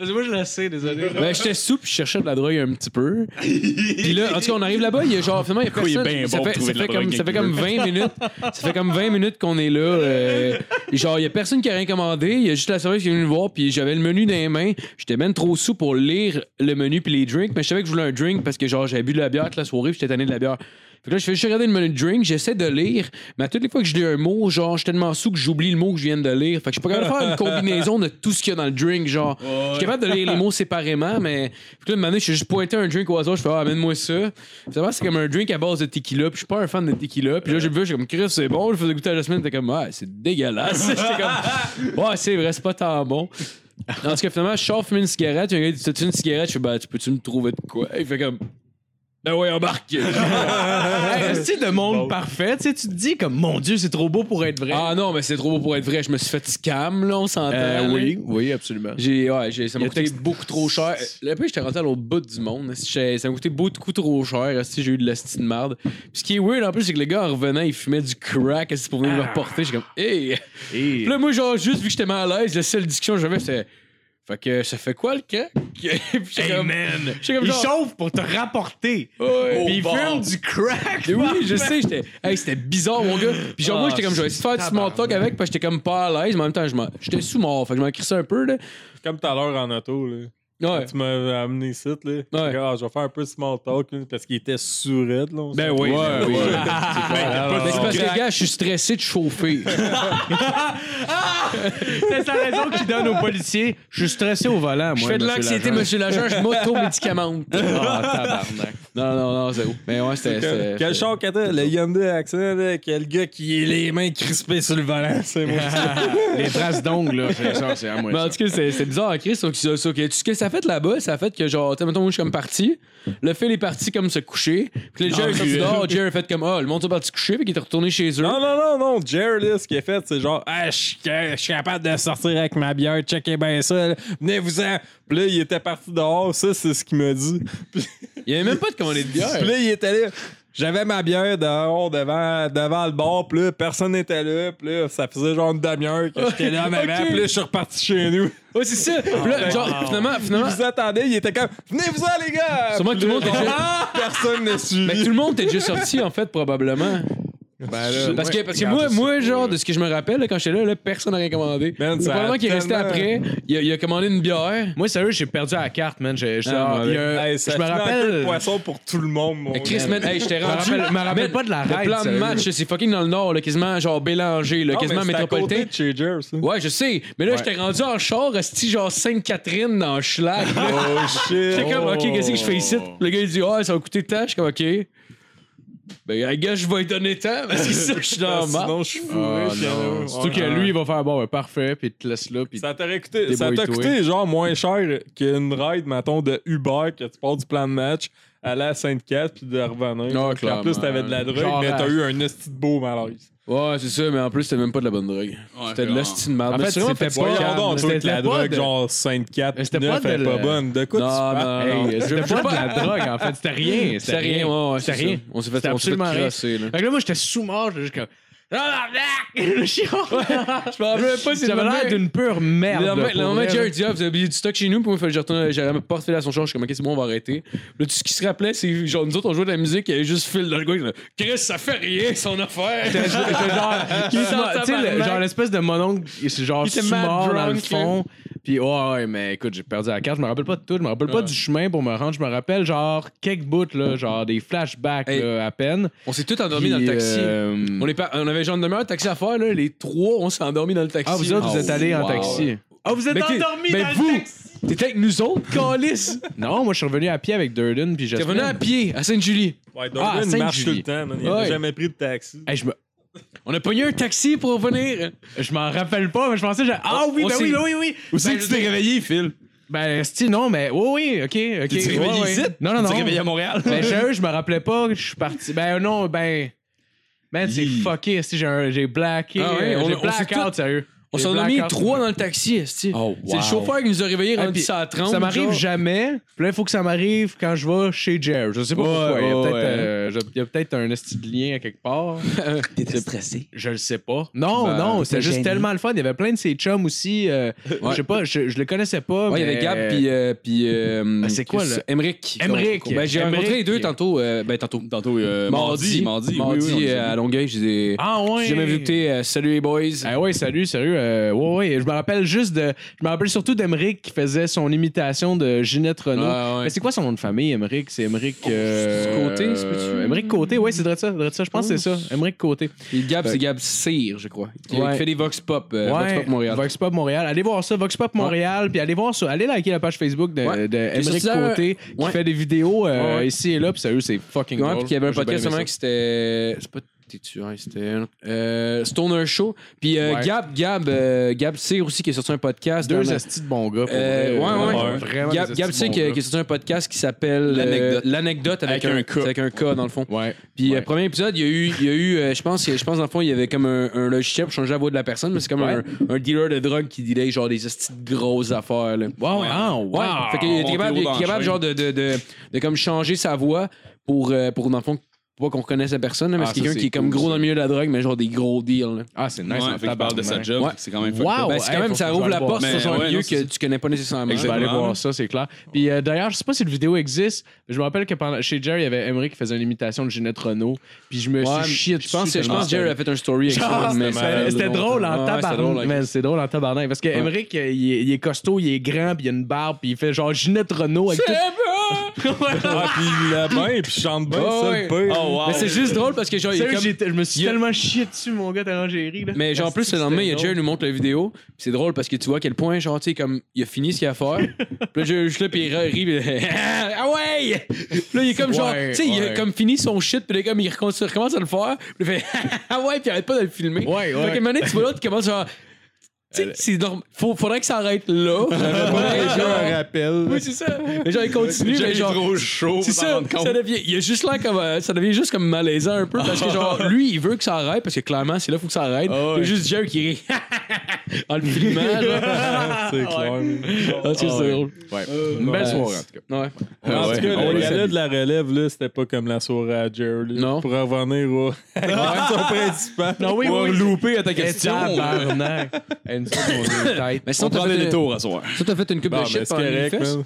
Moi, je le sais, désolé.
Ben, j'étais sous, pis je cherchais de la drogue un petit peu. Puis là, en tout cas, on arrive là-bas, il y a genre, finalement, il y a
Quoi, il est
personne.
bien
ça,
bon
fait,
pour trouver
ça
de
fait
la drogue,
comme, ça fait
quelqu'un.
comme 20 minutes. Ça fait comme 20 minutes qu'on est là. euh, et genre, il y a personne qui a rien commandé. Il y a juste la serveuse qui est venue me voir, puis j'avais le menu dans les mains. J'étais même trop sous pour lire le menu puis les drinks, mais je savais que je voulais un drink parce que genre, j'avais bu de la bière toute la soirée, puis j'étais tanné de la bière. Fait que là, je fais juste regarder le menu de drink, j'essaie de lire, mais à toutes les fois que je lis un mot, genre, je suis tellement sous que j'oublie le mot que je viens de lire. Fait que je suis pas capable de faire une combinaison de tout ce qu'il y a dans le drink, genre. Je suis capable de lire les mots séparément, mais. Fait que là, une année, je suis juste pointé un drink au hasard, je fais, ah, amène-moi ça. Finalement, c'est comme un drink à base de tequila, puis je suis pas un fan de tequila. Puis là, j'ai vu, j'ai comme, Chris, c'est bon, je faisais goûter à la semaine, t'es comme, ouais, c'est dégueulasse. J'étais comme, ouais, c'est vrai, c'est pas tant bon. Parce que finalement, je sors fumer une cigarette, il y a un gars qui dit, t'as-tu une cigarette? Je fais, bah, tu peux-tu me trouver de quoi? Il fait comme, ben ouais, embarque.
Ah, Un style de monde parfait. Tu sais, tu te dis comme, mon Dieu, c'est trop beau pour être vrai.
Ah non, mais c'est trop beau pour être vrai. Je me suis fait scam, là, on s'entend.
Euh,
là.
oui, oui, absolument.
J'ai, ouais, j'ai- ça m'a
Il a
coûté
texte-
beaucoup trop cher. Le peu, j'étais rendu à l'autre bout du monde. J'ai- Ça m'a coûté beaucoup trop cher. Si j'ai eu de la style de marde. Puis ce qui est weird en plus, c'est que le gars en revenant, il fumait du crack esti, pour venir me
Ah.
reporter. J'ai comme, hey! Puis là, moi, genre, juste vu que j'étais mal à l'aise, la seule discussion que j'avais, c'est. Fait que ça fait quoi le crack? Puis j'étais comme,
man. Oh,
j'étais comme genre,
chauffe pour te rapporter.
Ouais.
Puis il fume du crack.
Mais oui, je sais, j'étais. Hey, c'était bizarre, mon gars. Puis genre, moi,
Ah,
j'étais comme, je vais essayer de faire du small talk avec, parce que j'étais comme pas à l'aise, mais en même temps, je m'en- j'étais sous mort. Fait que je m'en crissais un peu, là.
Comme tout à l'heure en auto, là.
Ouais.
Tu m'as amené ici, là. Ah, je vais faire un peu de small talk, là, parce qu'il était sourd, là. on Ah,
Ben
s'en-
oui.
Ouais, ouais.
Ah, Mais c'est parce que, gars, je suis stressé de chauffer.
C'est la raison qu'il donne aux policiers. Je suis stressé au volant, moi.
Je fais de l'anxiété, monsieur l'agent, je m'auto-médicamente.
Ah, tabarnak.
Non, non, non, c'est où? Mais ouais, c'était. c'était-
Quel char qu'il était? Le Hyundai Accent, là, quel gars qui a les mains crispées sur le volant, c'est moi.
Les
Ah,
traces d'ongles, là, c'est ça, c'est à moi.
Ben,
Mais en
ça.
tout cas, c'est c'est bizarre à Chris. sauf que- sauf que- Ce que ça a fait là-bas, ça a fait que, genre, tu sais, mettons, moi, je suis comme parti. Le Phil est parti comme se coucher. Puis le Jerry est sorti dehors. Jerry a fait comme, ah, le monde est parti coucher. Puis qu'il est retourné chez eux.
Non, non, non, non. Jerry, là, ce qu'il a fait, c'est genre, ah, je suis je suis capable de sortir avec ma bière, checkez bien ça, là. venez-vous-en. Puis là, il était parti dehors, ça, c'est ce qu'il m'a dit. Puis
Il y avait même pas de commandé de bière.
puis là, il était là. J'avais ma bière dehors, devant, devant le bar, puis là, personne n'était là, puis là, ça faisait genre une demi-heure que j'étais là en avant,
Ok.
puis là, je suis reparti chez nous.
Ouais, c'est ça. Puis là, genre, finalement,
Il
finalement.
vous attendait, il était comme, venez-vous-en, les gars!
Sûrement
Puis
que tout le
là,
monde était
Personne ne suivi.
Mais tout le monde était déjà sorti, en fait, probablement.
Ben là,
Parce que,
ouais,
parce que moi,
regarde, je
moi,
sais
genre,
pas.
de ce que je me rappelle, là, quand j'étais là, là, personne n'a rien commandé.
Man,
Ou
ça a
probablement qu'il est resté après,
tellement-
il a, il a commandé une bière.
Moi, sérieux, j'ai perdu à la carte, man. J'ai- j'étais-
Ah,
il y a-
Hey, ça
je me
finit en queue de
rappelle.
poisson pour tout le monde, mon
Mais Chris,
gars.
man, hey, je t'ai rendu.
rappelle- me rappelle
Man,
pas de la
Le
ride,
plan de
sérieux.
match, c'est fucking dans le nord, là, quasiment genre Bélanger, là,
Ah,
quasiment
mais c'est à côté
métropolitain.
de chez hein. Jerz, là.
Ouais, je sais. Mais là, j'étais rendu en char, hostie, genre Sainte-Catherine dans Schlag.
Oh shit.
J'étais comme, OK, qu'est-ce que je fais ici? Le gars, il dit, ah, ça va coûter tant. Je suis comme, OK. Ben, gars, je vais lui donner tant parce que ça, je suis dans
Ah,
le marbre.
Sinon, je suis fourré.
Ah,
puis il y en a-
non. Surtout
Ouais.
que lui, il va faire bon, ouais, parfait, puis il te laisse là. Puis...
Ça t'aurait coûté, ça t'a
Débrouille-toi.
coûté genre moins cher qu'une ride, mettons, de Uber, que tu pars du plan de match, aller à Sainte-Cat, puis de revenir.
Non,
Puis en
clairement.
plus, t'avais de la drogue,
Genre,
mais t'as
euh,
eu un esti de beau malaise.
Ouais, c'est ça, mais en plus, c'était même pas de la bonne drogue. C'était de
vraiment.
l'hostie de merde.
En
Mais
fait,
c'est vraiment
c'était
pas-
pas-
Voyons
calme,
donc, toi,
c'était
que la
pas
drogue,
de-
genre Sainte-Cat,
Mais c'était
neuf,
pas de
elle est pas
la-
bonne. De quoi tu
Non,
parles?
non, non.
Hey,
Je-
Ah, c'était
je-
pas de la drogue, en fait. C'était rien.
C'était rien, ouais, ouais,
C'était
c'est
rien.
ça. On s'est
C'était
fait, on s'est fait
absolument rien.
crosser, là.
Fait que là, moi, j'étais sous mort, j'étais juste comme. Ah, la blague! Le chiron!
Je me rappelle pas, c'est
J'avais
le
l'air
lendemain-
d'une pure
Le
merde.
lendemain-
pour
le lendemain,
vrai,
Jared dit Ah, vous avez du stock chez nous, puis moi, il fallait que je retourne. J'avais ma portefeuille à son char, je suis comme, ok, c'est bon, on va arrêter. Là, tout ce qui se rappelait, c'est genre, nous autres, on jouait de la musique, il y avait juste Phil dans le coin. il était là, Chris, ça fait rien, son affaire.
J'étais genre- j'étais genre,
Il est
sous-
en
tu sais, le-
tabarnak.
genre l'espèce de mononcle, il est genre
Il était
sous
mad
mort dans le
drunk,
fond. Puis ouais, ouais, mais écoute, j'ai perdu la carte. Je me rappelle pas de tout. Je me rappelle pas
Ouais.
du chemin pour me rendre. Je me rappelle genre quelques bouts là, genre des flashbacks
Hey.
là, à peine.
on s'est tous endormis dans le
Puis,
taxi.
euh,
On, est pas- on avait genre une demi-heure de taxi à faire, là. Les trois, on s'est endormis dans le taxi.
Ah vous autres, vous êtes allés en
wow.
taxi.
Ah, vous êtes endormis dans le taxi. T'étais avec nous autres, Calis.
Non, moi je suis revenu à pied avec Durden puis
T'es venu à
Jasmine.
pied, à Sainte-Julie.
Ah,
Ouais, Duncan, il marche tout
Sainte-Julie.
le temps, man. Il a
Ouais.
jamais pris de taxi.
Hey, je me-
On a pogné un taxi pour revenir.
je m'en rappelle pas, mais je pensais que j'ai- ah oui,
On
ben
s'est-
oui, ben oui, oui.
Où c'est
Ben,
que tu
je-
t'es réveillé, Phil?
Ben si non, mais oui, oui, ok, ok.
Tu t'es
ouais,
réveillé
ouais.
ici?
Non, non,
Tu
non.
t'es réveillé à Montréal?
Ben, sérieux, je me rappelais pas que je suis parti. Ben, non, ben. Man, c'est
Yee.
fucké. esti, J'ai un- j'ai blacké.
Ah ouais,
euh,
on-
j'ai
on s'est tout-
blackout, sérieux.
On
J'ai
s'est endormis
blackout.
trois dans le taxi, esti.
Oh,
C'est le
wow.
chauffeur qui nous a réveillés
Ah,
rendu
puis
ça à 30.
Ça m'arrive
genre.
jamais. Puis là, il faut que ça m'arrive quand je vais chez Jer. Je sais pas
Ouais,
pourquoi. Il y a
ouais,
peut-être
ouais.
euh, je- il y a peut-être un esti de lien à quelque part.
T'étais stressé.
Je le sais pas. Non,
Ben,
non,
t'es
c'était juste
gêné.
tellement le fun. Il y avait plein de ses chums aussi. euh, Je sais pas, je, je le connaissais pas.
Ouais, il y
mais-
avait Gab puis euh, puis euh,
Ah, c'est quoi,
Chris-
là?
Emric.
Emric.
Ben, j'ai
Emric.
rencontré les deux tantôt euh, ben tantôt
Tantôt, euh, mardi. Mardi, oui,
mardi,
oui, on les a
euh,
vus.
à Longueuil, je les ai
Ah ouais.
j'ai jamais vu que t'es euh, salut les boys.
Ah ouais, salut, sérieux. euh, ouais, ouais. Je me rappelle juste de. Je me rappelle surtout d'Emeric qui faisait son imitation de Ginette Renault.
Ah, Ouais, ouais.
Mais c'est quoi son nom de famille, Emeric C'est Emeric. euh,
Côté, c'est pas-tu?
Emeric Côté, ouais, c'est de ça. de ça. Je pense que c'est ça. Emeric Côté.
Puis Gab, c'est Gab Cyr, je crois. Qui,
Ouais.
qui fait des Vox Pop, euh,
ouais.
Vox Pop Montréal.
Vox Pop Montréal. Allez voir ça, Vox Pop Montréal. Puis allez voir ça. Allez liker la page Facebook de,
Ouais. Qui
de
est
Emeric
sorti un-
Côté qui
Ouais.
fait des vidéos euh,
Ouais, ouais.
ici et là. Puis sérieux, c'est fucking
Ouais,
drôle.
puis qu'il y avait un
Moi, j'ai
podcast
bien
seulement
aimé
qui c'était c'est pas T'es-tu, hein, c'était un autre- euh, Stoner Show. Puis euh,
Ouais.
Gab, Gab, euh, Gab Cyr aussi qui a sorti un podcast.
ça. deux
dans-
astis de bons gars. pour
Euh,
vrai.
ouais, ouais.
Vraiment, Vraiment.
Gab,
des
Gab
astis
Cyr
de
qui, a-
bons
qui a sorti un podcast qui s'appelle euh,
L'Anecdote.
L'anecdote avec,
Avec un
un
cas.
c'est avec un cas dans le fond.
gars. Ouais.
Puis
Ouais.
euh, premier épisode, il y a eu, il y a eu euh, je pense, je pense dans le fond, il y avait comme un, un logiciel pour changer la voix de la personne, mais c'est comme
Ouais.
un, un dealer de drogue qui dealait genre des hosties de grosses affaires. Là.
Wow, ah,
Ouais,
wow.
fait qu'il était
Monter
capable,
haut
il
dans
était
le
capable
train.
genre de, de, de, de comme changer sa voix pour, euh, pour dans le fond, pas qu'on reconnaisse la personne, là, mais
Ah,
c'est
ça,
quelqu'un
c'est
qui est comme
cool,
gros
ça.
dans le milieu de la drogue, mais genre des gros deals. là.
Ah, c'est
Ouais,
nice. en
fait qu'il parle de sa
tabarnak.
job,
Ouais.
c'est quand même fucked
Wow!
up.
Ben, c'est quand
hey,
même,
faut
ça
que
ouvre
je
la
le
porte
vois.
sur un
Mais ouais,
milieu
non,
que
c'est-
tu connais pas nécessairement.
Je vais aller
Exactement.
voir ça, c'est clair. Puis euh, d'ailleurs, je sais pas si le vidéo existe, mais je me rappelle que pendant, chez Jerry, il y avait Emery qui faisait une imitation de Ginette Renault. Puis je me
Ouais,
suis chié dessus
Je pense, je
tellement
pense que Jerry a fait un story avec
Genre,
ça, mais
Ah, c'était- C'était drôle en
Ouais, c'était drôle,
tabarnak.
hein.
man, C'est drôle en tabarnak. Parce que Emmerich, euh, il est- il est costaud, il est grand, puis il a une barbe, puis il fait genre Ginette Renault avec tout.
Ah, puis il l'a bien, puis il chante bien,
Ah,
ça,
ouais.
le pire.
Oh, wow.
Mais c'est juste drôle parce que genre, il est
Sérieux,
comme-
j'étais- je me suis
il y a-
tellement chié dessus, mon gars, t'as ri. là.
Mais genre, en plus, le lendemain, il y a Jerry nous montre la vidéo. pis c'est drôle parce que tu vois à quel point, genre, tu sais, comme, il a fini ce qu'il a à faire. Puis là, je suis là, puis il rit. pis- ah ouais! Puis là, il est comme, genre,
Ouais,
tu sais, il a
ouais.
comme fini son shit. Puis là, comme, il recommence, recommence à le faire. Puis il fait, ah ouais, puis il arrête pas de le filmer. Fait
Ouais, ouais.
qu'à un moment donné, tu vois là, tu commences genre. Tu sais, c'est norm- faut, faudrait que ça arrête là.
Ouais,
Faudrait,
j'ai
genre-
un rappel.
oui, c'est ça. Mais genre, il continue, mais genre.
chaud.
C'est ça, ça devient, il a juste l'air comme, euh, ça devient juste comme malaisant un peu parce que genre, lui, il veut que ça arrête parce que clairement, c'est là, faut que ça arrête.
Ah ouais.
Il y a juste Jerry qui rit en le filmant. là.
Ah, c'est clair.
Ah, c'est drôle.
Ouais. Une belle soirée, en tout cas.
Ouais.
En tout
ouais.
cas,
On
le
les
gala
salue.
de la relève, là, c'était pas comme la soirée à Jerry.
Non.
Pour revenir au son principal.
Non, oui,
Pour
oui.
louper à ta
Eh,
question.
tabarnak. Eh, nous autres, on est tight.
Mais
On
sinon, t'as
prend des
fait,
détours à soir.
ça, t'as fait une coupe de
Bon, Bah, mais
Ben, shit
c'est
pendant les
correct,
fesses.
man.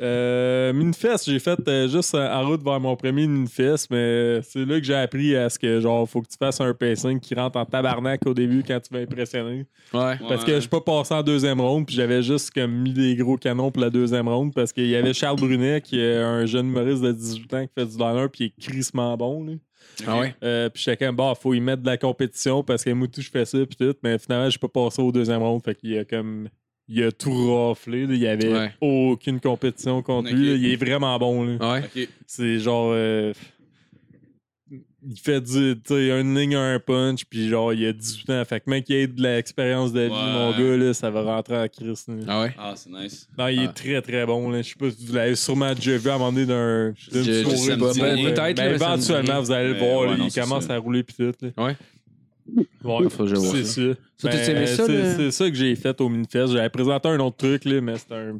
Euh, Minifest, j'ai fait euh, juste euh, en route vers mon premier Minifest, mais c'est là que j'ai appris à ce que, genre, faut que tu fasses un pacing qui rentre en tabarnak au début quand tu vas impressionner.
Ouais.
Parce que je suis pas passé en deuxième ronde, puis j'avais juste comme mis des gros canons pour la deuxième ronde, parce qu'il y avait Charles Brunet, qui est un jeune humoriste de 18 ans qui fait du liner, puis il est crissement bon. Là.
Ah ouais?
Euh, puis j'étais comme, bah, faut y mettre de la compétition parce que Moutou, je fais ça, puis tout. Mais finalement, j'ai pas passé au deuxième round. Fait qu'il a comme. Il a tout raflé. là. Il y avait
Ouais.
aucune compétition contre
Ok. Ah.
lui. là. Il est vraiment bon. là.
Ouais.
C'est genre. euh, il fait du. Tu sais, un ligne, un punch, puis genre, il a 18 ans. Fait que, mec, il a de l'expérience de vie,
Ouais.
mon gars, là, ça va rentrer en crise. là.
Ah ouais?
Ah, c'est nice.
Non, il
Ouais.
est très, très bon. là. Je sais pas si vous l'avez sûrement déjà vu à un moment donné d'un. d'une
Je- je-
soirée
ça me
de
dit
même,
rien.
mais-
Peut-être,
mais
là, ça me dit
Éventuellement,
rien.
vous allez le
Mais
voir.
ouais,
là,
non,
il
c'est
commence
ça.
à rouler puis tout. là.
Ouais.
Ouais,
Faut que je vois
c'est
ça.
sûr.
Ça,
Ben,
tu aimais ça,
c'est
le-
c'est ça que j'ai fait au Minifest. J'avais présenté un autre truc, là, mais c'est un.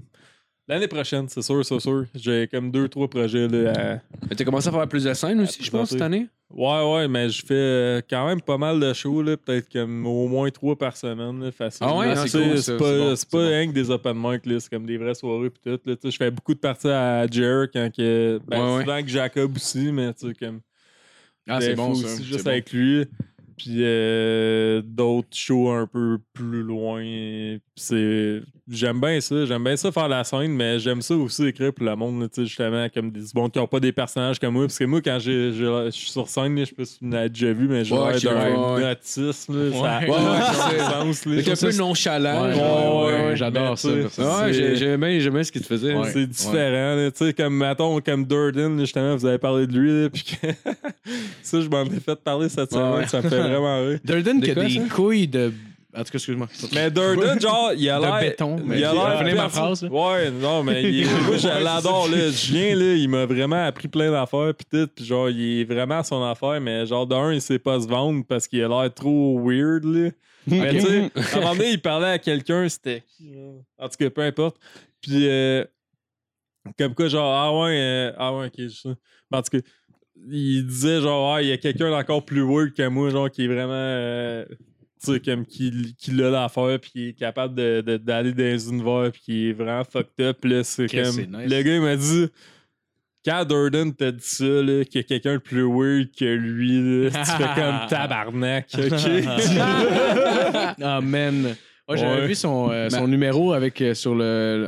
L'année prochaine, c'est sûr, c'est sûr. J'ai comme deux, trois projets. Là, à-
Mais t'as commencé à faire plus de scènes aussi, je pense, cette année?
Ouais, ouais, mais je fais euh, quand même pas mal de shows, là, peut-être comme au moins trois par semaine. là, facile.
Ah ouais,
Là,
hein,
c'est
c'est cool,
c'est
ça,
pas,
c'est bon,
c'est
c'est
pas
bon.
rien que des open mic, là, c'est comme des vraies soirées pis tout. là, tu sais, Je fais beaucoup de parties à Jer quand que. Ben,
Ouais, ouais.
souvent que Jacob aussi, mais tu sais, comme.
Ah,
Ben, faut aussi juste avec lui. Puis euh, d'autres shows un peu plus loin. Puis c'est- J'aime bien ça. J'aime bien ça faire la scène, mais j'aime ça aussi écrire pour le monde, là, tu sais, justement, comme des bons qui n'ont pas des personnages comme moi. Parce que moi, quand j'ai- j'ai- je suis sur scène, là, je sais pas si vous l'avez déjà vu, mais j'ai
Ouais,
l'air
je-
d'un
ouais, ouais.
autiste. là. Ça a
Ouais,
pas
ouais,
de sens, là.
T'es un peu nonchalant.
Ouais,
genre,
ouais, ouais,
Ben,
mais
j'adore ça.
tu sais,
personnellement.
Ouais, j'ai- j'aimais bien, j'aimais ce que tu faisais.
Ouais.
C'est différent. là. Tu sais, comme, mettons, comme Durden, là, justement, vous avez parlé de lui. là, puis que- ça, je m'en ai fait parler cette
Ouais,
semaine.
ouais.
Ça me fait vraiment rire.
Durden
De
qui a
quoi,
des
ça?
couilles de. En tout cas, excuse-moi.
Mais Durden, genre, il a
De
l'air.
béton, mais
il a
j'ai
l'air.
revenu à ma
perso-
phrase, là.
Ouais, non, mais il est- moi, je l'adore, là. Julien, là, il m'a vraiment appris plein d'affaires, pis tout. Pis genre, il est vraiment à son affaire, mais genre, d'un, il sait pas se vendre parce qu'il a l'air trop weird, là. Mais tu sais, à un moment donné, il parlait à quelqu'un, c'était qui, là? En tout cas, peu importe. Puis, euh, comme quoi, genre, ah ouais, euh, ah ouais, ok, je sais. En tout cas, il disait, genre, ah, il y a quelqu'un d'encore plus weird que moi, genre, qui est vraiment. euh, tu sais, comme qui, qui l'a l'affaire, puis qui est capable de- de- d'aller dans les univers, puis qui est vraiment fucked up. Là, c'est
Chris,
comme.
c'est nice.
Le gars, il m'a dit. Quand Durden t'a dit ça, là, qu'il y a quelqu'un de plus weird que lui, là, tu fais comme tabarnak, ok?
Ah, man. Moi, j'avais
Ouais.
vu son, euh, son numéro avec, euh, sur, le,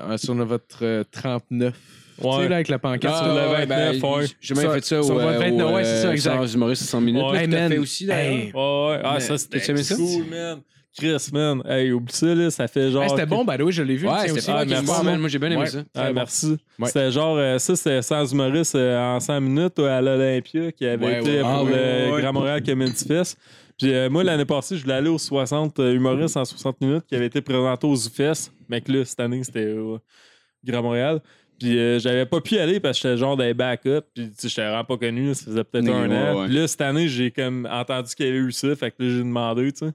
euh, sur le- votre euh, 39.
Ouais.
Tu sais, là, avec la pancarte.
Ah,
sur le-
ouais.
ben,
29, ouais.
J'ai même
Ça-
fait ça
ça
au
va
euh,
être
au,
29, ouais, c'est ça,
euh,
exact.
Sans humoriste 100 minutes.
Ouais.
là,
Hey,
que t'as
man.
fait aussi, d'ailleurs.
Hey.
Ouais, ouais. Ah,
Mais
ça, c'était
t'as aimé ça?
cool, man. Chris, man. Hey, oublie ça, là, ça fait genre...
Hey, c'était bon, bah oui, je l'ai vu.
Ouais,
tiens,
c'était
aussi.
pas
Ah,
mal.
merci.
man. Moi, j'ai bien aimé
Ouais.
ça.
Ah, merci.
Ouais.
C'était genre... euh, ça, c'était Sans Maurice en 100 minutes euh, à l'Olympia qui avait
Ouais,
été
ouais.
pour
Ah,
le
ouais, ouais.
Grand Montréal Community Fest. Puis euh, moi, l'année passée, je voulais aller aux 60 euh, humoristes en 60 minutes qui avaient été présentés aux UFES. Mais que là, cette année, c'était au Grand Montréal. Puis euh, j'avais pas pu y aller parce que j'étais genre des backup. Puis tu sais, j'étais vraiment pas connu. là, Ça faisait peut-être
Ouais,
un an.
ouais.
Puis là, cette année, j'ai comme entendu qu'il y avait eu ça. Fait que là, j'ai demandé, tu sais.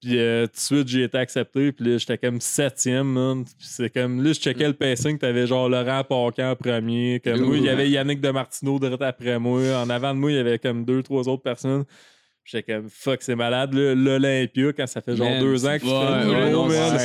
Puis euh, tout de suite, j'ai été accepté. Puis là, j'étais comme septième, man. Puis c'est comme, là, je checkais le pacing. T'avais genre Laurent Paquin en premier. Comme moi, il y avait Yannick Demartino direct après moi. En avant de moi, il y avait comme deux, trois autres personnes. J'étais comme, fuck, c'est malade, là, l'Olympia, quand ça fait genre
Man,
deux ans que tu fais le boulot,
ouais,
man.
ouais.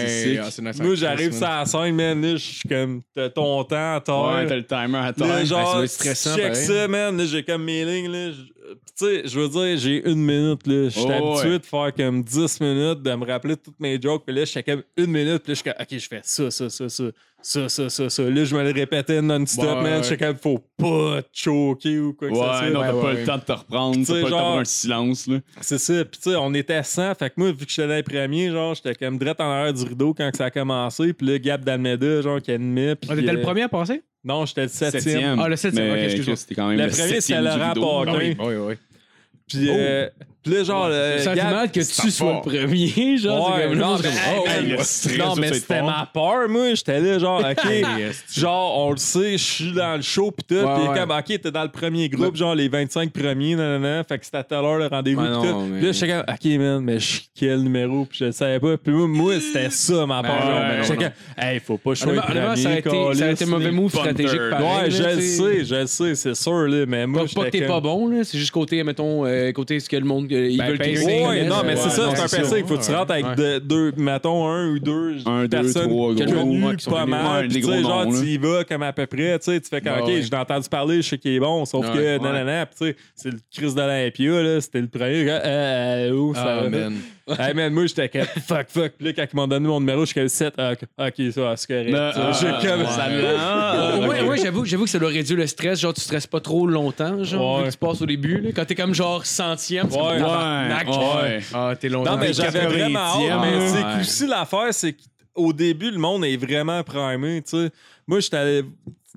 c'est sick.
Moi, j'arrive sur la scène, man. Là, je suis comme, t'as ton temps à tort.
Ouais, t'as le timer à
Là,
terre.
ça
genre,
doit
tu
être stressant,
check
pareil.
ça, man. Là, j'ai comme mes lignes, là. Je- euh, Tu sais, je veux dire, j'ai une minute, là. Je suis
Oh,
habitué
ouais.
de faire comme 10 minutes, de me rappeler toutes mes jokes. Puis là, j'étais comme une minute. Puis là, je suis comme, OK, je fais ça, ça, ça, ça, ça, ça, ça, ça. Là, je me le répétais non-stop,
Ouais, ouais.
man. J'étais comme, faut pas te choquer ou quoi que
Ouais,
ce soit.
non,
ouais,
t'as pas
ouais.
le temps de te reprendre,
sais,
t'as pas le temps
genre-
d'avoir un silence, là.
C'est ça. Puis, tu sais, on était 100. Fait que moi, vu que j'étais dans les premiers, genre, j'étais comme direct en arrière du rideau quand que ça a commencé. Puis là, Gab d'Almeda, genre, qui animait. Puis,
On était le
euh,
premier à passer?
Non, j'étais le septième.
Septième.
Ah, le septième,
Mais
ok, excuse-moi.
Chris, C'était quand même
Le
le,
premier, c'était
septième du
Laurent
rideau.
Paquin.
Ah oui.
Oui, oui.
Puis, euh,
Oh.
puis là, genre, euh,
Ça fait
Gab-
mal que tu sois le premier, genre. c'est
Ouais,
comme-
non,
c'est comme,
mais-
oh,
hey,
ouais.
le stress
non,
doit
mais
être
c'était
fort.
ma peur, moi. J'étais là, genre, OK, genre, on le sait, je suis dans le show, pis tout.
Ouais,
pis
ouais.
comme, OK, t'es dans le premier groupe, genre, les 25 premiers, nanana. Fait que c'était à telle heure le rendez-vous,
Ouais,
pis tout.
non, mais-
Pis là, j'étais comme, OK, man, mais je suis quel numéro, pis je le savais pas. Pis moi, moi, c'était ça, ma peur.
non,
genre.
mais non,
J'étais comme, hey, faut pas que je sois le
Ah, Honnêtement, honnêtement, ça aurait
premier.
été- ça aurait été un
câlisse,
mauvais
là.
move
punter.
stratégique.
Ouais,
pareil,
je
là,
le
tu
sais, je le sais, c'est sûr, là, mais moi,
Pas, pas que
j'étais
t'es
comme-
pas bon, là. C'est juste côté, mettons, euh, côté ce que le monde ils
Ben,
veulent
payer-
qu'ils
Ouais,
Ouais,
reconnaissent,
non, mais
euh,
c'est ça,
ouais,
c'est un
c'est
piercing.
ça.
Il faut que tu rentres avec
Ouais.
de- deux, mettons, un ou deux
Un, deux,
personnes
trois, gros.
connues
Ouais, qui sont
pas
connus. Ouais,
mal.
des
Puis, tu sais,
gros
genre,
noms, là. Ah
tu y vas comme à peu près, tu sais, tu fais comme,
Ouais,
OK,
ouais.
je l'ai entendu parler, je sais qu'il est bon, sauf
Ouais,
que,
ouais.
nanana, puis tu sais, c'est le Chris d'Olympia, là, c'était le premier. gars, Euh, euh, où ça
Ah,
va, là?
man.
Hey, man, moi, j'étais comme, fuck, fuck. Puis là, quand ils m'ont donné mon numéro, je suis comme 7. Ah, OK, ça, c'est correct.
Non,
Tu sais,
ah,
J'ai comme,
ouais.
ça
Ah,
Ouais,
ok.
ouais, j'avoue, j'avoue que ça doit réduire le stress. Genre, tu stresses pas trop longtemps, genre,
Ouais.
vu que tu passes au début. là. quand t'es comme genre centième, c'est
Ouais.
comme tabarnak, genre.
Ouais.
Ah, t'es long.
Non, mais j'avais vraiment hâte,
80e,
mais
hein.
c'est
Ouais.
que aussi l'affaire, c'est qu'au début, le monde est vraiment primé, tu sais. Moi, j'étais allé...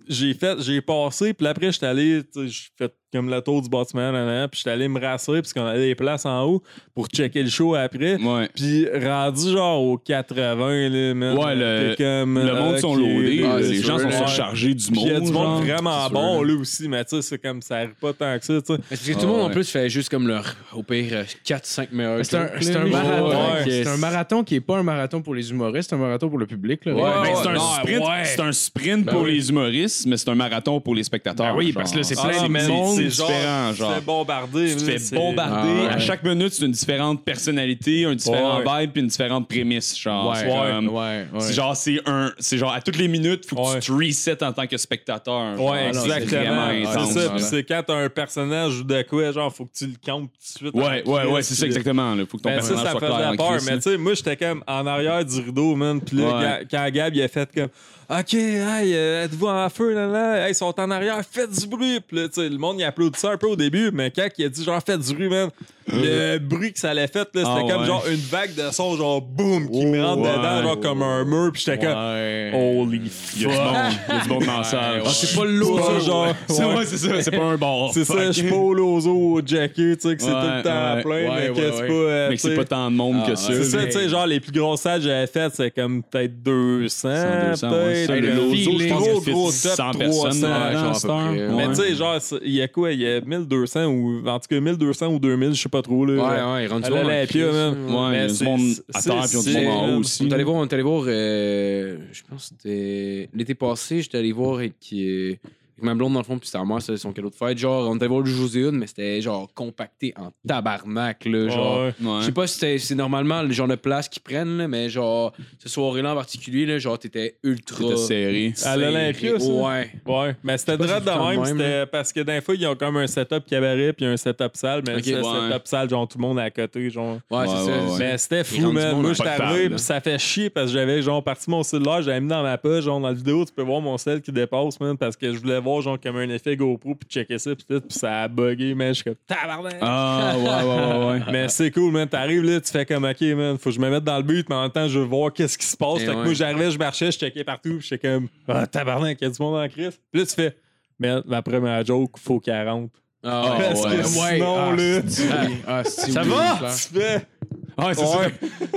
J'ai fait... J'ai passé, puis après, j'étais allé... tu sais, J'ai fait comme le tour du bâtiment, nan, nan, puis j'étais allé me rasser, parce qu'on avait des places en haut pour checker le show après.
Ouais.
Puis rendu genre aux 80, là, man,
Ouais, le-
t'es comme,
Le monde
ok,
sont loadés,
là,
là,
c'est
les gens
sûr,
sont
là.
surchargés du
Puis
monde.
il y a du monde
genre.
vraiment
C'est
bon,
sûr.
là aussi, mais tu sais, c'est comme ça arrive pas tant que ça, tu sais.
Mais c'est parce que
Ah,
tout le monde,
ouais.
en plus, fait juste comme leur, au pire, 4-5 meilleurs.
C'est un,
trucs,
c'est
là.
un
Ouais.
marathon.
Ouais.
C'est un marathon qui est pas un marathon pour les humoristes, c'est un marathon pour le public. Là,
Ouais,
réellement.
ben, c'est un,
ouais.
sprint,
Ah, Ouais.
c'est un sprint pour
oui.
les humoristes, mais c'est un marathon pour les spectateurs.
Ben oui,
genre.
parce que là, c'est
Ah,
plein
non,
de
mais
monde,
C'est
C'est genre,
différent,
Tu te
genre.
fais bombarder.
Tu te
là,
fais
c'est-
bombarder.
Ah, ouais.
À chaque minute, c'est une différente personnalité, un différent
Ouais.
vibe puis une différente prémisse. Genre,
Ouais,
C'est comme-
ouais, ouais.
c'est genre, c'est un. C'est genre, à toutes les minutes, faut que
Ouais.
tu te resets en tant que spectateur. genre.
Ouais,
non, c'est
exactement.
Ah,
Ah,
vraiment intense,
C'est ça.
là.
Puis c'est quand t'as un personnage ou de quoi, genre, faut que tu le comptes tout de suite.
Ouais,
en
ouais,
crise,
ouais, c'est ça,
puis-
exactement. Là. Faut que ton
Ben, ça,
personnage
ça
soit
faisait
clair. en
peur.
crise,
Mais
là.
tu sais, moi, j'étais comme en arrière du rideau, man. Puis là,
Ouais.
quand, quand Gab, il a fait comme OK, hey, euh, êtes-vous en feu, là, là? Hey, ils sont en arrière, faites du bruit. Puis là, tu sais, le monde, il applaudit ça un peu au début, mais quand il a dit genre, faites du bruit, man, le bruit que ça allait faire, là, c'était
Ah,
comme
ouais.
genre une vague de son, genre, boum, qui me rentre
ouais.
dedans, genre, comme un mur. Puis j'étais comme
Ouais.
Holy
Il y a du
fuck.
monde, il y a du monde dans la salle.
Ah, c'est pas lourd.
Pas genre,
C'est
ouais.
ouais, c'est ça, c'est pas un bar.
C'est ça,
Oh, Fuck.
je suis pas au lozo au jacket, tu sais, que c'est
Ouais,
tout le temps
ouais,
plein, mais
ouais,
que
ouais,
c'est pas. euh,
Mais que c'est
tu sais, Ah,
pas tant de monde que ça.
C'est ça,
là.
tu sais, genre les plus grosses salles que j'avais faites, c'est comme peut-être 200,
100, 200, ouais,
Euh,
peut-être.
ça,
le
le lozo, je
feeling.
pense qu'il
Gros,
fit
gros top,
100 personnes
300,
là,
genre,
dans
à
cette
peu
heure.
près.
mais
Ouais.
tu sais, genre, c'est- il y a quoi? Il y a 1200 ou en tout cas 1200 ou 2000, je sais pas trop.
Ouais,
Là,
ouais, ils rendent
À
du monde en
l'Olympia,
crise,
man.
ouais.
Ouais,
mais
il y a du
c'est-
monde à
c'est-
terre puis il y a
c'est-
du monde en haut
On
aussi.
est allé voir, on est allé voir euh, je pense que c'était l'été passé, j'étais allé voir avec, euh, avec ma blonde dans le fond, puis c'était à moi, c'était son cadeau de fête. Genre, on est allé voir le Joséon, mais c'était genre compacté en tabarnak, là, genre.
Ouais.
Ouais.
Je sais pas si c'était- c'est normalement le genre de place qu'ils prennent, là, mais genre, ce soir-là en particulier, là, genre, t'étais ultra. Ah,
C'était serré.
À l'Olympia, ça?
hein? Ouais.
Ouais, mais c'était
Je sais pas
drôle
si
de
c'est le même,
même, c'était parce que d'un fois, ils ont comme un setup cabaret puis un setup salle, mais
Ok,
c'est un
ouais.
setup salle, genre tout le monde à côté, genre.
Ouais,
Ouais,
c'est
ouais,
ça.
ouais.
c'est-
Mais c'était
Il
fou,
rentre du
man.
monde
Moi,
à
j'étais
pas de
arrivé,
table.
puis ça fait chier parce que j'avais, genre, parti mon cellulaire, j'avais mis dans ma poche, genre, dans la vidéo, tu peux voir mon cell qui dépasse, man, parce que je voulais voir, genre, comme un effet GoPro, puis checker ça, puis tout, puis ça a bugué, man. Je suis comme, tabarnak!
Ah, ouais, ouais, ouais, ouais.
Mais c'est cool, man. T'arrives là, tu fais comme, ok, man, faut que je me mette dans le but, mais en même temps, je veux voir qu'est-ce qui se passe.
Eh
Et
fait que
ouais.
moi, j'arrivais, je marchais, je checkais partout, puis j'étais comme, ah, tabarnak, il y a du monde en crise. Puis là, tu fais, man, ma première joke, faut 40.
Ah,
Parce
ouais. Ah,
que sinon, là, tu
ça
fais,
Ah, c'est ça.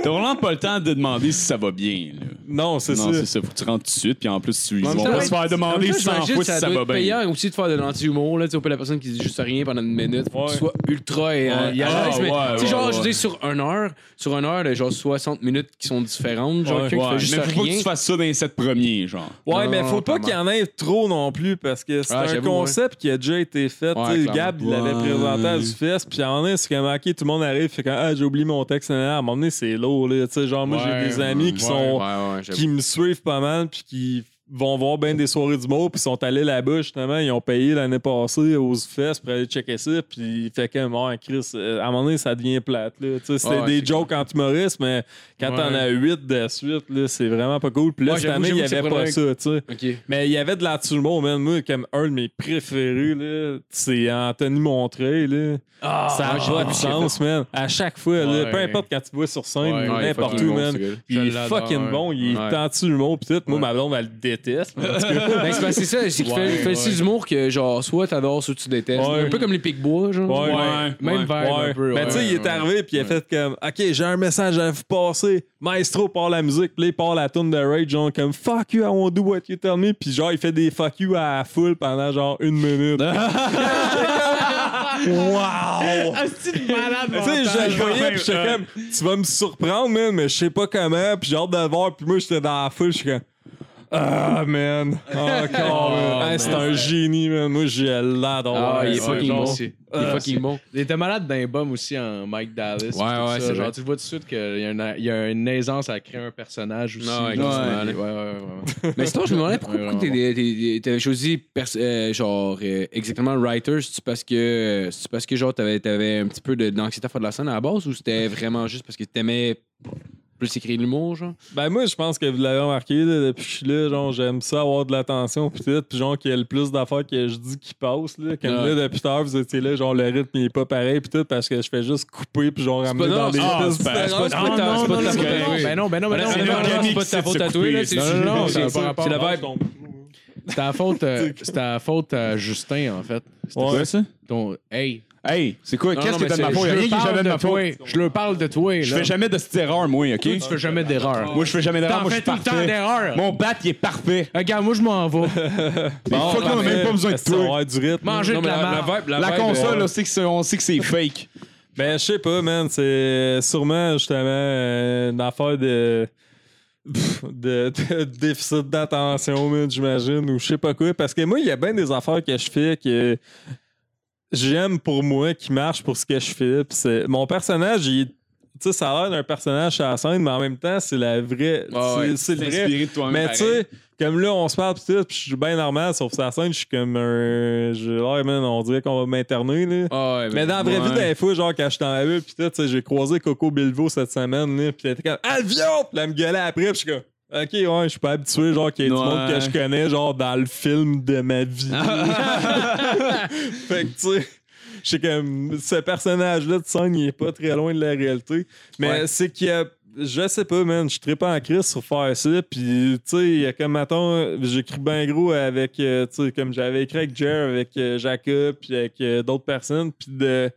T'as vraiment pas le temps de demander si ça va bien. là.
non, c'est ça.
Non, c'est ça. Faut que tu rentres tout de suite, puis en plus, tu ils
En
vont
même temps,
pas se faire
en même
demander
temps,
100
j'imagine
fois
que
si ça
doit
va
être
bien.
payant aussi de faire de l'anti-humour. là, Tu sais, on peut la personne qui dit juste rien pendant une minute. Faut que
Ouais.
tu sois ultra et à
Ouais.
et à
Ah,
l'aise. mais
ouais,
tu sais,
ouais,
genre,
ouais.
je veux dire, sur une heure, sur une heure, là, genre 60 minutes qui sont différentes. Genre,
Ouais,
quelqu'un qui
Ouais,
fait juste
mais faut pas que
rien.
tu fasses ça dans les 7 premiers, genre.
Ouais,
Non,
mais faut pas
Ah, pas
qu'il y en ait trop non plus parce que c'est
Ah,
un
j'avoue,
concept qui a déjà été fait.
Ouais,
Tu sais,
clairement.
Gab, il l'avait
Ouais.
présenté à du fest, puis en est, c'est comme ok, tout le monde arrive, fait comme ah, j'ai oublié mon texte, nanana. à un moment donné, c'est lourd. Là. Tu sais, genre, moi,
Ouais,
j'ai des amis qui sont
Ouais, ouais, j'avoue.
qui me suivent pas mal, puis qui vont voir bien des soirées du mot, puis sont allés là-bas justement, ils ont payé l'année passée aux fest pour aller checker ça, puis fait comme oh, Chris, euh, à un moment donné, ça devient plate. Là. Tu sais, C'était
Ouais,
des
c'est
jokes anti-humoristes, mais quand
Ouais.
t'en as 8 de suite, là, c'est vraiment pas cool. Puis là,
Ouais,
cette
j'avoue,
année, il y
j'avoue que
avait
c'est
pas ça, tu sais.
Ok.
Mais il y avait de l'anti-humour, man. Moi, comme un de mes préférés, là, c'est Anthony Montreuil, là. Ah, ça a
ouais,
pas
Ah, j'ai
de
vu ce qu'il
sens, man. À chaque fois, là,
Ouais.
peu importe quand tu vois sur scène,
Ouais,
ou
ouais,
n'importe
fucking
où,
bon,
man.
ce gars-là.
Il est
Je l'adore,
fucking
ouais.
bon, il
Ouais.
est anti-humour, pis tout. Moi,
Ouais.
ma blonde, elle le déteste. mais en tout cas,
Ben, c'est parce que c'est ça, c'est qu'il
Ouais,
fait, il fait aussi
ouais.
d'humour que genre soit t'adores, soit tu détestes.
Ouais.
Un peu comme les Pic-Bois, genre.
Ouais.
Même vibe un peu.
Mais tu sais, il est arrivé, puis il a fait comme Ok, j'ai un message à vous passer. Maestro part la musique, puis là, il part la tune de Rage, genre comme Fuck you, I won't do what you tell me, puis genre, il fait des fuck you à full pendant genre une minute. wow!
malade.
Tu sais, je le voyais, pis j'étais comme, tu vas me surprendre, man, mais je sais pas comment, pis j'ai hâte de le voir, pis moi, j'étais dans la foule, je suis comme, Ah, man. Ah, encore, man. Hey, c'est un génie, man. Moi, j'ai l'adore.
Ah, il est
Ouais,
fucking
genre,
bon. Il est fucking bon.
Il était malade d'un bum aussi en Mike Dallas. puis tout
ouais,
ça.
c'est
Genre,
vrai.
tu vois tout de suite qu'il y, a une- il y a une aisance à créer un personnage aussi.
Ah ouais,
Genre,
ouais.
ouais, ouais, ouais, ouais.
Mais sinon, je me demandais pourquoi, pourquoi t'es-
Ouais,
t'es- t'avais choisi pers- euh, genre euh, exactement writer. C'est-tu parce que, c'est parce que genre t'avais, t'avais un petit peu de- d'anxiété à faire de la scène à la base ou c'était vraiment juste parce que t'aimais plus écrire de l'humour, genre?
Ben moi, je pense que vous l'avez remarqué là, depuis que je suis là, genre j'aime ça avoir de l'attention pis tout, pis genre qu'il y a le plus d'affaires que je dis qui passent là, comme
Ouais.
là depuis tard, vous étiez là, genre le rythme il est pas pareil pis tout parce que je fais juste couper pis genre ramener
pas-
dans
non,
des
c'est-
ah,
pistes
c'est pas-
c'est pas
différentes.
ta- c'est pas ta-
non,
c'est
non,
pas-
ben non, ben non, ben
Voilà,
non,
c'est
ben non,
l'organique,
ben non,
c'est pas ta
c'est
faute à
de
toi,
couper.
là, c'est-
Non, non, non,
c'est-
ça a pas
c'est-
rapport.
c'est la vibe.
Je tombe.
C'était à faute, euh, c'était à faute à Justin, en fait. C'était
Quoi, ça?
ton. Hey!
Hey, c'est quoi?
Non,
Qu'est-ce
non,
que
mais
t'as de ma
c'est-
faute? Il y a
je
rien qui est
parle
jamais de
de
ma faute.
toi. Je le parle de toi.
Je
là.
fais jamais de cette erreur, moi, OK?
Toi, tu fais jamais d'erreur.
Moi, je fais jamais d'erreur.
T'en
Moi, je suis
fais tout le temps
parfait.
d'erreur.
Mon bat, il est parfait.
Regarde, moi, je m'en vais.
Bon, fuck, on a même pas besoin de
Est-ce que ça va
toi.
avoir du rythme.
Manger
Non,
de
mais
la
la,
merde.
la vibe, la
La
vibe,
console,
euh,
là, c'est que c'est- on sait que c'est fake.
Ben, je sais pas, man. C'est sûrement, justement, euh, une affaire de, pff, de, de déficit d'attention, man, j'imagine, ou je sais pas quoi. Parce que moi, il y a bien des affaires que je fais que j'aime pour moi, qui marchent pour ce que je fais. Puis c'est- mon personnage, il est- tu sais, ça a l'air d'un personnage à la scène, mais en même temps, c'est la vraie.
Ah
c'est-
ouais,
c'est le
t'es
vrai.
inspiré de toi-même,
Mais tu
pareil.
sais, comme là, on se parle pis tout, pis je suis bien normal, sauf sur la scène, je suis comme un. J'ai l'air, man, on dirait qu'on va m'interner, là.
ah ouais,
Mais dans la vraie
Ouais.
vie, des fois, genre, quand je suis dans la rue, pis tout, tu sais, j'ai croisé Coco Bilvo cette semaine, là, pis elle était comme, ah, viens! Pis elle me gueulait après, pis je suis comme, ok, ouais, je suis pas habitué, genre, qu'il y ait du
Ouais.
monde que je connais, genre, dans le film de ma vie. fait que, tu sais. Je sais comme ce personnage-là de scène, il est pas très loin de la réalité. Mais c'est qu'il y a. Je sais pas, man. Je suis pas en crise sur faire ça. Puis, tu sais, il y a comme, mettons, j'écris bien gros avec. euh, tu sais, comme j'avais écrit avec Jer, avec euh, Jacob, puis avec euh, d'autres personnes. Puis de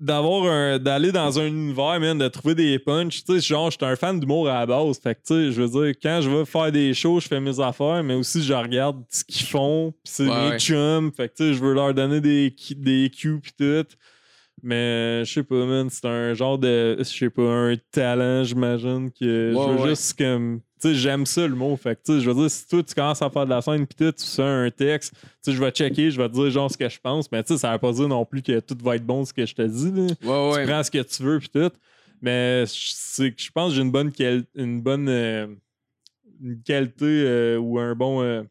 d'avoir un d'aller dans un univers man de trouver des punchs tu sais genre j'étais un fan d'humour à la base fait que tu sais je veux dire quand je vais faire des shows je fais mes affaires mais aussi je regarde ce qu'ils font pis c'est
Ouais,
mes
ouais.
chums fait que tu sais je veux leur donner des qui- des cues pis tout mais euh, je sais pas man c'est un genre de je sais pas un talent j'imagine que
Ouais,
je veux
ouais.
juste comme tu sais j'aime ça le mot fait que tu sais je veux dire si toi tu commences à faire de la scène pis tout tu fais un texte tu sais je vais checker je vais te dire genre ce que je pense mais tu sais ça veut pas dire non plus que tout va être bon ce que je te dis là
Ouais, ouais.
tu prends ce que tu veux puis tout. Mais je- c'est que je pense que j'ai une bonne quali- une bonne euh, une qualité euh, ou un bon euh,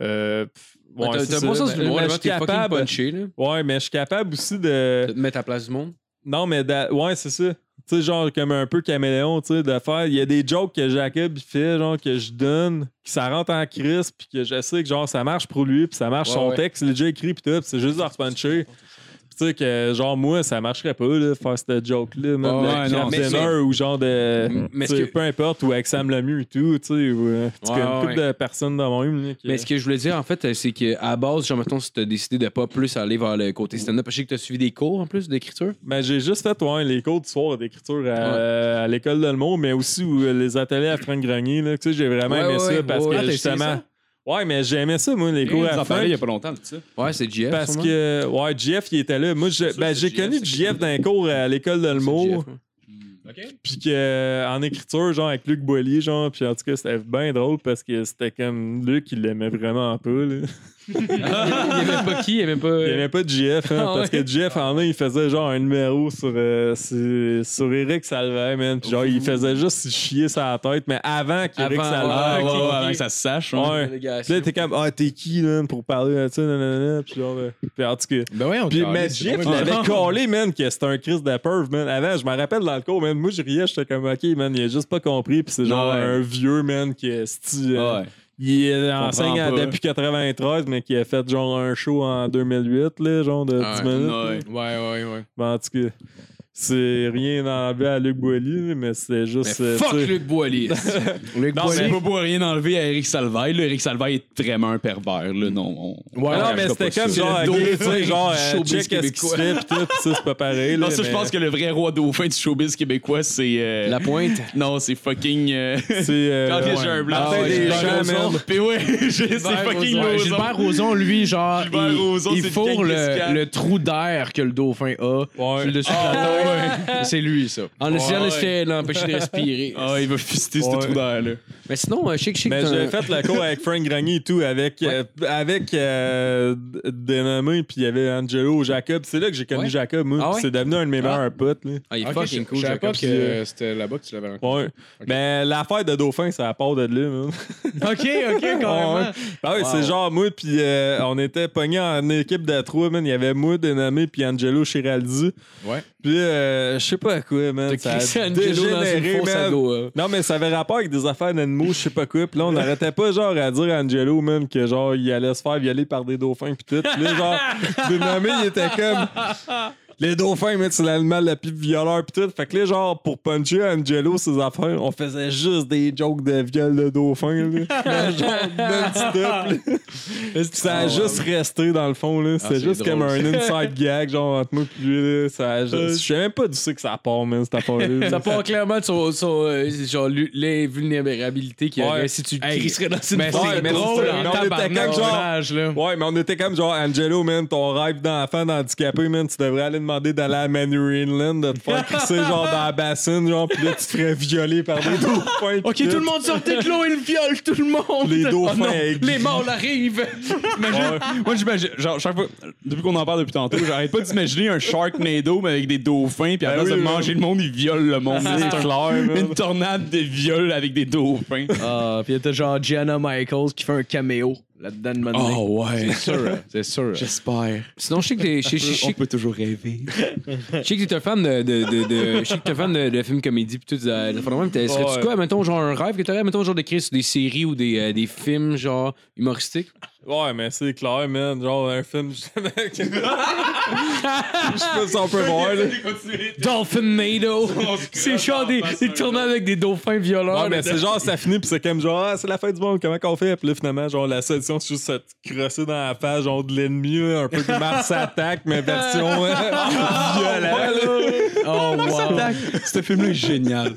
euh, pff, ouais,
T'as-
c'est
T'as un
ça.
bon sens
Mais-
du mot,
mais
là,
je suis
t'es fucking
capable.
punché, là.
Ouais, mais je suis capable aussi de
Tu te mettre à la place du monde.
non, mais d'a- ouais, c'est ça. Tu sais, genre, comme un peu caméléon, tu sais, de faire. Il y a des jokes que Jacob il fait, genre, que je donne, que ça rentre en crise, puis que je sais que, genre, ça marche pour lui, puis ça marche
Ouais,
son
ouais.
texte, il est déjà écrit, puis tout, puis c'est juste de repuncher. Puis tu sais, que, genre, moi, ça marcherait pas, là, faire cette joke-là, même
Ouais,
de
non,
Cap
mais c'est-
Zener ou genre de.
Mais
tu
ce
sais,
que-
peu importe, ou avec Sam Lemieux et tout, tu sais, ou. euh, en tout cas,
Ouais,
une
ouais.
couple de personnes dans même, là, qui-
Mais ce que je voulais dire, en fait, euh, c'est qu'à la base, genre, mettons, si t'as décidé de pas plus aller vers le côté stand-up, parce que je sais que t'as suivi des cours, en plus, d'écriture.
Ben, j'ai juste fait ouais, les cours du soir d'écriture à, euh, à l'école de l'humour, mais aussi où, euh, les ateliers à Franck Grenier. Là, tu sais, j'ai vraiment
Ouais,
aimé
ouais,
ça
ouais,
parce
ouais. Ah,
que
t'as essayé Mmh,
justement. Ouais, mais j'aimais ça, moi, les cours à Franck.
il y a pas longtemps, tout ça.
Ouais, c'est GF.
Parce que, ouais, Jeff, il était là. Moi, je-
sûr,
ben,
c'est
j'ai
JF,
connu
c'est
Jeff dans les cours à l'école de l'humour. Puis que, euh, en écriture, genre, avec Luc Boilier, genre, puis en tout cas, c'était bien drôle parce que c'était comme Luc, il l'aimait vraiment pas, là.
Il y avait pas qui, il y avait pas.
Il aimait pas GF, hein,
Ah
parce
ouais?
que GF, en un, il faisait genre un numéro sur, euh, sur, sur Eric Salvaire, man. Puis genre, il faisait juste se chier sa tête, mais avant qu'Eric
Avant,
Ah,
Salvaire.
ouais, ouais,
qui-
avant que ça se sache. hein.
Ouais. Puis là, t'es comme, ah, t'es qui, là, pour parler de ça, nanana. Puis genre, euh, puis en tout cas.
Ben ouais, on
Puis,
calait,
mais
c'est
Jeff
pas mal.
l'avait collé, man, que c'était un Chris de perv, man. Avant, je me rappelle dans le cours, man. Moi, je riais, j'étais comme, ok, man, il a juste pas compris. Puis c'est genre
Ouais.
un vieux, man, qui est sti, euh,
Ouais.
il est
Comprends
enseigne à-
pas.
depuis 93, mais qui a fait genre un show en 2008, là, genre de
Ah
10
ouais,
minutes.
Ouais.
Ouais, ouais, ouais.
Ben, en tout cas, c'est rien enlevé à Luc Boilly, là, mais c'est
Mais
juste. euh,
fuck
tu sais,
Luc Boilly.
Luc
Non, mais
Boilly.
pas pour rien enlever à Eric Salvaille. Là, Eric Salvaille est vraiment un pervers. Là. Non, on-
Ouais,
Ouais, non,
on cache
mais
pas
c'était
ça.
comme genre,
C'est le
ok,
dauphin
tu sais, genre,
du
euh,
showbiz
check qu'est-ce qu'il
québécois.
fait, pis tout, pis ça, c'est pas pareil.
Non,
là,
ça, je
mais
pense que le vrai roi dauphin du showbiz québécois, c'est. euh,
La pointe.
Non, c'est fucking. euh,
C'est. euh,
Quand
ouais.
j'ai un blanc,
Martin Deschamps,
Gilbert Rozon.
man.
Puis ouais, j'ai- c'est fucking
Ouais,
Rozon.
Gilbert Rozon, lui, genre,
Gilbert
il,
Rozon,
il
c'est le
fourre
Genghis
le,
Khan.
le trou d'air que le dauphin a
Ouais.
sur le dessus de
Ah,
la C'est lui, ça.
En essayant
Ouais.
d'essayer de l'empêcher de respirer.
Ah, il va fister ce
Ouais.
trou d'air-là.
Mais sinon, euh, chic chic.
Mais
t'as
j'avais
un-
fait la cour avec Frank Grenier et tout, avec, euh, avec euh, D- Denomé, puis il y avait Angelo Jacob. C'est là que j'ai connu
Ouais.
Jacob, moi.
Ah ouais?
C'est devenu un de mes meilleurs potes. Là.
Ah, il est
Ok,
fucking
je-
cool,
je savais
Jacob.
pas que euh, c'était là-bas que tu l'avais rencontré.
Ouais. Mais l'affaire de Dauphin, ça part de là. man.
OK, OK,
Ouais, ouais. Ah oui, c'est genre moi puis euh, on était pognés en équipe de trois, man. Il y avait moi, Denamé puis Angelo Chiraldi.
Ouais.
Puis euh, je sais pas quoi, man. Ça
T'as crissé
a
Angelo dans une
dégénéré,
fosse à
man.
dos. hein.
Non, mais ça avait rapport avec des affaires d'animaux, je sais pas quoi. Puis là, on n'arrêtait pas, genre, à dire à Angelo, man, que genre, il allait se faire violer par des dauphins, pis tout. Puis là, genre, Denamé, il était comme. Les dauphins, mais c'est l'animal le plus violeur pis tout. Fait que là, genre, pour puncher Angelo ses affaires, on faisait juste des jokes de viol de dauphin, là. Mais genre, non-stop, là. Ça a juste resté, dans le fond, là. C'était
Ah, c'est
juste
drôle,
comme un inside gag, genre, entre moi pis lui, là. Ça a juste... Je sais même pas du tout que ça part, man, cette affaire-là.
Ça part clairement de son, son, euh, genre, lu- l'invulnérabilité qu'il y aurait
Ouais.
si tu
Hey.
crisserais dans une
Mais
fosse.
Ouais,
c'est
mais
drôle,
c'est ça.
en
Mais on était
tabarnak,
quand, genre-
l'orage, là.
Ouais, mais on était comme genre Angelo, man, ton rêve d'enfant handicapé, man, tu devrais aller demander d'aller à Manor Inland, de te faire crisser genre dans la bassine, genre, pis là tu te ferais violer par des dauphins.
OK, tout le monde sortait de l'eau, il viole tout le monde.
Les dauphins
non,
aiguilles.
Les morts arrivent!
Moi, j'imagine, genre, chaque fois, depuis qu'on en parle depuis tantôt, j'arrête pas d'imaginer un Sharknado, mais avec des dauphins, puis à
Ben
place de
oui,
manger le monde, ils violent le monde.
C'est clair, man.
Une tornade de viol avec des dauphins.
Ah, puis il y a genre Gianna Michaels qui fait un caméo là-dedans de mon
Ah, ouais.
C'est sûr, hein, c'est sûr.
J'espère.
Sinon, je sais que t'es, je, sais- je sais que-
peut toujours rêver.
je sais que t'es un fan de, de, de, de- je sais que t'es un fan de, de films comédie pis tout, euh, de, de, même, t'es- serais-tu
Ouais.
quoi, mettons, genre un rêve que t'aurais, mettons, genre de créer sur des séries ou des, euh, des films, genre, humoristiques?
Ouais, mais c'est clair, man, genre un film, justement, que- je sais pas si on peut voir, là.
Dolphin Nado! c'est genre des, des tournages avec des dauphins violents.
Ouais, mais c'est genre, ça finit, pis c'est comme genre, ah, c'est la fin du monde, comment qu'on fait? Pis là, finalement, genre, la solution, c'est juste se crosser dans la face, genre, de l'ennemi, là, un peu comme Mars Attack, mais version euh, violente.
Oh, wow.
Ce film-là est génial.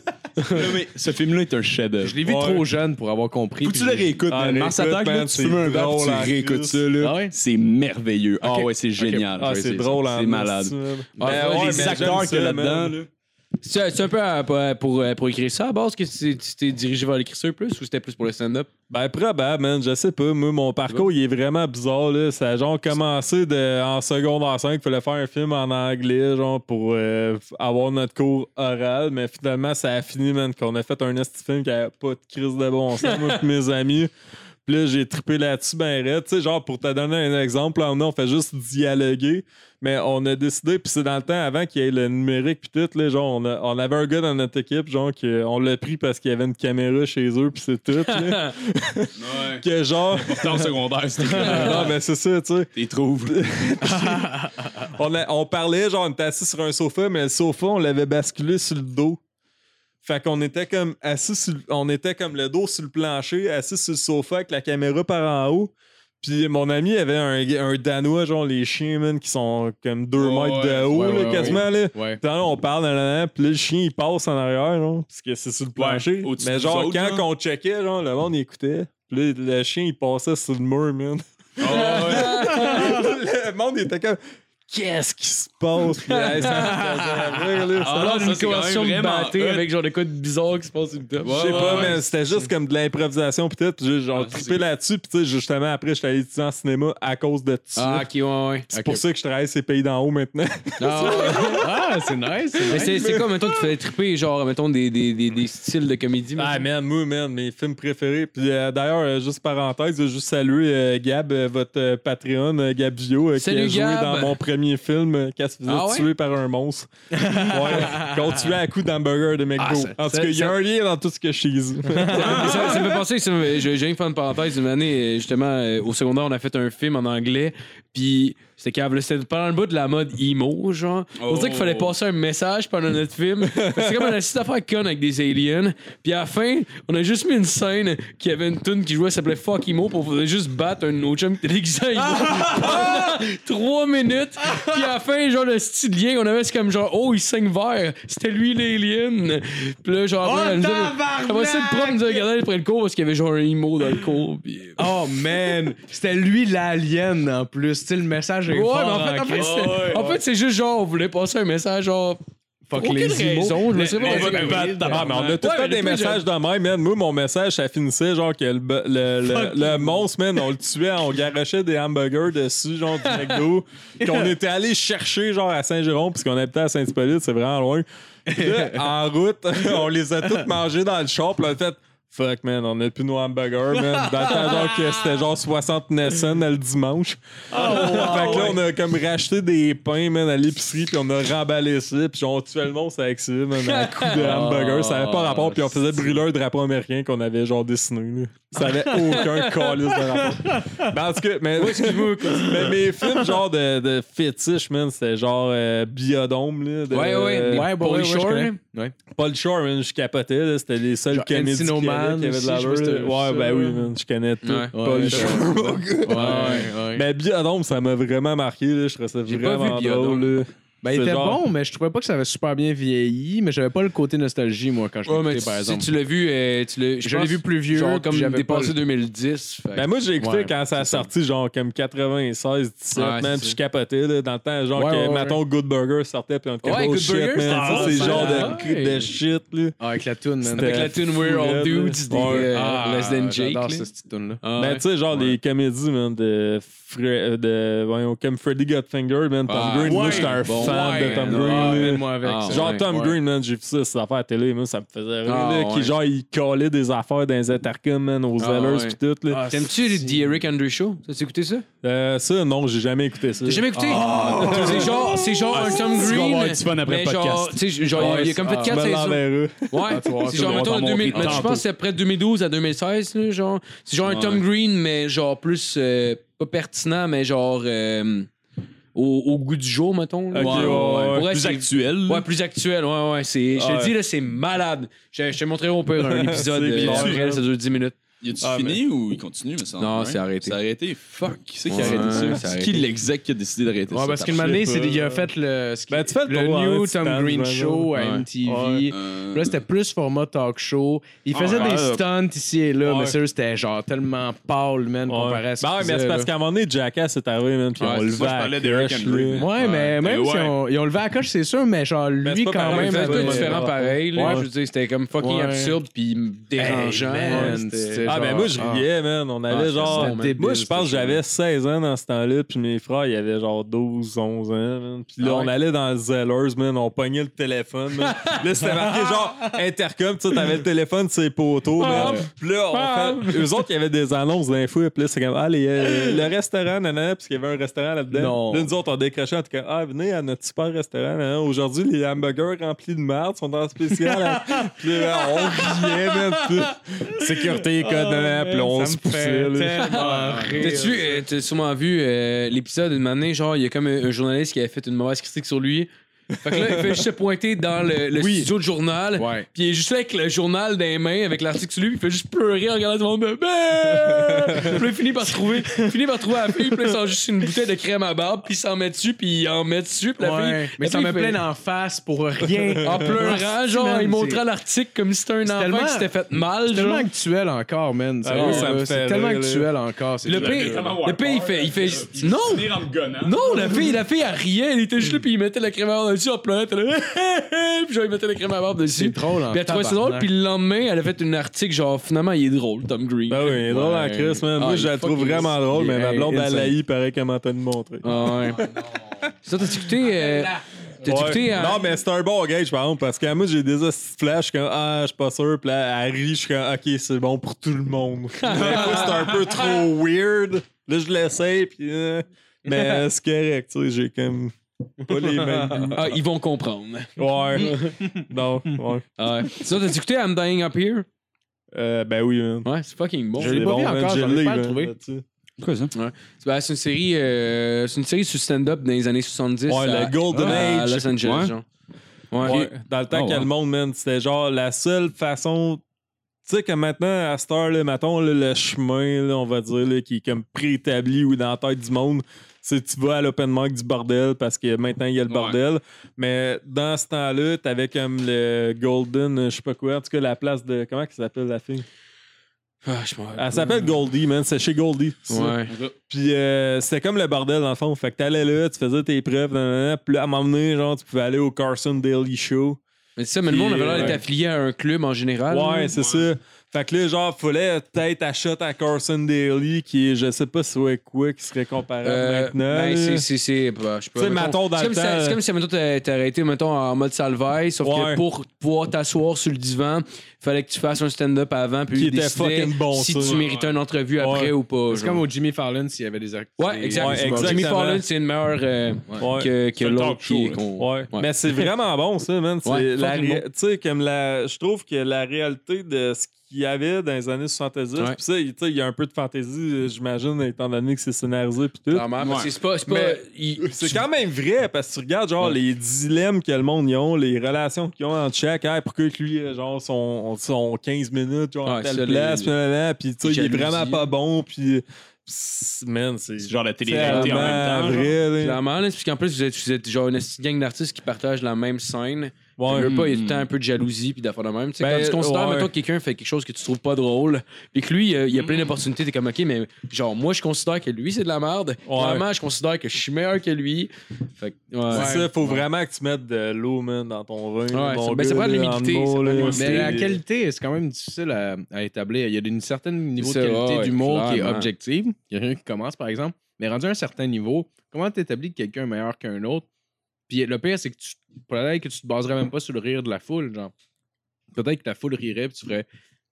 mais ce film-là est un chef-d'œuvre.
Je l'ai vu
Ouais.
trop jeune pour avoir compris.
Faut que
puis
tu le
j'ai-
réécoutes,
Ah,
man.
réécoute,
Mars Attack,
man,
là, tu
c'est
fumes un verre,
drôle,
tu
en
réécoutes
Christ.
ça, là.
Ah ouais?
C'est merveilleux. Ah
Ok.
ouais, c'est génial.
Ah,
Je vais
c'est
essayer
drôle,
ça.
en
C'est malade.
esti, man.
Ah,
Ben
ouais,
ouais,
les
mais
acteurs
j'aime
qu'il y
ça,
a là-dedans,
man.
là.
C'est, c'est un peu à- pour, euh, pour, pour écrire ça à base que tu tu t'es dirigé vers l'écriture plus ou c'était plus pour le stand-up?
Ben, probable, man. Je sais pas. Moi, mon parcours, il est vraiment bizarre, là. Ça a genre commencé de, en seconde en 5, il fallait faire un film en anglais, genre, pour euh, f- avoir notre cours oral. Mais finalement, ça a fini, man, qu'on a fait un esti film qui a pas de crise de bon sens, moi, pis mes amis. Puis là, j'ai trippé là-dessus, ben, raide. tu sais, genre, pour te donner un exemple, là, on fait juste dialoguer, mais on a décidé, puis c'est dans le temps avant qu'il y ait le numérique, puis tout, là, genre, on, a- on avait un gars dans notre équipe, genre, que on l'a pris parce qu'il y avait une caméra chez eux, puis c'est tout, là.
Ouais.
que genre,
Pourtant, au secondaire, c'était.
non, mais c'est ça, tu sais.
T'es trouves.
On, a- on parlait, genre, on était assis sur un sofa, mais le sofa, on l'avait basculé sur le dos. Fait qu'on était comme assis sur, le- on était comme le dos sur le plancher, assis sur le sofa avec la caméra par en haut. Puis mon ami avait un, un danois, genre les chiens, man, qui sont comme deux
Ouais,
mètres de haut,
ouais,
là,
ouais,
quasiment, là.
Ouais.
Puis là, on parle, nan, nan, nan, puis là, le chien, il passe en arrière, genre, parce que c'est sur le plancher.
au-dessus
mais
des
genre,
autres,
quand
là.
on checkait, genre, le monde écoutait. Puis là, le chien, il passait sur le mur, man. le monde était comme qu'est-ce qui se passe Puis, hey, ça me faisait rire, là.
Ah, ça, c'est quand même vraiment hot.
genre des coups bizarres qui se passent sur le top.
Je sais
ouais,
pas,
ouais.
mais c'était juste comme de l'improvisation, peut-être. Puis j'ai genre
Ah, ça,
trippé
c'est-
là-dessus. Puis, tu sais, justement, après, j'étais allé étudier en cinéma à cause de ça.
Ah, ok, ouais, ouais.
c'est pour ça que je travaille ces pays d'en haut maintenant.
Ah, ouais.
Ah, c'est nice. c'est
Mais
nice.
c'est, c'est quoi, mettons, qui faisait triper, genre, mettons, des, des, des, des styles de comédie? mettons?
Ah, man, moi, man, mes films préférés. Puis euh, d'ailleurs, euh, juste parenthèse, je veux juste saluer euh, Gab, euh, votre euh, Patreon, euh, Gab Bio, euh, qui
Salut,
a joué
Gab.
dans mon premier film, euh, qu'elle se faisait
Ah ouais?
tuer par un monstre. ouais, qu'on tuait à coups d'hamburger de
Ah,
McDo.
ça-
en tout cas, il y a un lien dans tout ce que je suis.
ça, ça me fait penser, ça me fait- je- j'ai une une parenthèse une année, euh, justement, euh, au secondaire, on a fait un film en anglais, puis c'était cave, là, c'était pendant le bout de la mode emo, genre. On dirait qu'il fallait passer un message pendant notre film. Fait que C'est comme un assiste à faire con avec des aliens, puis à la fin, on a juste mis une scène qui avait une tune qui jouait, ça s'appelait Fuck Emo, pour faudrait juste battre un autre chum qui était déguisé en emo pendant trois minutes, puis à la fin, genre, le style lien qu'on avait, c'est comme genre, oh, il saigne vert, c'était lui l'alien. Puis là, genre, après, elle nous a- après ça, le prof nous a regardé après le cours parce qu'il y avait genre un emo dans le cours. Puis... euh,
Oh man, c'était lui l'alien en plus. Tu sais, le message est
Ouais, mais
fort
en fait, en fait,
Christ.
c'est- en fait, c'est juste genre, on voulait passer un message genre,
fuck
aucune
les
raison, je me sais
On
pas.
va
Ouais,
te battre, ta mère. Ah, Mais on a tout
Ouais,
le temps
mais
des
depuis,
messages de même, man. Moi, mon message, ça finissait genre que le, be- le, le, le monstre, man, on le tuait, on garochait des hamburgers dessus, genre du McDo, qu'on était allé chercher, genre à Saint-Jérôme, puisqu'on habitait à Saint-Hippolyte, c'est vraiment loin. Puis là, en route, on les a tous mangés dans le shop, là, on a fait. Fuck, man, on n'a plus nos hamburgers, man. Dans le temps, genre, que c'était genre 60 Nessun le dimanche.
Ah,
fait que là, on a comme racheté des pains, man, à l'épicerie, puis on a remballé ça, puis on tuait le monstre avec ça, man, à coups
Ah,
de hamburger. Ça avait pas rapport, puis on faisait brûler un drapeau américain qu'on avait, genre, dessiné, là. Ça avait aucun calice de rapport. Mais en tout cas, mais, mais mes films, genre, de, de fétiche, man, c'était genre euh, Biodome, là. de-
Ouais, ouais, des-
Ouais, bon,
Pauly
ouais, ouais, je
Shore,
connais.
là.
Ouais.
Paul Shore, man, je capotais, là, c'était les seuls
Genre
comédies du
Encino
Québec
Man
qui avaient de
aussi, je sais pas si
la
t'as
Ouais,
vu
ben
ça,
oui,
là.
man, je connais tout.
Ouais.
Paul
Ouais,
Shore.
Ouais, ouais.
Mais Biodome, Ben, ça m'a vraiment marqué. Là. Je trouvais ça
J'ai pas
vraiment
vu Biodome.
drôle. là.
Ben, il
C'est
était
genre-
bon, mais je trouvais pas que ça avait super bien vieilli, mais j'avais pas le côté nostalgie, moi, quand je
Ouais, mais
l'écoutais,
tu-
par
si
exemple.
tu l'as vu, euh, tu l'as- je
pense-
l'ai vu plus vieux,
genre,
genre
puis
comme
j'avais pas
dépassé
le-
2010. fait que-
Ben moi, j'ai écouté
Ouais,
quand ça a sorti, genre comme 96, 17,
Ouais,
man,
c'est
puis je
ça.
capotais. Là, dans le temps, genre,
Ouais,
que,
ouais, ouais.
mettons, Good Burger sortait, puis on était
Ouais,
oh
Good
shit,
Burger,
man.
c'était
Ça,
bon,
c'est
ça.
genre de,
Ouais.
de shit. Là.
Ah, avec la toune, man.
Avec la tune We're
fou,
All
là,
Dudes des
ouais.
euh,
Ah,
Less Than Jake.
J'adore
là.
ce petite toune-là.
Ah,
Ben,
ouais.
tu sais, genre les comédies, man, de, Fre- euh, de voyons, comme Freddy Godfinger, man, Tom
Ah,
Green. moi,
ouais.
j'étais un
Bon,
fan
ouais,
de Tom
non,
Green. là.
Ah, moi avec
ça.
Genre
Ah, Ouais,
Tom
ouais.
Green, man, j'ai vu ça, ces affaires à télé, man, ça me faisait rire.
Ah,
là,
ouais.
Qui, genre, il collait des affaires dans les intercoms, man, aux
Ah,
Zellers,
ouais.
pis tout. Là.
T'aimes-tu le- The Eric Andrew Show? T'as écouté ça?
Euh, ça, non, j'ai jamais écouté ça.
T'as jamais écouté?
Ah!
C'est genre, c'est genre un Tom
tu vas
Green.
avoir Ah, du fun après
mais
le podcast.
genre, tu sais, genre, il y a comme fait
Tu
4
Ah, me
saisons.
l'enverras.
Ouais,
voir,
c'est
tout
genre,
le monde
mettons,
va
le 2000
monter
mais je pense
tantôt.
que c'est après 2012 à 2016, là, genre. C'est genre un Tom
Ouais.
Green, mais genre plus, euh, pas pertinent, mais genre euh, au, au goût du jour, mettons. là.
Ok, ouais, ouais.
Pour être-
Plus actuel.
Ouais, plus actuel, ouais, ouais. c'est- Je te
Ouais.
dis, là, c'est malade. Je, je te montrerai au pire un épisode,
C'est
euh,
clair.
après, ça dure 10 minutes.
Y a-tu
Ah,
fini ou il continue, mais ça
Non, c'est arrêté.
C'est arrêté. Fuck. Qui c'est qui
Ouais,
a arrêté ça?
c'est
C'est
arrêté.
qui l'exec qui a décidé d'arrêter
Ouais,
ça?
parce
par
qu'une
chef?
année,
pas.
c'est il a fait le, ce qui-
Ben, tu fais le
le
tour, hein,
New
tu
Tom
danses,
Green
ben,
Show à
ouais.
MTV.
Ouais.
Euh,
Puis Là, c'était plus format talk show. Il faisait
Ah,
des
ouais.
stunts ici et là,
Ouais.
mais sérieux, c'était genre tellement pâle, man,
Ouais.
comparé à ce
Ben ouais,
qu'il
mais c'est
faisait,
parce
là.
qu'à un moment donné, Jackass est arrivé, man, puis
Ouais,
on le
c'est
va.
ça, je parlais d'Eric and Rick.
Ouais, mais même
mais
si
ouais.
on- ils ont levé à la coche, c'est sûr, mais genre, lui,
c'est pas
quand
pareil,
même.
c'est
avait-
pas
C'était
ouais,
différent
ouais.
pareil, là.
Ouais.
Je veux dire, c'était comme fucking
Ouais.
absurde, puis dérangeant.
Hey,
Ouais,
man,
c'était-
c'était
Ah, ben
genre-
moi, je
ah.
riais, man. On allait
c'était
genre.
bon, man.
Moi, je
Débile,
pense que
c'était
j'avais 16 ans dans ce temps-là, puis mes frères, ils avaient genre 12, 11 ans. man. Puis là,
Ah ouais.
on allait dans le Zellers, man, on pognait le téléphone. man. là, c'était marqué genre Intercom, tu sais, t'avais le téléphone de ses poteaux,
Ah.
man. Puis là, on fait. Eux autres, il y avait des annonces d'infos, puis là, c'est comme, ah, les, euh, le restaurant, nanana, parce qu'il y avait un restaurant là-dedans.
Non.
Là, nous autres, on décrochait, en tout cas, ah, venez à notre super restaurant. nanana. Aujourd'hui, les hamburgers remplis de merde sont en spécial. hein. puis là, on riait, man. Puis- Sécurité
Ah,
économique, puis on
Ça me
se poussait,
fait
là.
tellement rire.
T'as-tu euh, t'as sûrement vu euh, l'épisode une année, genre, il y a comme un, un journaliste qui avait fait une mauvaise critique sur lui. Fait que là, il fait juste se pointer dans le, le studio de journal.
Ouais.
Puis il est juste là avec le journal dans les mains, avec l'article sur lui, puis il fait juste pleurer en regardant tout le monde. ben, ben. Puis là, il finit par trouver, il finit par trouver la fille, puis là, il sort juste une bouteille de crème à barbe, puis il s'en met dessus, puis il en met dessus, puis la
Ouais,
fille.
mais
la
ça
fille
me
fait-
plaît en face pour rien. Ah,
En pleurant, genre,
man,
il montra
c'est-
l'article comme si c'était un
C'est
enfant
tellement-
qui s'était fait mal,
C'est tellement
genre.
actuel encore, man. Sérieux,
oui, ça me
là,
fait
C'est tellement
rire, là.
actuel encore. c'est
Le
clair.
pire, le pire, il fait, il fait, non!
Venir en me gonnant.
Non, la fille, la fille, elle riait, elle était juste là, puis il mettait la crème à barbe dessus, en pleurant, elle là, puis genre, il mettait la crème à barbe dessus.
C'est drôle, en
Puis elle trouvait ça drôle,
tabarnak.
puis le lendemain, elle a fait une article, genre, finalement, il est drôle, Tom Green.
Ben oui, il est drôle en Chris, man.
Ah,
Moi,
il
je la
est
trouve
fucking-
vraiment drôle,
il
mais
est
ma blonde, elle
insane.
l'aïe, pareil, comme Antoine montré.
Ah ouais. ça, t'as écouté, euh, t'as
Ouais.
écouté, hein?
Non, mais c'est un bon gage, par exemple, parce que moi, j'ai des hosties de flash, je suis comme, ah, je suis pas sûr, puis là, elle rit, je suis comme, ok, c'est bon pour tout le monde. Des fois, c'est un peu trop weird. Là, je l'essaye, puis. euh, mais c'est correct, tu sais, j'ai comme. Pas les mêmes.
Ah, ils vont comprendre.
goûts. Ouais. non, ouais.
Ah ouais. Ça, t'as écouté I'm Dying Up Here?
Euh, ben oui, man.
Ouais, c'est fucking bon.
Je l'ai
C'est
pas vu
man,
encore,
je
j'en ai
l'ai,
pas à
man,
trouver.
là-dessus.
Pourquoi ça?
Ben, c'est une série, euh, c'est une série sur stand-up dans les années 70.
Ouais,
à-
le Golden
à
Age.
Los Angeles,
Ouais.
genre. Ouais.
Ouais, Dans le temps
Oh,
que
ouais.
le monde, man, c'était genre la seule façon. Tu sais, que maintenant, à cette heure, là, mettons, là, le chemin, là, on va dire, là, qui est comme préétabli ou dans la tête du monde, c'est tu vas à l'open mic du bordel parce que maintenant, il y a le
Ouais.
bordel. Mais dans ce temps-là, t'avais comme le Golden, euh, je sais pas quoi, en tout cas, la place de. Comment ça s'appelle la fille
Ah, je m'en-
Elle s'appelle Goldie, man. C'est chez Goldie. ça.
Ouais.
Puis euh, c'était comme le bordel, dans le fond. Fait que t'allais là, tu faisais tes preuves, nan, nan, nan. puis là, à m'emmener, genre, tu pouvais aller au Carson Daily Show.
Mais ça, mais le
Puis,
monde avait l'air d'être
ouais.
affilié à un club en général.
ouais, c'est ça. Fait que là, genre, fallait peut-être à shot à Carson Daily, qui est, je sais pas si c'est quoi, qui serait comparable
Euh,
maintenant.
ben, c'est,
là.
c'est, c'est, bah, je sais pas,
Tu sais,
mettons,
mettons, dans
c'est, comme
le
si
temps,
t'as- c'est
euh,
comme si, mettons, t'as- t'as arrêté, mettons, en mode salvaille, sauf que
Ouais.
pour pouvoir t'asseoir sur le divan, fallait que tu fasses un stand-up avant, puis
Qui était
décider
fucking bon,
si
ça.
tu méritais une entrevue après
Ouais.
ou pas.
C'est
genre.
comme au Jimmy Fallon s'il y avait des acteurs.
Ouais, exact.
Ouais,
Jimmy
exactement.
Fallon, c'est une meilleure euh,
Ouais.
que, que
C'est le
l'autre
talk show,
qui est
là.
con.
Ouais.
Ouais.
Mais c'est vraiment bon, ça, man. C'est
Ouais,
la
fucking
ré-
bon.
Tu sais, comme la. Je trouve que la réalité de ce qu'il y avait dans les années 70,
Ouais.
pis ça, il- tu sais, il y a un peu de fantaisie, euh, j'imagine, étant donné que c'est scénarisé, puis tout.
Clairement, parce que c'est pas. C'est, pas
Mais-
il-
C'est
tu-
quand même vrai, parce que tu regardes, genre, les dilemmes que le monde y ont, les relations qu'ils ont entre chaque. Hey, pourquoi que lui, euh, genre, son, son 15 minutes, genre, à
Ouais,
telle
ça, les-
place, puis là, là, puis tu sais, il est
jalousies.
vraiment pas bon, puis. pis, Man, c'est.
C'est genre la télé-réalité en
tellement
même temps. genre.
vrai, là.
Clairement, là, c'est parce qu'en plus, vous êtes, vous êtes genre une petite gang d'artistes qui partagent la même scène.
Ouais.
Je veux pas, il y a
Hmm.
tout le temps un peu de jalousie puis d'affaires de même. Tu sais,
Ben,
quand tu considères,
ouais.
mettons, que quelqu'un fait quelque chose que tu trouves pas drôle, puis que lui, euh, il y
Hmm.
a plein d'opportunités, t'es comme, ok, mais genre, moi, je considère que lui, c'est de la merde.
Ouais.
Clairement, je considère que je suis meilleur que lui. Fait que, ouais.
C'est ça, faut vraiment que tu mettes de l'eau, man, dans ton vin.
Ouais,
mon
c'est- ben, ça
gars,
prend de
là,
l'humidité,
en
ça prend de
mots, là,
l'humidité.
c'est-
Mais la qualité, c'est quand même difficile à, à établir. Il y a une certaine niveau de
C'est ça,
qualité
ouais,
d'humour qui est
clairement.
objective. Il y a rien qui commence, par exemple. Mais rendu à un certain niveau, comment tu établis que quelqu'un est meilleur qu'un autre? Puis le pire, c'est que tu peut-être que tu te baserais même pas sur le rire de la foule. genre Peut-être que la foule rirait puis tu ferais